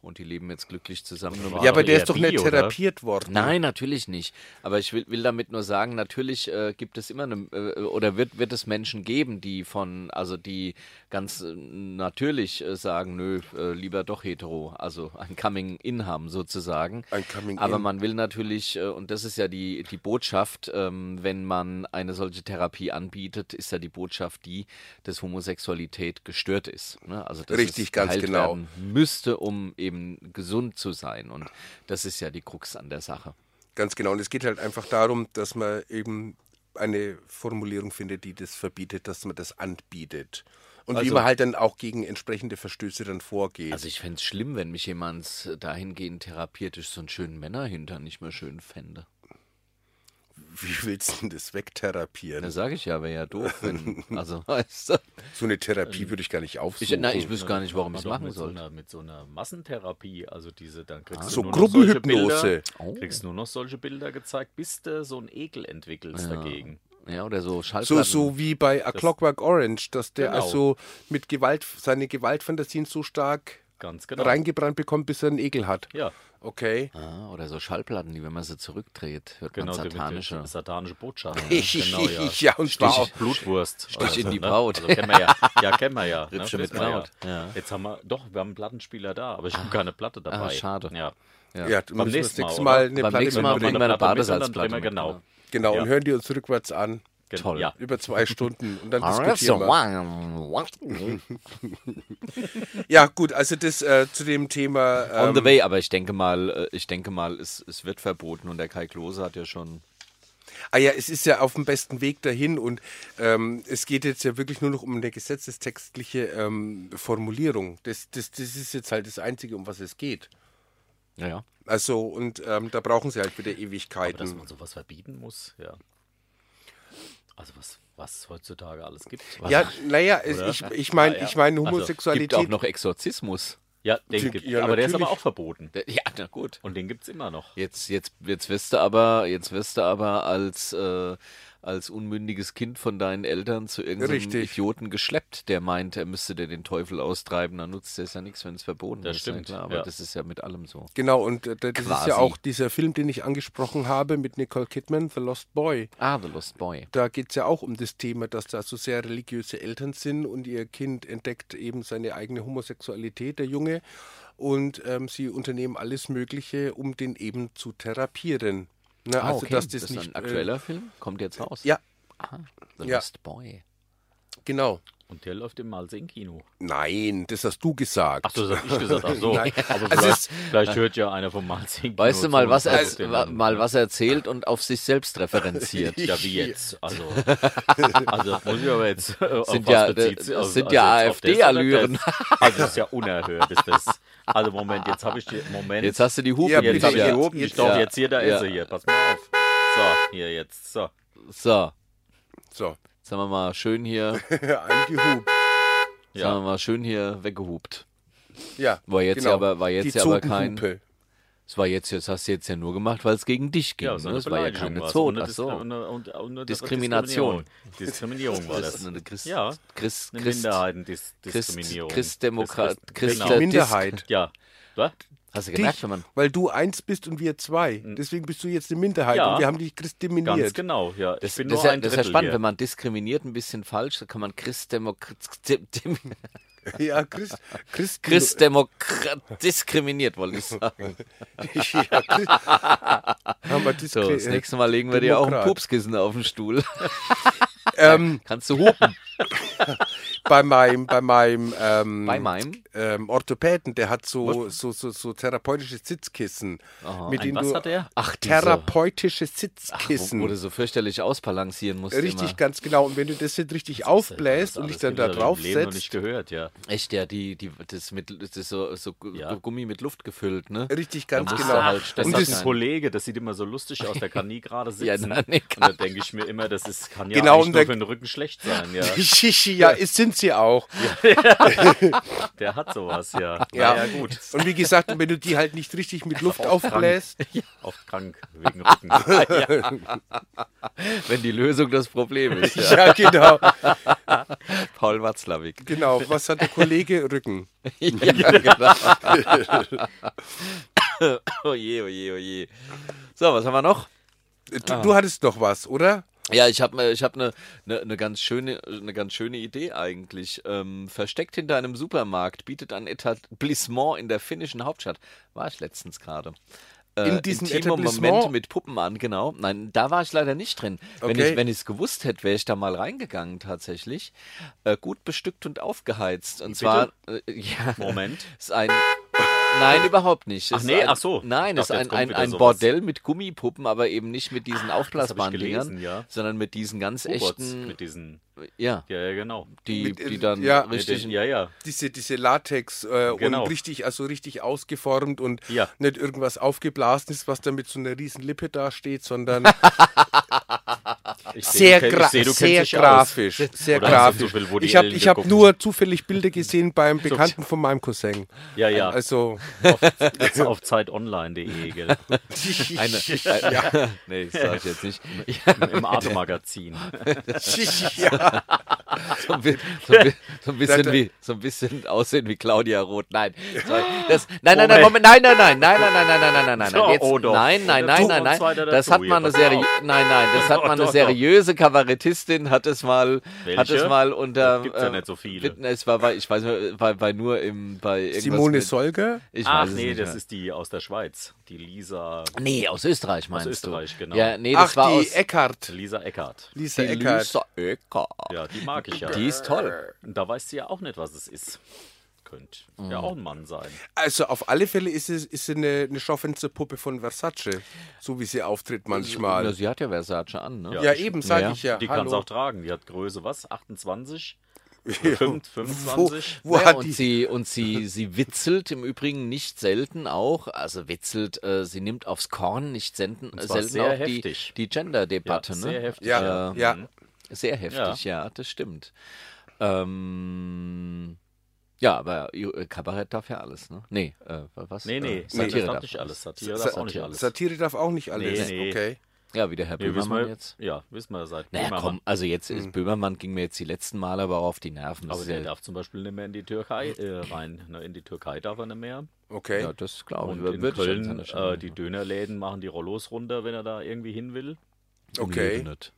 S1: Und die leben jetzt glücklich zusammen.
S3: war
S2: ja, aber
S3: doch
S2: der
S3: eher
S2: ist doch
S3: bi,
S2: nicht
S3: oder?
S2: therapiert worden.
S1: Nein, natürlich nicht. Aber ich will, will damit nur sagen, natürlich äh, gibt es immer eine, äh, oder wird, wird es Menschen geben, die von, also die ganz äh, natürlich äh, sagen, nö, äh, lieber doch hetero, also ein Coming-in haben sozusagen.
S2: Ein Coming-in.
S1: Aber man will natürlich, äh, und das ist ja die, die Botschaft, ähm, wenn man eine solche Therapie anbietet, ist ja die Botschaft die, dass Homosexualität gestört ist. Ne? Also dass
S2: Richtig,
S1: es
S2: ganz
S1: geheilt
S2: genau.
S1: werden müsste, um eben gesund zu sein. Und das ist ja die Krux an der Sache.
S2: Ganz genau. Und es geht halt einfach darum, dass man eben eine Formulierung findet, die das verbietet, dass man das anbietet. Und wie
S1: Also-
S2: man halt dann auch gegen entsprechende Verstöße dann vorgeht.
S1: Also ich fände es schlimm, wenn mich jemand dahingehend therapiert, dass ich so einen schönen Männerhintern nicht mehr schön fände.
S2: wie willst du denn das wegtherapieren?
S1: Da sage ich ja, wäre ja doof. Wenn, also, weißt du,
S2: so eine Therapie würde ich gar nicht
S1: ich,
S2: aufsuchen.
S1: na, ich wüsste gar nicht, warum ich es
S3: Man doch
S1: machen Ah,
S3: mit so,
S1: sollte.
S3: einer, mit so einer Massentherapie, also diese, dann kriegst
S2: So
S3: du nur noch solche
S2: Gruppenhypnose.
S3: Bilder,
S1: Oh.
S3: kriegst nur noch solche Bilder gezeigt, bis du so einen Ekel entwickelst dagegen.
S1: Ja, oder so
S2: so,
S1: Schallplatten.
S2: so wie bei A Clockwork Orange, dass der
S3: Genau.
S2: also mit Gewalt, seine Gewaltfantasien so stark
S3: Ganz genau.
S2: reingebrannt bekommt, bis er einen Ekel hat.
S3: Ja,
S2: Okay.
S1: Ah, oder so Schallplatten, die, wenn man sie zurückdreht, hört
S3: genau.
S1: man
S3: die- die- die
S1: satanische.
S3: Satanische Botschaft. genau,
S2: ja.
S3: ja.
S2: und war auch,
S3: Blutwurst.
S1: Stich in
S3: so,
S1: die
S3: ne?
S1: Braut.
S3: Also kennen wir ja. Ja, kennen wir ja.
S1: Rippchen mit
S3: wissen wir
S1: Braut, Ah.
S3: Jetzt haben wir, doch, wir haben einen Plattenspieler da, aber ich habe keine Platte dabei.
S1: schade.
S3: Ja.
S2: ja, müssen
S3: Beim
S2: wir das
S3: nächsten
S2: nächste
S3: Mal,
S2: Mal
S3: oder?
S2: eine
S1: Beim
S2: Platte
S1: nächsten Mal
S2: mitbringen.
S1: bringen wir eine
S3: Platte mit, sondern
S1: Badesalzplatte
S3: drehen wir genau.
S1: mit,
S2: Genau,
S3: Ja.
S2: und hören die uns rückwärts an.
S3: Gen-
S1: Toll.
S3: Ja.
S2: Über zwei Stunden und dann
S1: Ah, so,
S2: diskutieren wir.
S1: wow, wow.
S2: Ja, gut, also das äh, zu dem Thema. Ähm,
S1: On the way, aber ich denke mal, äh, ich denke mal, es, es wird verboten und der Kai Klose hat ja schon.
S2: Ah ja, es ist ja auf dem besten Weg dahin und ähm, es geht jetzt ja wirklich nur noch um eine gesetzestextliche ähm, Formulierung. Das, das, das ist jetzt halt das Einzige, um was es geht.
S1: Ja, ja.
S2: Also, und ähm, da brauchen sie halt wieder
S3: Aber dass
S2: Ewigkeiten.
S3: man sowas verbieten muss, ja. Also was, was heutzutage alles gibt.
S2: Ja, naja, es, ich, ich meine,
S3: Ja, ja.
S2: ich meine
S3: Also,
S1: Gibt
S2: Homosexualität.
S1: auch noch Exorzismus.
S3: ja, den
S2: Typ-
S3: gibt,
S2: ja,
S3: aber der ist aber
S2: natürlich.
S3: auch verboten.
S1: Der- Ja, na gut.
S3: Und den gibt es immer noch.
S1: Jetzt, jetzt, jetzt wirst du aber, jetzt wirst du aber als, äh, als unmündiges Kind von deinen Eltern zu irgendeinem
S2: Richtig.
S1: Idioten geschleppt, der meint, er müsste dir den Teufel austreiben. Dann nutzt es ja nichts, wenn es verboten
S3: Das
S1: ist.
S3: stimmt,
S1: Ja, klar, aber
S3: ja.
S1: das ist ja mit allem so.
S2: Genau, und äh, das ist
S1: Quasi.
S2: ja auch dieser Film, den ich angesprochen habe mit Nicole Kidman, The Lost Boy.
S1: Ah, The Lost Boy.
S2: Da geht es ja auch um das Thema, dass da so sehr religiöse Eltern sind und ihr Kind entdeckt eben seine eigene Homosexualität, der Junge. Und ähm, sie unternehmen alles Mögliche, um den eben zu therapieren. Ne,
S1: Ah,
S2: also,
S1: okay.
S2: dass das,
S1: ist
S2: nicht
S1: ein aktueller Film, kommt jetzt raus. Ah,
S2: Äh, ja,
S1: The
S2: ja.
S1: Lost Boy.
S2: genau.
S3: Und der läuft immer als Kino.
S2: Nein, das hast du gesagt.
S3: Ach so, das hab ich gesagt. Ach so.
S2: Nein.
S3: Aber
S2: Also
S3: vielleicht,
S2: es-
S3: vielleicht hört ja einer vom Malzing.
S1: Weißt du mal, was er
S2: Also-
S1: wa- mal was erzählt und auf sich selbst referenziert.
S3: Ja, wie jetzt? Also, also das muss ich aber jetzt. äh, auf
S1: Sind
S3: was
S1: ja-
S3: bezieht's?
S1: das
S3: Also-
S1: sind
S3: also
S1: ja
S3: jetzt auf das oder
S1: AfD-Allüren.
S3: das? Also, das ist ja unerhört, ist das. Also, Moment, jetzt habe ich die. Moment.
S1: Jetzt hast du die Hupe
S2: Ja,
S3: jetzt
S2: bitte,
S3: habe ich
S2: ja.
S3: die Hupen. Ich
S2: Jetzt-
S3: darf
S1: ja.
S3: jetzt hier, da
S1: Ja.
S3: ist sie hier. Pass mal auf. So, hier jetzt. So.
S1: So,
S2: So,
S1: jetzt haben wir mal schön hier,
S2: eingehupt.
S1: jetzt haben
S3: Ja.
S1: wir mal schön hier weggehupt.
S2: Ja, genau.
S1: War jetzt ja aber- war jetzt
S2: Die
S1: ja aber
S2: Zotenhupe.
S1: Das war jetzt, das hast du jetzt ja nur gemacht, weil es gegen dich ging.
S3: Ja,
S1: ne?
S3: eine
S1: Das war ja
S3: Beleidigung
S1: keine
S3: war's.
S1: Zone.
S3: Und eine
S1: Ach so.
S3: Dis- und eine- und- und eine
S1: Diskrimination.
S3: Diskriminierung war das.
S1: eine Christ,
S3: Ja,
S1: Christ, Christ,
S3: eine
S1: Christ,
S3: Minderheitendiskriminierung.
S1: Christdemokrat,
S3: Christ-
S1: Christ,
S3: genau.
S2: Die
S1: Disk-
S2: Minderheit.
S3: Ja. Was?
S1: Hast du gemerkt, Hm.
S2: Dich,
S1: wenn man.
S2: weil du eins bist und wir zwei. Deswegen bist du jetzt eine Minderheit
S3: Ja.
S2: und wir haben dich
S3: Ganz
S2: christiminiert.
S3: genau, ja. Ich
S1: Das,
S3: bin
S1: das, ist ja,
S3: nur ein
S1: das ist ja
S3: Drittel
S1: spannend,
S3: hier.
S1: wenn man diskriminiert ein bisschen falsch, dann kann man Christdemokrat,
S2: Ja, Christ, Christ,
S1: Christdemokrat diskriminiert, wollte ich sagen.
S2: ja, Christ. Haben wir
S1: So, das
S2: diskri-
S1: nächste Mal legen wir dir auch ein
S2: Demokrat.
S1: Pupskissen auf den Stuhl.
S2: Ähm,
S1: Kannst du hupen.
S2: bei meinem, bei meinem, ähm,
S1: Bei meinem?
S2: ähm, Orthopäden, der hat so, so, so, so therapeutische Sitzkissen.
S1: Aha,
S2: mit
S1: ein
S2: denen
S1: was
S2: du
S1: hat er?
S2: Ach,
S1: Ach, diese-
S2: therapeutische
S1: Wo,
S2: Sitzkissen.
S1: wo du so fürchterlich ausbalancieren musst.
S2: richtig,
S1: immer.
S2: ganz genau. Und wenn du das jetzt richtig
S3: Das
S2: aufbläst
S3: hab
S2: und
S3: ich
S2: dich dann da
S3: alles in meinem
S2: drauf
S3: Leben noch nicht
S2: setzt,
S3: gehört, ja.
S1: Echt, ja, die, die, das mit das ist so, so Gu-
S3: Ja.
S1: Gummi mit Luft gefüllt, ne?
S2: richtig, ganz
S1: Da musst du
S2: genau.
S1: halt
S3: Das
S2: und
S1: ständig
S3: hat
S1: sein.
S3: ein Kollege, das sieht immer so lustig aus, der kann nie gerade
S1: Ja,
S3: sitzen.
S1: nein, nee,
S3: und da denke ich mir immer, das ist, kann ja
S2: Genau,
S3: eigentlich
S2: und
S3: nur
S2: der-
S3: für den Rücken schlecht sein. Ja,
S2: ja, ist, sind sie auch.
S3: der hat sowas, ja.
S2: Ja.
S3: Naja, gut.
S2: Und wie gesagt, und wenn du die halt nicht richtig mit Luft aufbläst,
S3: Oft krank wegen
S1: Ah,
S3: Rücken.
S1: Wenn die Lösung das Problem ist. Ja.
S2: ja, genau,
S1: Paul Watzlawick.
S2: genau. Was hat der Kollege? Rücken. genau.
S1: oje, oje, oje. oh So, was haben wir noch? Ah.
S2: Du, du hattest noch was, oder?
S1: Ja, ich habe ich hab eine ne, ne ganz schöne eine ganz schöne Idee eigentlich. Ähm, versteckt hinter einem Supermarkt bietet ein Etablissement in der finnischen Hauptstadt. War ich letztens gerade. Äh,
S2: In diesem
S1: intime
S2: Etablissement?
S1: Momente mit Puppen an, genau. Nein, da war ich leider nicht drin. Wenn
S2: Okay.
S1: ich wenn ich es gewusst hätte, wäre ich da mal reingegangen tatsächlich. Äh, gut bestückt und aufgeheizt. Und zwar äh, ja,
S3: Moment.
S1: ist ein Nein, überhaupt nicht. Es
S3: Ach nee,
S1: ist ein,
S3: ach so.
S1: Nein,
S3: Ich
S1: es ist
S3: dachte, jetzt
S1: ein,
S3: kommt
S1: ein,
S3: wieder
S1: ein
S3: sowas. Ah,
S1: Bordell mit Gummipuppen, aber eben nicht mit diesen
S3: das hab
S1: aufblasbaren
S3: ich gelesen,
S1: Dingern,
S3: ja.
S1: sondern mit diesen ganz
S3: Robots
S1: echten,
S3: mit diesen.
S1: ja,
S3: Ja, ja, genau.
S1: die,
S2: Mit, äh,
S1: die dann
S2: ja.
S3: Mit
S1: richtig,
S3: den, ja, ja.
S2: Diese, diese Latex äh,
S3: Genau.
S2: und richtig, also richtig ausgeformt und
S3: Ja.
S2: nicht irgendwas aufgeblasen ist, was da mit so einer riesen Lippe dasteht, sondern
S3: Ich
S2: sehr,
S3: seh, du,
S2: gra
S3: kenn- ich seh, du
S2: sehr
S3: kennst dich
S2: grafisch. Sehr
S3: Oder hast du
S2: grafisch.
S3: so viel, wo die
S2: ich habe
S3: Ellen
S2: ich hab
S3: geguckt
S2: nur zufällig Bilder gesehen beim Bekannten von meinem Cousin.
S3: Aus. Ja, ja.
S2: Also,
S3: Jetzt auf zeitonline.de, gell?
S1: eine, ein, nee, das sage ich jetzt nicht, ja,
S3: Im Arte-Magazin.
S2: ja.
S1: so, ein, bi- so, ein, bi- so ein
S2: Da-
S1: bisschen wie, so ein bisschen aussehen wie Claudia Roth, nein, so, das, nein, nein, nein, Moment, nein, nein, nein, nein, nein, nein, nein, nein, nein, nein,
S3: So,
S1: nein, jetzt,
S3: oh doch.
S1: nein, nein, nein,
S3: Du
S1: nein,
S3: und
S1: nein,
S3: zwei da
S1: das
S3: dazu
S1: hat
S3: hier,
S1: mal eine
S3: pass auf.
S1: seriöse, nein, nein, das hat
S3: Doch,
S1: mal eine
S3: doch,
S1: seriöse Kabarettistin, hat es mal, hat
S3: Welche?
S1: es mal unter,
S3: Gibt's ja
S1: äh,
S3: nicht so viele.
S1: Witten- Es war bei, ich weiß nicht, bei, bei nur im, bei irgendwas
S2: Simone
S1: mit-
S2: Solger?
S1: Ich
S3: Ach
S1: weiß es
S3: nee,
S1: nicht
S3: das
S1: mehr.
S3: ist die aus der Schweiz. Die Lisa,
S1: Nee, aus Österreich meinst
S3: Österreich,
S1: du?
S3: genau.
S1: Ja, nee, das
S2: Ach,
S1: war
S2: die
S1: aus
S2: Eckart.
S3: Lisa Eckert.
S2: Lisa
S1: die
S2: Eckart.
S1: Lisa Eckart.
S3: Ja, die mag ich ja.
S1: Die ist toll.
S3: Und da weiß sie ja auch nicht, was es ist. Könnte
S1: Mhm.
S3: ja auch ein Mann sein.
S2: Also auf alle Fälle ist es ist sie eine, eine schaffende Puppe von Versace, so wie sie auftritt
S1: Na,
S2: manchmal.
S1: sie hat ja Versace an, ne?
S3: Ja.
S2: Ja, eben, sage
S1: Ja,
S2: ich ja.
S3: Die kann es
S2: Hallo.
S3: auch tragen. Die hat Größe was? 28? Fünf-
S2: Wo,
S3: 25?
S2: wo
S1: Ja,
S2: hat
S1: und
S2: die?
S1: sie und sie sie witzelt im Übrigen nicht selten auch, also witzelt, äh, sie nimmt aufs Korn nicht selten,
S3: zwar
S1: selten
S3: sehr
S1: auch die,
S3: heftig.
S1: die Gender-Debatte,
S3: Ja, Mhm.
S1: ne?
S3: sehr heftig,
S2: Ja,
S1: Äh,
S2: ja.
S1: Sehr heftig, ja, das stimmt. Ähm, ja, aber äh, Kabarett darf ja alles, ne? Nee, äh, was?
S3: Nee, nee,
S1: äh,
S3: Satire darf
S1: darf
S3: nicht alles. Satire darf auch nicht
S1: Satire.
S3: alles.
S2: Satire darf auch nicht alles.
S3: Nee, nee.
S2: Okay.
S1: Ja, wie der Herr
S3: Nee, wissen
S1: Böhmermann
S3: wir,
S1: jetzt.
S3: Ja, wissen wir seit
S1: Naja,
S3: Böhmermann.
S1: komm, also jetzt ist
S2: Hm.
S1: Böhmermann ging mir jetzt die letzten Male aber auch auf die Nerven. Das
S3: Aber
S1: ist
S3: der
S1: ja-
S3: darf zum Beispiel nicht mehr in die Türkei äh, rein. Ne, in die Türkei darf er nicht mehr.
S2: Okay.
S1: ja, das glaube ich.
S3: Und in
S1: würde ich an
S3: Köln,
S1: seiner Stelle
S3: äh, die
S1: nicht
S3: Dönerläden machen die Rollos runter, wenn er da irgendwie hin will.
S1: machen.
S2: Okay.
S1: Im Leben nicht.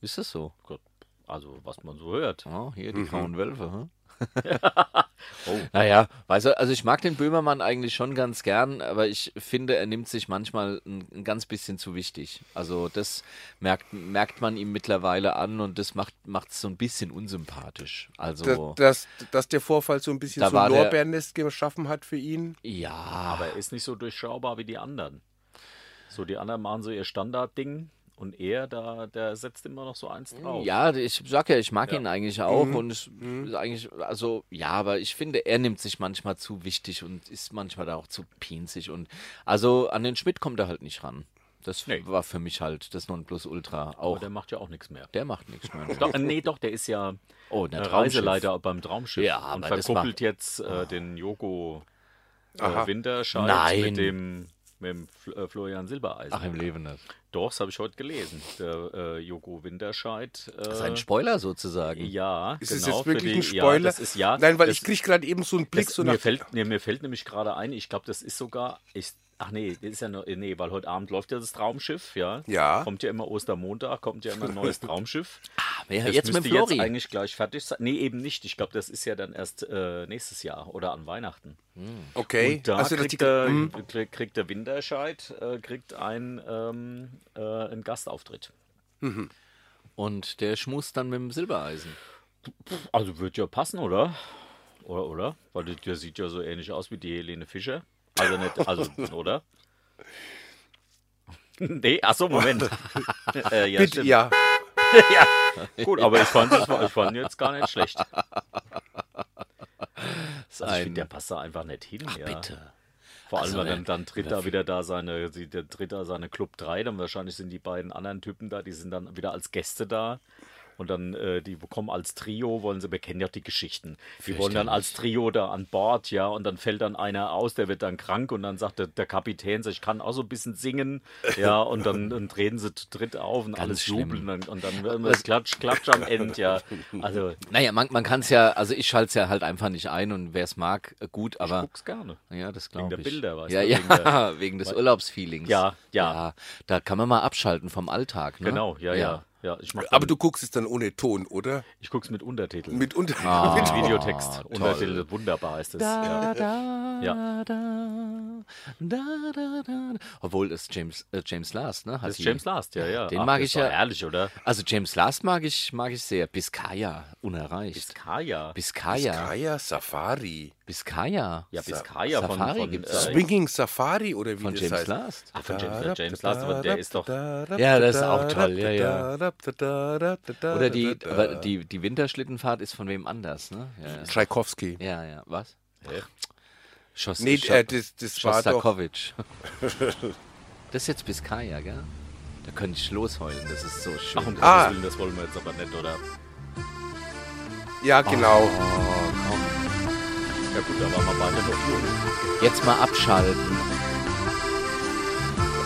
S1: Ist das so?
S3: Gott, Also, was man so hört.
S1: Oh, hier, die
S2: Mhm.
S1: grauen Wölfe, hm?
S3: Oh.
S1: Naja, weißt du, also ich mag den Böhmermann eigentlich schon ganz gern, aber ich finde, er nimmt sich manchmal ein, ein ganz bisschen zu wichtig. Also das merkt, merkt man ihm mittlerweile an und das macht es so ein bisschen unsympathisch. Also,
S2: Dass, dass, dass der Vorfall so ein bisschen
S1: Da
S2: so
S1: war
S2: ein
S1: der-
S2: Lorbeernest geschaffen hat für ihn.
S1: ja.
S3: Aber er ist nicht so durchschaubar wie die anderen. So, die anderen machen so ihr Standardding und er, da, der setzt immer noch so eins drauf.
S1: Ja, ich sag ja, ich mag
S3: Ja. Mhm.
S1: ihn eigentlich auch und es ist eigentlich, also ja, aber ich finde, er nimmt sich manchmal zu wichtig und ist manchmal da auch zu pinzig und also an den Schmidt kommt er halt nicht ran. Das
S3: Nee.
S1: war für mich halt das Nonplusultra
S3: Aber
S1: auch.
S3: der
S1: Der,
S3: macht ja auch nichts mehr.
S1: macht nichts mehr.
S3: Doch, äh, nee, doch, der ist ja
S1: Oh,
S3: äh,
S1: der Traumschiff.
S3: Reiseleiter beim Traumschiff
S1: Ja,
S3: und
S1: aber das Ah.
S3: verkuppelt jetzt äh, den Joko äh,
S2: Aha.
S3: Winterscheid
S1: Nein.
S3: mit dem, mit dem Fl äh, Florian Silbereisen.
S1: Ach, im Leben nicht.
S3: Doch, das habe ich heute gelesen. Der äh, Joko Winterscheid. Äh,
S1: Das ist ein Spoiler sozusagen.
S3: ja,
S2: Ist
S3: genau,
S2: es jetzt
S3: für
S2: wirklich
S3: die-
S2: ein Spoiler?
S3: Ja, das ist ja.
S2: Nein, weil
S3: das,
S2: ich kriege gerade eben so einen Blick
S3: das,
S2: so
S3: mir
S2: nach.
S3: fällt, nee, mir fällt nämlich gerade ein, ich glaube, das ist sogar. Ich, ach nee, das ist ja nur, nee, weil heute Abend läuft ja das Traumschiff, ja.
S2: Ja.
S3: Kommt ja immer Ostermontag, kommt ja immer ein neues Traumschiff.
S1: Ja,
S3: Das
S1: jetzt mit
S3: müsste
S1: Flori.
S3: jetzt eigentlich gleich fertig sein. Nee, eben nicht. Ich glaube, das ist ja dann erst äh, nächstes Jahr oder an Weihnachten.
S2: Okay.
S3: Und da
S2: also, dass
S3: kriegt,
S2: die,
S3: der,
S2: hm,
S3: krieg- kriegt der Winterscheid äh, kriegt ein, ähm, äh, einen Gastauftritt.
S1: Und der schmust dann mit dem Silbereisen.
S3: Also wird ja passen, oder? Oder, oder? Weil der, der sieht ja so ähnlich aus wie die Helene Fischer. Also nicht, also, oder? Nee, achso, Moment. äh, ja,
S2: Bitte,
S3: stimmt.
S2: ja.
S3: ja. Gut, aber ich fand es ich fand ihn jetzt gar nicht schlecht. Also ich
S1: ein-
S3: finde, der passt da einfach nicht hin. ja.
S1: Bitte.
S3: Vor allem,
S1: Also,
S3: weil dann,
S1: ne,
S3: dann tritt
S1: wer
S3: da wieder da seine, die- der tritt da seine Club 3, dann wahrscheinlich sind die beiden anderen Typen da, die sind dann wieder als Gäste da. Und dann, äh, die kommen als Trio, wollen sie, wir kennen ja die Geschichten. Die wollen dann als Trio da an Bord, ja, und dann fällt dann einer aus, der wird dann krank und dann sagt der, der Kapitän, so, ich kann auch so ein bisschen singen, ja, und dann, dann treten sie zu dritt auf und alles
S1: schlimm.
S3: jubeln und, und dann wird das Klatsch, Klatsch am Ende, ja. Also,
S1: Naja, man, man kann es ja, also ich schalte es ja halt einfach nicht ein und wer es mag, äh, gut, aber.
S3: guck's gerne.
S1: Ja, das glaube
S3: der
S1: ich.
S3: Bilder, weißt
S1: ja,
S3: du,
S1: ja,
S3: wegen der-
S1: wegen des Urlaubsfeelings.
S3: Ja, ja.
S1: Da kann man mal abschalten vom Alltag. Ne?
S3: Genau, ja, ja. ja. ich mach
S2: Aber
S3: dann-
S2: du guckst es dann ohne Ton, oder?
S3: Ich guck's mit Untertiteln.
S2: Mit unter.
S3: Mit Videotext. Untertitel, wunderbar ist es.
S1: Ah, Da,
S3: Ja.
S1: da,
S3: Ja.
S1: da, da, da, da. Obwohl es James, äh, James Last, ne? Hat
S3: Das
S1: die-
S3: ist James Last, ja, ja.
S1: Den mag
S3: das
S1: ich
S3: ist doch
S1: ja.
S3: Ehrlich, oder?
S1: Also James Last mag ich, mag ich sehr. Biscaya, unerreicht.
S3: Biskaya.
S1: Biscaya.
S2: Kaya Safari.
S1: Biscaya.
S3: Ja, Biskaya von,
S1: Safari
S3: von,
S1: gibt's
S3: äh,
S1: auch.
S2: Swinging Safari oder wie
S1: Von
S2: das
S1: James
S2: heißt.
S1: Last.
S3: Ach, von James, James Last, aber der ist doch.
S1: Ja,
S2: Ja,
S1: das ist auch toll, ja, ja. Oder
S2: Oder
S1: die, aber die, die Winterschlittenfahrt ist von wem anders, ne? Ja, ja.
S2: Tchaikovsky.
S1: ja, ja. was? Schoss,
S2: Nee,
S1: Scho-
S2: äh, das, das war doch.
S1: Schostakowitsch. das ist jetzt Biskaya, gell? Da könnte ich losheulen, das ist so schön.
S3: Ach, um
S2: Ah.
S3: Gottes Willen, das wollen wir jetzt aber nicht, oder?
S2: Ja, genau.
S3: Ja, gut, da waren wir beide noch jung.
S1: Jetzt mal abschalten.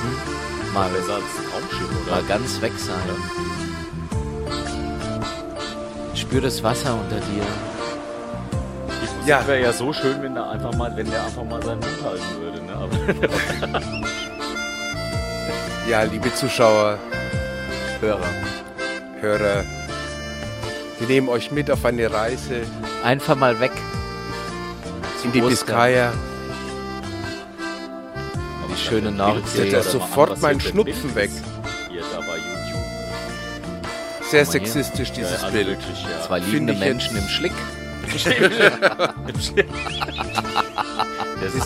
S1: Hm? Mal,
S3: Besser als ein Raumschiff, oder?
S1: mal ganz weg sein. Spür das Wasser unter dir.
S2: Ja.
S3: Das wäre ja so schön, wenn der einfach mal, wenn der einfach mal seinen Mund halten würde, ne? Aber
S2: Ja, liebe Zuschauer,
S1: Hörer.
S2: Hörer, wir nehmen euch mit auf eine Reise
S1: Einfach mal weg.
S2: in die
S1: Ostern.
S2: Biskaya.
S1: Die schöne Nordsee.
S2: Setzt
S1: oder
S2: das
S1: was.
S2: sofort
S3: mein
S2: meinen Schnupfen weg.
S3: Hier, da bei YouTube.
S2: Sehr
S1: Guck mal her.
S2: sexistisch,
S3: Ja,
S2: dieses
S3: also
S2: Bild.
S3: wirklich, ja.
S1: Zwei liebende
S2: Finde ich
S1: Menschen
S2: jetzt-
S1: im Schlick.
S3: Das ist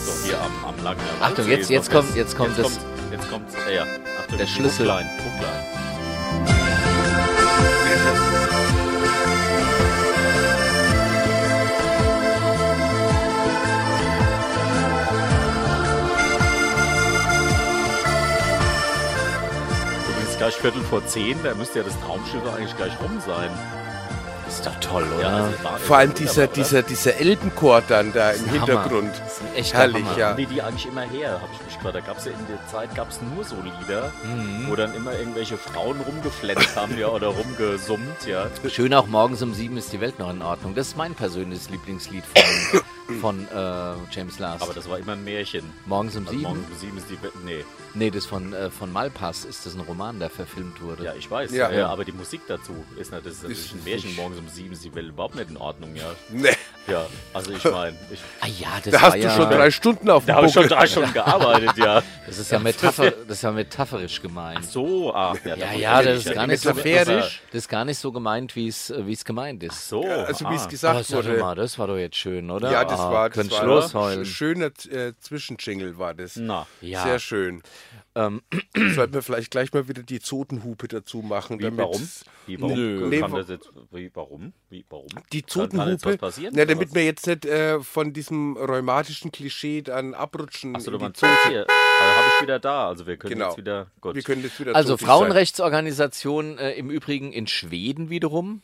S3: doch hier am, am langen
S1: Achtung, jetzt- jetzt kommt- jetzt kommt das-
S3: Jetzt kommt äh, ja. Achtung,
S1: Der Schlüssel.
S3: Bucklein, Bucklein. Übrigens gleich Viertel vor zehn, da müsste ja das Traumschiff eigentlich gleich rum sein.
S1: Ist doch toll, oder?
S3: Ja, also war-
S2: Vor allem dieser,
S3: wunderbar, oder?
S2: dieser, dieser Elbenchor dann da im
S1: Hammer.
S2: Hintergrund.
S1: Das ist ein echter
S2: Herrlich,
S1: Hammer.
S2: ja.
S3: Haben die die eigentlich immer her, habe ich mich gerade. Da gab es ja in der Zeit gab's nur so Lieder,
S1: Mhm.
S3: wo dann immer irgendwelche Frauen rumgeflennt haben ja, oder rumgesummt, ja.
S1: Schön auch morgens um sieben ist die Welt noch in Ordnung. Das ist mein persönliches Lieblingslied von, von äh, James Last.
S3: Aber das war immer ein Märchen.
S1: morgens um
S3: Also
S1: sieben?
S3: morgens um sieben ist die Welt. Nee,
S1: Nee, das von, äh, von Malpass ist das ein Roman, der verfilmt wurde.
S3: ja, ich weiß. Ja.
S2: Ja.
S3: aber die Musik dazu ist natürlich, das ist natürlich ein Märchen. Morgens um sieben ist die Welt überhaupt nicht in Ordnung, ja.
S2: Nee,
S3: Ja, also ich meine, ich,
S1: ah ja, das
S2: da
S1: war
S2: hast du
S1: ja,
S2: schon drei Stunden auf
S3: da
S2: dem
S3: habe ich schon
S2: Buckel.
S3: drei Stunden gearbeitet, ja.
S1: Das ist ja, metapher, das ist ja metaphorisch gemeint.
S3: So, ach,
S1: ja,
S3: da-
S1: ja, das ist gar nicht so
S2: Metaphorisch?
S1: Das ist gar nicht so gemeint, wie es äh, wie es gemeint ist.
S3: So,
S2: Also wie es
S1: Ah,
S2: gesagt
S1: sag
S2: wurde.
S1: mal, das war doch jetzt schön, oder?
S2: Ja, das
S1: Ah,
S2: war, das
S1: könnt
S2: war
S1: Schluss
S2: ein
S1: heulen.
S2: schöner äh, Zwischenjingle war das.
S3: Na,
S1: ja.
S2: Sehr schön.
S1: Ähm,
S2: Sollten wir vielleicht gleich mal wieder die Zotenhupe dazu machen.
S3: Wie,
S2: damit
S3: warum? Wie, warum?
S2: Nö.
S3: Kann
S2: Nee,
S3: das
S2: wa-
S3: jetzt, wie, warum? Wie, warum?
S2: Die
S3: Kann- kann jetzt
S2: Zotenhupe,
S3: was passieren?
S2: na, damit
S3: Oder
S2: wir jetzt nicht äh, von diesem rheumatischen Klischee dann abrutschen.
S3: was? Achso,
S2: in
S3: da
S2: die
S3: waren
S2: Zote.
S3: Hier, also habe ich wieder da. Also wir können
S2: Genau.
S3: jetzt wieder. Gut.
S2: Wir können jetzt wieder
S1: Also
S2: zotig
S1: Frauenrechtsorganisationen äh, im Übrigen in Schweden wiederum.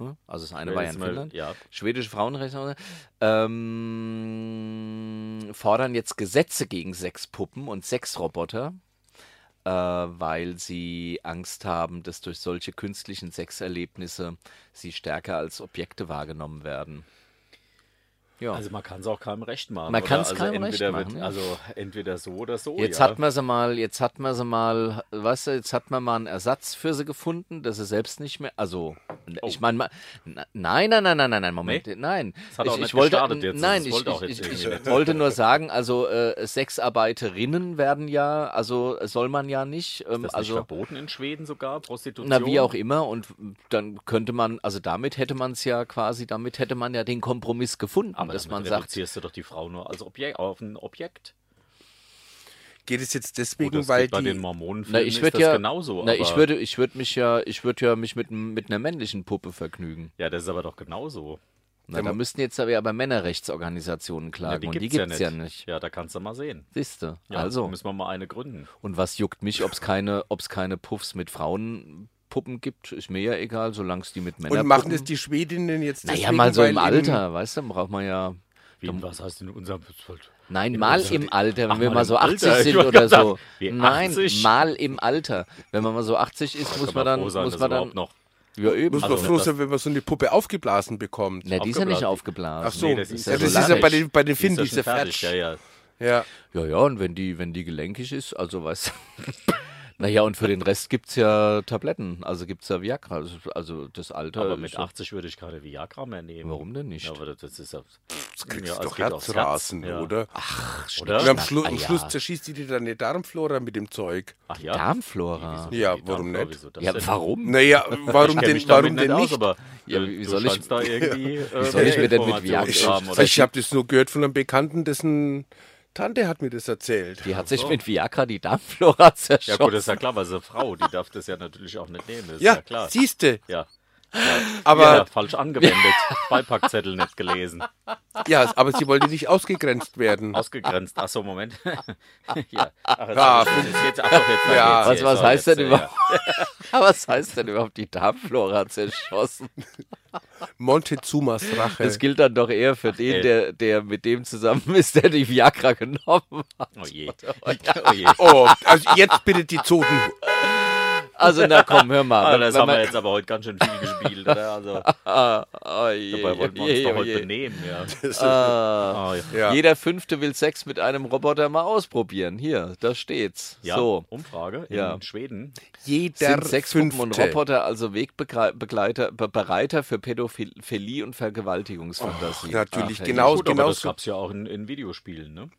S1: ne? Also das eine
S3: Ja,
S1: war ja
S3: jetzt
S1: in
S3: mal-
S1: Finnland.
S3: ja.
S1: Schwedische Frauenrechtsorganisationen ähm, fordern jetzt Gesetze gegen Sexpuppen und Sexroboter, äh, weil sie Angst haben, dass durch solche künstlichen Sexerlebnisse sie stärker als Objekte wahrgenommen werden. Ja.
S3: Also man kann es auch keinem recht machen.
S1: Man
S3: oder?
S1: kann's
S3: also
S1: keinem recht
S3: entweder wird-
S1: machen, ja.
S3: Also entweder so oder so.
S1: Jetzt
S3: Oh ja.
S1: hat man sie mal, jetzt hat man sie mal, weißt du, jetzt hat man mal einen Ersatz für sie gefunden, dass sie selbst nicht mehr, also, ich meine, ma- na- nein, nein, nein, nein, nein, nein, Moment,
S3: Oh. Nee?
S1: nein.
S3: Das hat
S1: ich,
S3: auch nicht
S1: ich wollte,
S3: geschadet jetzt,
S1: Nein,
S3: das
S1: ich,
S3: wollte auch
S1: ich,
S3: jetzt
S1: ich, ich
S3: irgendwie.
S1: wollte nur sagen, also äh, Sexarbeiterinnen werden ja, also soll man ja nicht, ähm,
S3: das ist nicht
S1: also,
S3: verboten in Schweden sogar, Prostitution.
S1: na wie auch immer und dann könnte man, also damit hätte man es ja quasi, damit hätte man ja den Kompromiss gefunden,
S3: Aber
S1: dass man
S3: damit
S1: sagt,
S3: reduzierst du doch die Frau nur als Objekt, auf ein Objekt.
S2: Geht es jetzt
S3: Gut,
S2: deswegen,
S3: das
S2: weil
S3: geht bei
S2: die,
S3: den
S1: na
S3: Mormonenfilmen
S1: ich
S3: ist
S1: würde
S3: das
S1: ja,
S3: genauso.
S1: na ich
S3: aber-
S1: würde, ich würde mich ja, ich würde ja mich mit m- mit einer männlichen Puppe vergnügen.
S3: Ja, das ist aber doch genauso.
S1: Na, da müssten jetzt aber ja bei Männerrechtsorganisationen klagen
S3: Ja, die
S1: und die
S3: gibt's,
S1: gibt's ja nicht.
S3: Ja, da kannst du mal sehen.
S1: Siehste.
S3: Ja,
S1: also,
S3: müssen wir mal eine gründen.
S1: und was juckt mich, ob's keine, ob's keine Puffs mit Frauenpuppen gibt? Ist mir ja egal, solange es die mit Männern
S2: und machen das die Schwedinnen jetzt
S1: Naja,
S2: deswegen,
S1: mal so
S2: weil
S1: im Alter, weißt du, braucht man ja.
S3: Wie, was heißt in unserem
S1: Nein, mal im Alter, wenn
S3: Ach,
S1: wir
S3: mal
S1: mal
S3: im
S1: so 80
S3: Alter, ich
S1: sind
S3: wollte
S1: oder
S3: grad
S1: so.
S3: sagen, wie
S1: Nein,
S3: 80?
S1: mal im Alter. Wenn man mal so 80 ist, muss man dann,
S3: sein,
S1: muss
S3: dass
S1: man
S3: überhaupt
S1: dann,
S3: noch.
S1: ja eben.
S2: Muss man
S3: Also,
S2: froh
S3: das-
S2: sein, wenn man so eine Puppe aufgeblasen bekommt.
S1: Na, die ist ja nicht aufgeblasen.
S2: Ach so,
S3: nee,
S2: das
S3: das
S2: ist
S3: ist
S2: ja,
S3: ja
S2: das
S3: so
S2: ist ja bei
S1: lappig.
S2: den, bei den Finnen,
S3: ja
S2: diese
S3: schon fertig,
S2: Fertig.
S3: ja, ja.
S2: ja.
S1: Ja, ja, und wenn die, wenn die gelenkig ist, also weißt du. naja, und für den Rest gibt's ja Tabletten, also gibt's ja Viagra. Also, also das Alter.
S3: Aber
S1: ist
S3: mit
S1: ja-
S3: 80 würde ich keine Viagra mehr nehmen.
S1: Warum denn nicht?
S3: Ja, aber das ist ja. Das
S2: Kriegst doch Herzrasen, oder? Ach,
S3: oder?
S2: und am, Schlu
S1: Ah,
S2: am
S1: ja.
S2: Schluss zerschießt die dir deine Darmflora mit dem Zeug.
S3: Ach ja.
S1: Darmflora.
S2: Ja, warum nicht?
S1: Ja, warum?
S2: Naja, warum
S3: Warum
S2: denn, warum denn
S3: nicht?
S2: nicht?
S3: Aus, aber
S1: Ja,
S3: äh,
S1: wie
S3: du
S1: soll ich-
S3: scheinst da irgendwie, äh,
S1: soll ich mir denn mit
S3: Informationen
S1: Viagra-
S3: zu
S2: ich
S3: haben, oder?
S2: ich habe das nur gehört von einem Bekannten, dessen Tante hat mir das erzählt.
S1: Die hat sich mit Viagra die Darmflora
S3: Ja
S1: zerschossen.
S3: gut, das ist ja klar, weil sie eine Frau, die darf das ja natürlich auch nicht nehmen, ist ja,
S2: ja,
S3: klar.
S2: siehste.
S3: Ja. ja,
S2: Aber,
S3: falsch angewendet, Beipackzettel nicht gelesen,
S2: ja. aber sie wollte nicht ausgegrenzt werden.
S3: ausgegrenzt. Ach so, Moment.
S1: Ah,
S3: ja. Ach, jetzt,
S2: Ah,
S3: hab ich- jetzt, jetzt, ach doch, jetzt,
S2: Ja.
S1: was,
S3: jetzt,
S1: was
S3: jetzt,
S1: heißt
S3: jetzt,
S1: denn
S3: äh,
S1: überhaupt? was heißt denn überhaupt die Darmflora zerschossen?
S2: Montezumas Rache.
S1: Das gilt dann doch eher für den,
S3: Ey.
S1: der, der mit dem zusammen ist, der die Viagra genommen hat.
S3: Ja. Oh je. Oh je.
S2: oh, also jetzt bitte die Zoten.
S1: Also na komm, hör mal.
S3: Also, das
S1: Wenn
S3: haben
S1: man-
S3: wir jetzt aber heute ganz schön viel gespielt, oder? Also,
S1: Ah, oh je,
S3: dabei wollten wir uns
S1: je,
S3: doch heute
S1: je.
S3: benehmen, ja.
S1: Ah.
S3: Ah, ja.
S2: Ja.
S1: Jeder Fünfte will Sex mit einem Roboter mal ausprobieren. Hier, da steht's.
S3: ja.
S1: So.
S3: Umfrage in
S1: Ja.
S3: Schweden.
S2: Jeder
S1: Sind Sexpuppen
S2: fünfte.
S1: und Roboter also Wegbegleiter Be Bereiter für Pädophilie und Ah, Vergewaltigungsfantasien?
S2: natürlich,
S1: Ach,
S2: genau.
S1: herrje.
S3: Gut, aber das
S2: genauso.
S3: gab's ja auch in, in Videospielen, ne?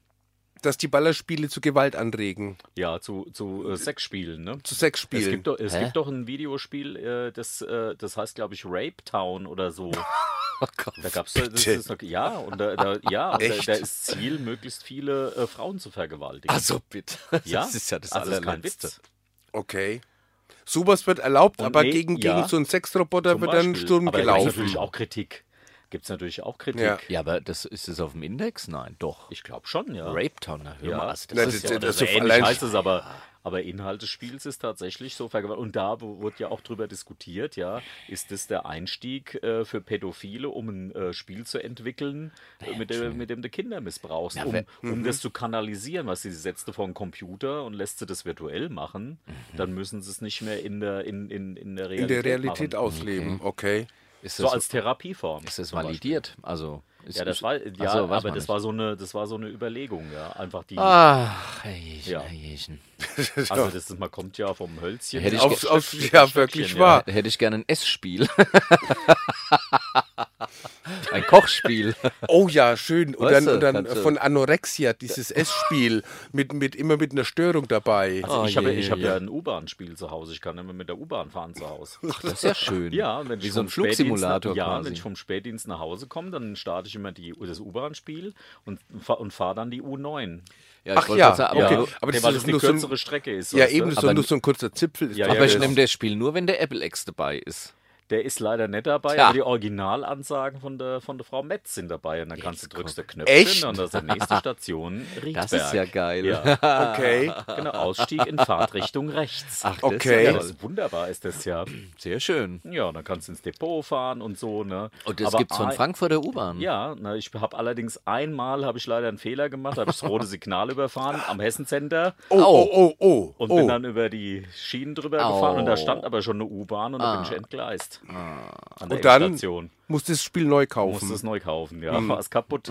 S2: Dass die Ballerspiele zu Gewalt anregen.
S3: Ja, zu, zu äh, Sexspielen, ne?
S2: Zu
S3: Es
S2: Sexspielen.
S3: gibt, doch, es
S1: Hä?
S3: gibt doch ein Videospiel, äh, das, äh, das heißt, glaube ich, Rape Town oder so. Da gab's äh, das ist, noch- ja und da, da ja und da,
S2: Echt?
S3: da ist Ziel möglichst viele äh, Frauen zu vergewaltigen.
S1: Also bitte.
S3: ja,
S1: Das ist ja das
S3: also kein
S1: allerletzte.
S3: Witz.
S2: Okay. Sowas wird erlaubt,
S3: Und
S2: aber
S3: Oh, nee,
S2: gegen,
S3: ja.
S2: gegen so einen Sexroboter
S3: Zum
S2: wird dann
S3: Beispiel.
S2: Sturm
S3: Aber da gibt's
S2: gelaufen.
S3: natürlich auch Kritik. Gibt's natürlich auch Kritik.
S2: Ja.
S1: ja, aber das ist es auf dem Index? Nein, doch.
S3: Ich glaube schon, ja.
S1: Rape Town, na, hör
S3: Ja.
S1: mal, also das
S2: Na,
S1: ist
S2: das-
S1: ja,
S2: das-
S3: Also
S2: so
S3: ähnlich
S2: allein-
S3: heißt es aber. Aber Inhalt des Spiels ist tatsächlich so vergewaltigt. Und da wo- wurde ja auch drüber diskutiert, ja, ist das der Einstieg äh, für Pädophile, um ein äh, Spiel zu entwickeln, äh, mit, dem, mit dem du Kinder missbrauchst, um,
S1: wer-
S3: um das zu kanalisieren. Was sie setzt du vor einen Computer und lässt sie das virtuell machen,
S1: Mhm.
S3: dann müssen sie es nicht mehr in der, in, in, in der
S2: In
S3: Realität,
S2: der Realität
S3: machen. Mhm.
S2: ausleben, okay.
S1: ist
S3: So
S1: das,
S3: als Therapieform.
S1: ist das
S3: zum Beispiel.
S1: validiert? Also, ist,
S3: Ja, das war, ja,
S1: Ach so, weiß
S3: aber
S1: man
S3: das
S1: nicht. Ah,
S3: war, so eine, das war so eine Überlegung, ja. Einfach die,
S1: Ach, Herrjechen,
S3: Ja.
S1: Herrjechen.
S3: also das ist, man kommt ja vom Hölzchen.
S1: Hätte ich
S3: auf
S1: ge-
S2: Auf, auf, ja, wirklich
S3: Stöckchen,
S2: wahr.
S1: Da hätte ich gerne ein Essspiel. ein Kochspiel.
S2: Oh ja, schön. Und
S1: Weißt
S2: dann, und
S1: du,
S2: dann
S1: kannst du-
S2: von Anorexia, dieses Essspiel, mit, mit, immer mit einer Störung dabei.
S3: Also
S1: Oh,
S3: ich habe
S1: je,
S3: ich
S1: je,
S3: hab ja
S1: je.
S3: ein U-Bahn-Spiel zu Hause. Ich kann immer mit der U-Bahn fahren zu Hause.
S1: Das ist ja schön.
S3: Ja, wenn
S1: Wie
S3: ich
S1: so ein
S3: vom Spätdienst
S1: Flugsimulator
S3: nach- Ja,
S1: quasi.
S3: wenn ich vom Spätdienst nach Hause komme, dann starte ich immer die, das U-Bahn-Spiel und, fa- und fahre dann die U9.
S1: Ja,
S2: Ach
S1: wollte
S2: ja,
S1: gerade sagen, aber,
S2: okay. Aber das
S3: weil
S2: ist
S3: das eine
S2: nur so ein-
S3: kürzere Strecke ist.
S2: ja,
S3: weißt du?
S2: eben, das ist
S1: aber-
S2: doch nur so ein kurzer Zipfel. Ist
S3: Ja,
S2: doch
S1: aber ich
S2: das-
S1: nehme das Spiel nur, wenn der Apple X dabei ist.
S3: Der ist leider nicht dabei,
S1: Tja.
S3: aber die Originalansagen von der, von der Frau Metz sind dabei. Und dann kannst du drückst du Knöpfchen
S2: Echt?
S3: und dann ist die nächste Station Riedberg.
S1: Das ist ja geil.
S3: Ja,
S2: Okay.
S3: genau, Ausstieg in Fahrtrichtung rechts. Ach,
S1: das
S2: ist Okay. ja
S3: Ja, das ist wunderbar ist das ja.
S1: Sehr schön.
S3: Ja, dann kannst du ins Depot fahren und so, ne?
S1: Und das
S3: Aber
S1: gibt's von
S3: ein-
S1: Frankfurter U-Bahn.
S3: Ja, na, ich habe allerdings einmal habe ich leider einen Fehler gemacht, habe ich das rote Signal überfahren am Hessen Center
S2: Oh, oh, oh, oh.
S3: und
S2: oh.
S3: bin dann über die Schienen drüber
S1: Au. Ah.
S3: gefahren und da stand aber schon eine U-Bahn und da bin ich entgleist.
S1: kaputt.
S3: an
S2: Und dann Hm.
S3: Endstation.
S2: muss das Spiel neu
S3: Musst
S2: kaufen.
S3: es neu kaufen, ja. War es kaputt.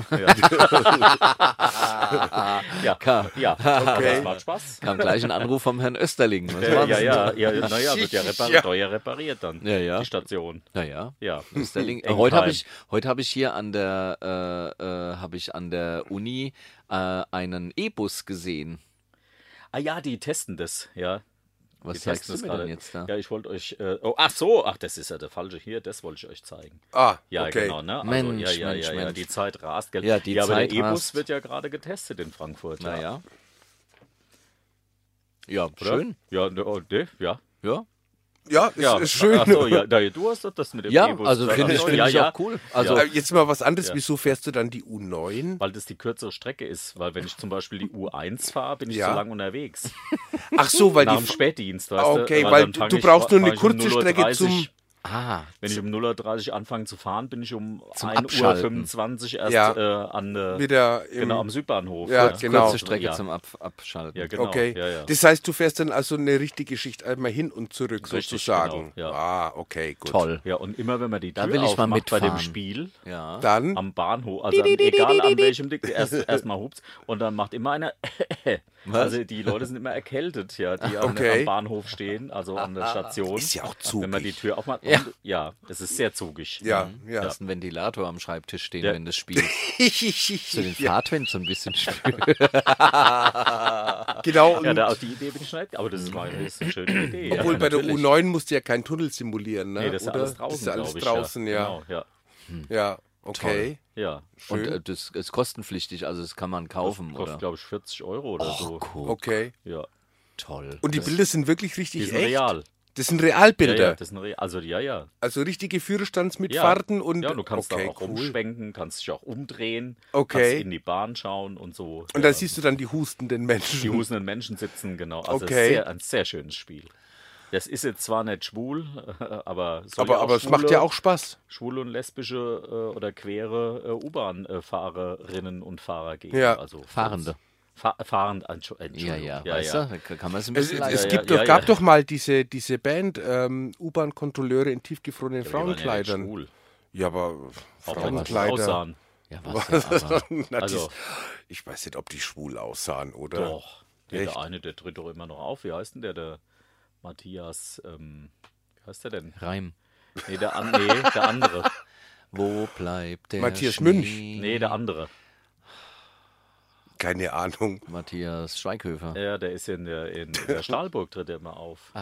S3: Ja, ja. ja. Das macht Spaß.
S1: Kam gleich ein Anruf vom Herrn Österling. Was
S3: Ja,
S1: war's
S3: ja,
S1: denn
S3: ja,
S1: da?
S3: ja, naja, wird ja, repar
S2: Ja.
S3: teuer repariert dann.
S1: Ja, ja.
S3: Die Station.
S1: Naja.
S3: Ja.
S1: Österling.
S3: Engheim.
S1: Heute habe ich, heute habe ich hier an der, äh, äh, habe ich an der Uni äh, einen E-Bus gesehen.
S3: Ah ja, die testen das, ja.
S1: Was
S3: die
S1: zeigst
S3: testen
S1: du mir denn jetzt da?
S3: Ja, ich wollte euch. Äh, oh, ach so, ach, das ist ja der falsche hier, das wollte ich euch zeigen.
S2: Ah,
S3: Ja,
S2: okay.
S3: genau, ne? Also,
S1: Mensch,
S3: ja, ja,
S1: Mensch,
S3: ja, ja,
S1: Mensch.
S3: die Zeit rast, gell?
S1: Ja, die
S3: ja, aber
S1: Zeit
S3: der E-Bus
S1: rast.
S3: wird ja gerade getestet in Frankfurt. ja.
S1: Naja. Ja,
S3: Oder?
S1: schön.
S3: Ja, ne, oh, ne, ja.
S1: Ja,
S2: Ja, ist,
S3: ja.
S2: ist schön.
S3: Ach so, ja, da, du hast doch das mit dem
S1: ja
S3: E-Bus.
S1: also finde ich,
S3: Ach so,
S1: find
S3: ja,
S1: ich
S3: ja.
S1: auch cool. Also,
S2: Aber Jetzt mal was anderes. Wieso fährst du dann die U9?
S3: Weil das die kürzere Strecke ist, weil wenn ich zum Beispiel die U1 fahre, bin ich
S2: Ja.
S3: so lange unterwegs.
S2: Ach so, weil
S3: Nach
S2: die. Ah,
S3: dem Spätdienst, weißt du?
S2: Okay,
S3: Aber
S2: weil
S3: dann
S2: du
S3: fang
S2: du
S3: ich-
S2: brauchst nur
S3: fang
S2: eine
S3: ich um
S2: kurze Strecke
S3: 0.30
S2: zum.
S1: ah,
S3: Wenn ich um 0.30 Uhr anfange zu fahren, bin ich um
S1: Zum
S3: 1.25 Uhr erst
S2: Ja.
S3: äh, an der,
S2: Wieder im,
S3: genau, am Südbahnhof.
S2: Ja, genau.
S1: kurze Strecke
S3: ja.
S1: zum Ab Abschalten.
S3: Ja, genau.
S2: Okay.
S3: Ja, ja.
S2: Das heißt, du fährst dann also eine richtige Schicht einmal hin und zurück
S3: Richtig,
S2: sozusagen.
S3: genau, ja.
S2: Ah, okay, gut.
S1: Toll.
S3: ja, und immer wenn man die Tür
S1: Da will ich mal
S3: aufmacht bei dem
S1: mitfahren.
S3: Spiel,
S1: Ja.
S2: Dann
S3: am Bahnhof, also an, egal an welchem Dick, erst- erstmal hupt und dann macht immer einer. also die Leute sind immer erkältet, ja, die am-
S2: Okay.
S3: am Bahnhof stehen, also an der Station.
S2: ist ja auch
S3: Wenn man die
S2: zugig.
S3: Tür aufmacht,
S1: Ja.
S3: ja, und, ja es ist sehr zugig.
S2: Ja, ja.
S1: Lass einen Ventilator am Schreibtisch stehen,
S3: Ja.
S1: wenn das Spiel zu den
S2: ja.
S1: Fahrtwind so ein bisschen spürt.
S2: Genau.
S3: Ja,
S2: Und
S3: da, auf die Idee bin ich nicht, aber das ist, meine, ist eine schöne Idee.
S2: Mhm. obwohl
S3: ja,
S2: bei der
S3: natürlich.
S2: U9 musst du ja keinen Tunnel simulieren, ne?
S3: Nee, das ist ja
S2: Oder?
S3: alles draußen.
S2: Das ist alles
S3: glaub ich,
S2: draußen, ja.
S3: Genau, ja.
S2: Ja, okay.
S3: ja.
S1: Und
S2: Schön.
S1: äh, das ist kostenpflichtig, also das kann man kaufen,
S3: Kostet,
S1: oder?
S3: glaube ich, 40 Euro oder so.
S1: cool.
S2: Okay.
S3: Ja.
S1: Toll.
S2: Und die Bilder sind wirklich
S3: Die
S2: richtig
S3: sind
S2: echt.
S3: real.
S2: Das sind
S3: Ja,
S2: Realbilder.
S3: ja, das sind real. Also, ja, ja.
S2: also richtige
S3: Ja.
S2: Führerstandsmitfahrten und
S3: ja, du kannst
S2: okay,
S3: da auch
S2: cool.
S3: rumschwenken, kannst dich auch umdrehen,
S2: Okay.
S3: kannst in die Bahn schauen und so.
S2: Und
S3: ja.
S2: da siehst du dann die hustenden Menschen.
S3: die husenden Menschen sitzen, genau. Also
S2: Okay.
S3: sehr, ein sehr schönes Spiel. Das ist jetzt zwar nicht schwul, aber soll ja
S2: aber
S3: auch
S2: aber es
S3: schwule-
S2: macht ja auch Spaß.
S3: schwule und lesbische äh, oder queere äh, U-Bahn-Fahrerinnen und Fahrer geben.
S2: Ja.
S3: Also
S1: Fahrende.
S3: Fa fahrend, Entschu-
S1: Ja,
S3: Entschuldigung.
S1: ja, weißt du, da kann man es ein
S2: Es,
S1: bisschen
S2: es
S1: leichter-
S2: gibt doch,
S3: ja, ja,
S2: gab
S3: ja.
S2: doch mal diese, diese Band ähm, U-Bahn-Kontrolleure in tiefgefrorenen
S3: Wir waren ja nicht
S2: Frauenkleidern.
S3: schwul.
S2: Ja, aber
S3: Auch wenn wir schwul
S2: Frauenkleider.
S3: aussahen.
S1: Ja, was denn, aber?
S2: Na,
S3: Also-
S2: die, ich weiß nicht, ob die schwul aussahen, oder?
S3: Doch. Der,
S2: Echt?
S3: der eine, der tritt doch immer noch auf. Wie heißt denn der? Der Matthias, ähm, wie heißt der denn?
S1: Reim.
S3: Nee, der, an, nee, der andere.
S1: Wo bleibt der
S2: Matthias
S1: Schnee?
S2: Münch.
S3: Nee, der andere.
S2: Keine Ahnung.
S1: Matthias Schweighöfer.
S3: Ja, der ist in der, in der Stahlburg, tritt er immer auf.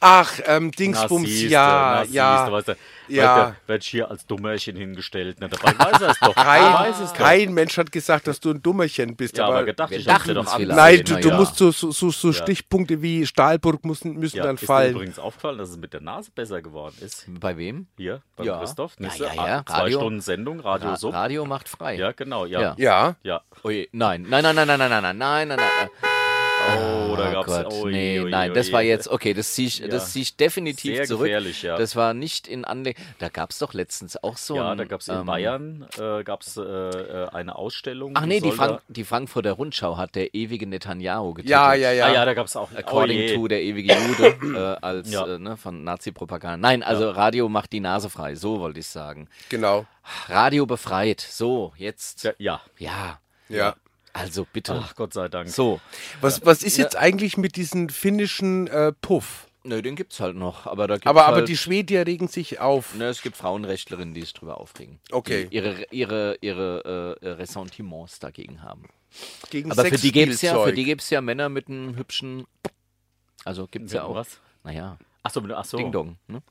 S2: Ach, ähm, Dingsbums,
S3: siehste,
S2: ja,
S3: na, siehste,
S2: ja.
S3: weißt du,
S2: ja.
S3: Wird, der- wird hier als Dummerchen hingestellt. Na, dabei weiß er es doch.
S2: Kein,
S3: Er weiß es doch.
S2: kein Mensch hat gesagt, dass du ein Dummerchen bist.
S3: Ja,
S2: aber
S3: aber gedacht,
S1: wir
S3: ich hab's dir
S1: dachten
S3: doch
S1: es vielleicht.
S2: nein,
S1: gesehen,
S2: du,
S1: na
S2: du
S1: ja.
S2: musst so, so, so, so Stichpunkte wie Stahlburg müssen, müssen
S3: ja,
S2: dann
S3: ist dir
S2: fallen.
S3: übrigens aufgefallen, dass es mit der Nase besser geworden ist.
S1: Bei wem?
S3: Hier, bei
S1: Ja.
S3: Christoph.
S1: Ja,
S3: Nisse,
S1: ja, ja,
S3: ah, Zwei
S1: Radio.
S3: Stunden Sendung, Radio
S1: Ra
S3: Sub.
S1: Radio macht frei.
S3: Ja, genau, ja.
S1: Ja.
S3: Ja.
S2: Ja,
S1: Oje, nein, nein, nein, nein, nein, nein, nein, nein, nein, nein.
S3: Oh, da gab's.
S1: Ah, Gott,
S3: oh,
S1: nee,
S3: je, oh, je,
S1: nein,
S3: oh,
S1: das
S3: je.
S1: war jetzt, okay, das ziehe ich, das zieh ich definitiv
S3: Sehr
S1: zurück.
S3: gefährlich, ja.
S1: Das war nicht in Anlehnung. Da gab es doch letztens auch so
S3: Ja,
S1: ein,
S3: da gab es in
S1: ähm,
S3: Bayern äh, gab's, äh, äh, eine Ausstellung.
S1: Ach nee, die,
S3: sollte-
S1: Frank die Frankfurter Rundschau hat der ewige Netanyahu getitelt.
S2: ja, ja, ja.
S3: Ah, ja, da gab es auch.
S1: According
S3: je.
S1: to der ewige Jude äh, als
S3: Ja.
S1: äh, ne, von Nazi-Propaganda. Nein, also Radio macht die Nase frei, so wollte ich sagen.
S2: Genau.
S1: Radio befreit, so, jetzt.
S3: Ja,
S1: Ja,
S3: ja.
S2: Ja.
S1: also bitte.
S3: Ach, Gott sei Dank.
S1: so.
S2: Was, was ist jetzt eigentlich mit diesem finnischen äh, Puff?
S1: Nö, den gibt's halt noch, aber da gibt's
S2: Aber,
S1: halt
S2: aber die Schwedier regen sich auf.
S1: Ne, es gibt Frauenrechtlerinnen, die sich drüber aufregen.
S2: Okay.
S1: Die ihre ihre, ihre äh, Ressentiments dagegen haben.
S2: Gegen
S1: Aber für die
S2: Sexspielzeug.
S1: gibt's ja, für die gibt's ja Männer mit einem hübschen. Also gibt's ja auch.
S3: Was?
S1: Naja,
S3: Achso, ach so.
S1: Ding Dong. Ne?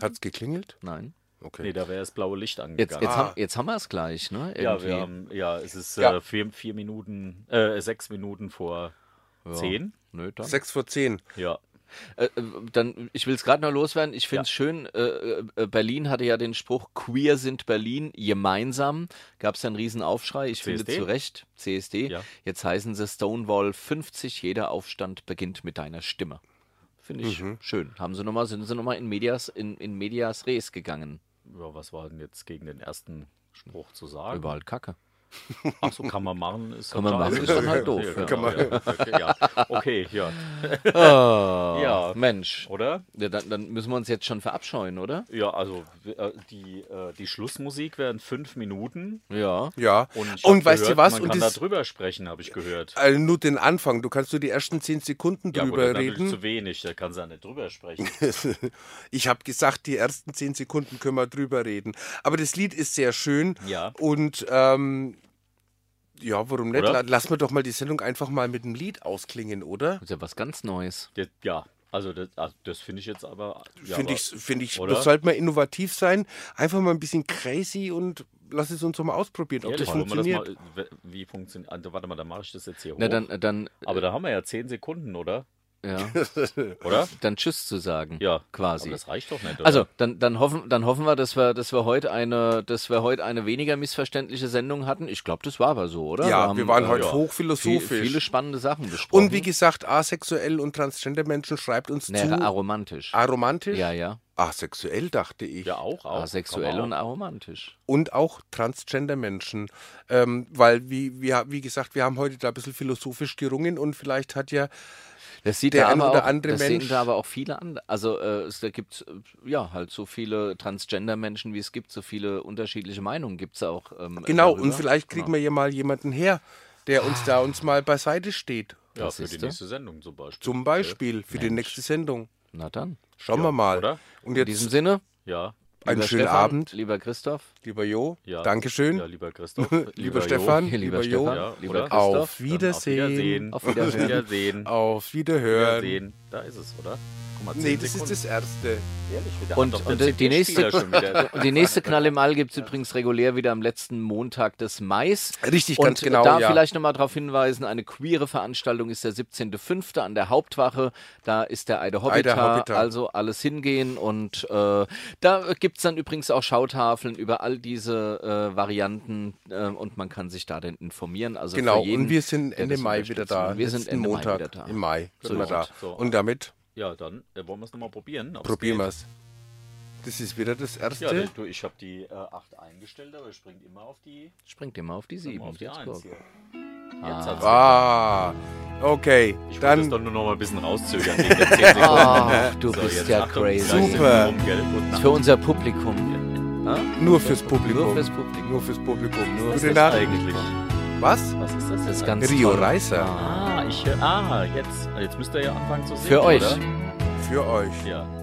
S2: Hat's geklingelt?
S1: Nein.
S2: Okay.
S3: Nee, da wäre das blaue Licht
S1: Jetzt,
S3: angegangen.
S1: jetzt, haben, jetzt haben wir es gleich, ne?
S3: ja, wir
S1: Irgendwie.
S3: haben, ja, es ist
S2: Ja.
S3: Äh, vier, vier Minuten, äh, sechs Minuten vor zehn.
S1: Nö, dann.
S2: Sechs vor zehn.
S3: Ja.
S1: Äh, äh, dann, ich will es gerade noch loswerden. Ich finde es schön. Äh, äh, Berlin hatte ja den Spruch: Queer sind Berlin gemeinsam. Gab es einen riesen Aufschrei. Ich finde
S3: CSD?
S1: zu Recht CSD.
S3: Ja.
S1: Jetzt heißen sie Stonewall 50. Jeder Aufstand beginnt mit deiner Stimme. Finde ich
S3: Mhm.
S1: schön. Haben sie noch mal, sind sie nochmal in Medias, in, in Medias Res gegangen.
S3: ja, was war denn jetzt gegen den ersten Spruch zu sagen?
S1: Überall Kacke.
S3: Ach so, kann man machen. Ist
S1: Kann man machen,
S3: scheiße.
S1: ist dann halt doof,
S3: Ja,
S1: ja.
S3: genau, ja. Okay, ja. Okay, ja.
S1: ja. Mensch.
S3: Oder?
S1: Ja, dann, dann müssen wir uns jetzt schon verabscheuen, oder?
S3: Ja, also äh, die, äh, die Schlussmusik wären fünf Minuten.
S1: Ja.
S2: Ja.
S3: Und, ich hab
S2: Und weißt du
S3: gehört,
S2: was?
S3: Man
S2: Und
S3: kann
S2: das,
S3: da drüber sprechen, habe ich gehört.
S2: äh, nur den Anfang. Du kannst nur die ersten zehn Sekunden
S3: Ja,
S2: drüber
S3: aber dann natürlich
S2: reden.
S3: zu wenig, da kannst du ja nicht drüber sprechen.
S2: ich habe gesagt, die ersten zehn Sekunden können wir drüber reden. Aber das Lied ist sehr schön.
S3: Ja.
S2: Und ähm, ja, warum nicht?
S3: Oder?
S2: La- Lass mir doch mal die Sendung einfach mal mit dem Lied ausklingen, oder?
S1: Das ist ja was ganz Neues.
S3: Das- Ja, also das, also das finde ich jetzt aber. Ja,
S2: Finde
S3: aber-
S2: ich, find ich
S3: oder?
S2: das sollte mal innovativ sein. Einfach mal ein bisschen crazy und lass es uns doch mal ausprobieren, ob
S3: Ehrlich,
S2: das
S3: wollen wir das
S2: funktioniert.
S3: mal, wie funktioniert. Also, warte mal, dann mache ich das jetzt hier hoch.
S1: Na, dann, äh, dann,
S3: aber da haben wir ja zehn Sekunden, oder?
S1: ja,
S3: Oder?
S1: dann Tschüss zu sagen.
S3: Ja.
S1: Quasi.
S3: Aber das reicht doch nicht. Oder?
S1: Also, dann, dann, hoffen, dann hoffen wir, dass wir, dass wir heute eine, dass wir heute eine weniger missverständliche Sendung hatten. Ich glaube, das war aber so, oder?
S2: ja, wir,
S1: haben,
S2: waren
S1: äh,
S2: heute
S1: ja, viel,
S2: hochphilosophisch.
S1: viele spannende Sachen besprochen.
S2: und wie gesagt, asexuell und transgender Menschen schreibt uns
S1: Näher
S2: zu.
S1: aromantisch.
S2: aromantisch?
S1: Ja, ja.
S2: Asexuell, dachte ich.
S3: Ja, auch. auch
S1: Asexuell
S3: Kann
S1: ah, und
S3: man
S1: aromantisch.
S2: Und auch Transgender-Menschen. Ähm, weil, wie, wie, wie gesagt, wir haben heute da ein bisschen philosophisch gerungen und vielleicht hat ja
S1: Das sieht
S2: Der
S1: da
S2: ein
S1: aber
S2: oder
S1: auch,
S2: andere
S1: das
S2: Mensch-
S1: sehen da aber auch viele andere. Also äh, es, da gibt äh, ja halt so viele Transgender-Menschen, wie es gibt, so viele unterschiedliche Meinungen gibt es auch. Ähm,
S2: Genau,
S1: darüber.
S2: und vielleicht kriegen wir hier mal jemanden her, der uns da uns mal beiseite steht.
S3: Ja,
S1: Das
S3: für
S1: ist
S3: die
S1: er.
S3: nächste Sendung zum Beispiel.
S1: Äh,
S2: Zum Beispiel für die nächste Sendung.
S1: Na dann.
S2: Schauen wir mal.
S3: oder?
S2: Und
S1: In diesem
S2: jetzt
S1: Sinne,
S3: Ja,
S2: einen
S1: lieber
S2: schönen
S1: Stefan,
S2: Abend,
S1: lieber Christoph,
S2: lieber Jo.
S3: ja.
S2: Dankeschön.
S3: Ja, lieber Christoph.
S2: lieber
S3: Jo.
S2: Stefan,
S1: hier, lieber
S2: lieber Jo.
S1: Stefan,
S3: Ja,
S1: lieber
S3: oder?
S1: Christoph.
S2: Auf Wiedersehen.
S3: Dann Auf Wiedersehen.
S1: Auf Wiederhören.
S3: Wiedersehen.
S2: Auf Wiederhören.
S3: Wiedersehen. Da ist es, oder? Guck mal,
S2: Nee,
S3: zehn
S2: das ist
S3: Sekunden.
S2: das Erste.
S3: Ehrlich, wieder.
S1: Und-
S3: Hat doch der
S1: und die- die nächste-
S3: CD-Spieler schon wieder.
S1: Und die nächste Knall im All gibt es übrigens regulär wieder am letzten Montag des Mais.
S2: Richtig,
S1: Und
S2: ganz genau.
S1: da
S2: ja.
S1: vielleicht nochmal darauf hinweisen, eine queere Veranstaltung ist der 17.05. an der Hauptwache. Da ist der Eide Hobbiter,
S2: Eide Hobbiter.
S1: also alles hingehen. Und äh, da gibt es dann übrigens auch Schautafeln über all diese äh, Varianten äh, und man kann sich da dann informieren. Also
S2: Genau,
S1: für jeden,
S2: und wir sind
S1: der
S2: Ende
S1: das
S2: Mai wieder
S1: unterstützt.
S2: da.
S1: Und Wir sind
S2: Letzten
S1: Ende
S2: Montag
S1: Mai wieder da.
S2: Im Mai sind
S1: Genau.
S2: wir da.
S3: So.
S2: Und damit
S3: Ja, dann äh, wollen wir es nochmal probieren. ob's
S2: probieren
S3: geht.
S2: wir es. Das ist wieder das Erste.
S3: Ja, du, ich habe die äh, 8 eingestellt, aber es springt immer auf die,
S1: Springt immer auf die
S3: immer
S1: 7.
S3: auf die
S1: Jetzt
S3: 1
S1: guck.
S3: hier. Jetzt hat's.
S2: ah, okay.
S3: Ich wollte
S2: Dann
S3: das doch nur noch mal ein bisschen rauszögern. wegen der 10 Sekunden.
S1: Ach, du
S3: So,
S1: bist
S3: jetzt
S1: ja
S3: Achtung,
S1: crazy.
S3: gleich sind wir
S2: Super.
S3: rum, gell? Guten Abend.
S1: Für unser Publikum.
S2: Nur fürs Publikum.
S1: Nur fürs Publikum.
S2: Nur fürs Publikum.
S1: Nur
S3: Was
S2: Gute
S3: ist das
S2: Nacht.
S3: eigentlich?
S2: Was?
S3: Was ist
S1: Das ist
S3: denn
S1: ganz
S2: Rio
S1: toll.
S2: Reiser.
S3: Ah, ich höre. Ah, jetzt. Jetzt müsst ihr ja anfangen zu singen.
S1: Für euch.
S3: Oder?
S2: Für euch.
S3: Ja.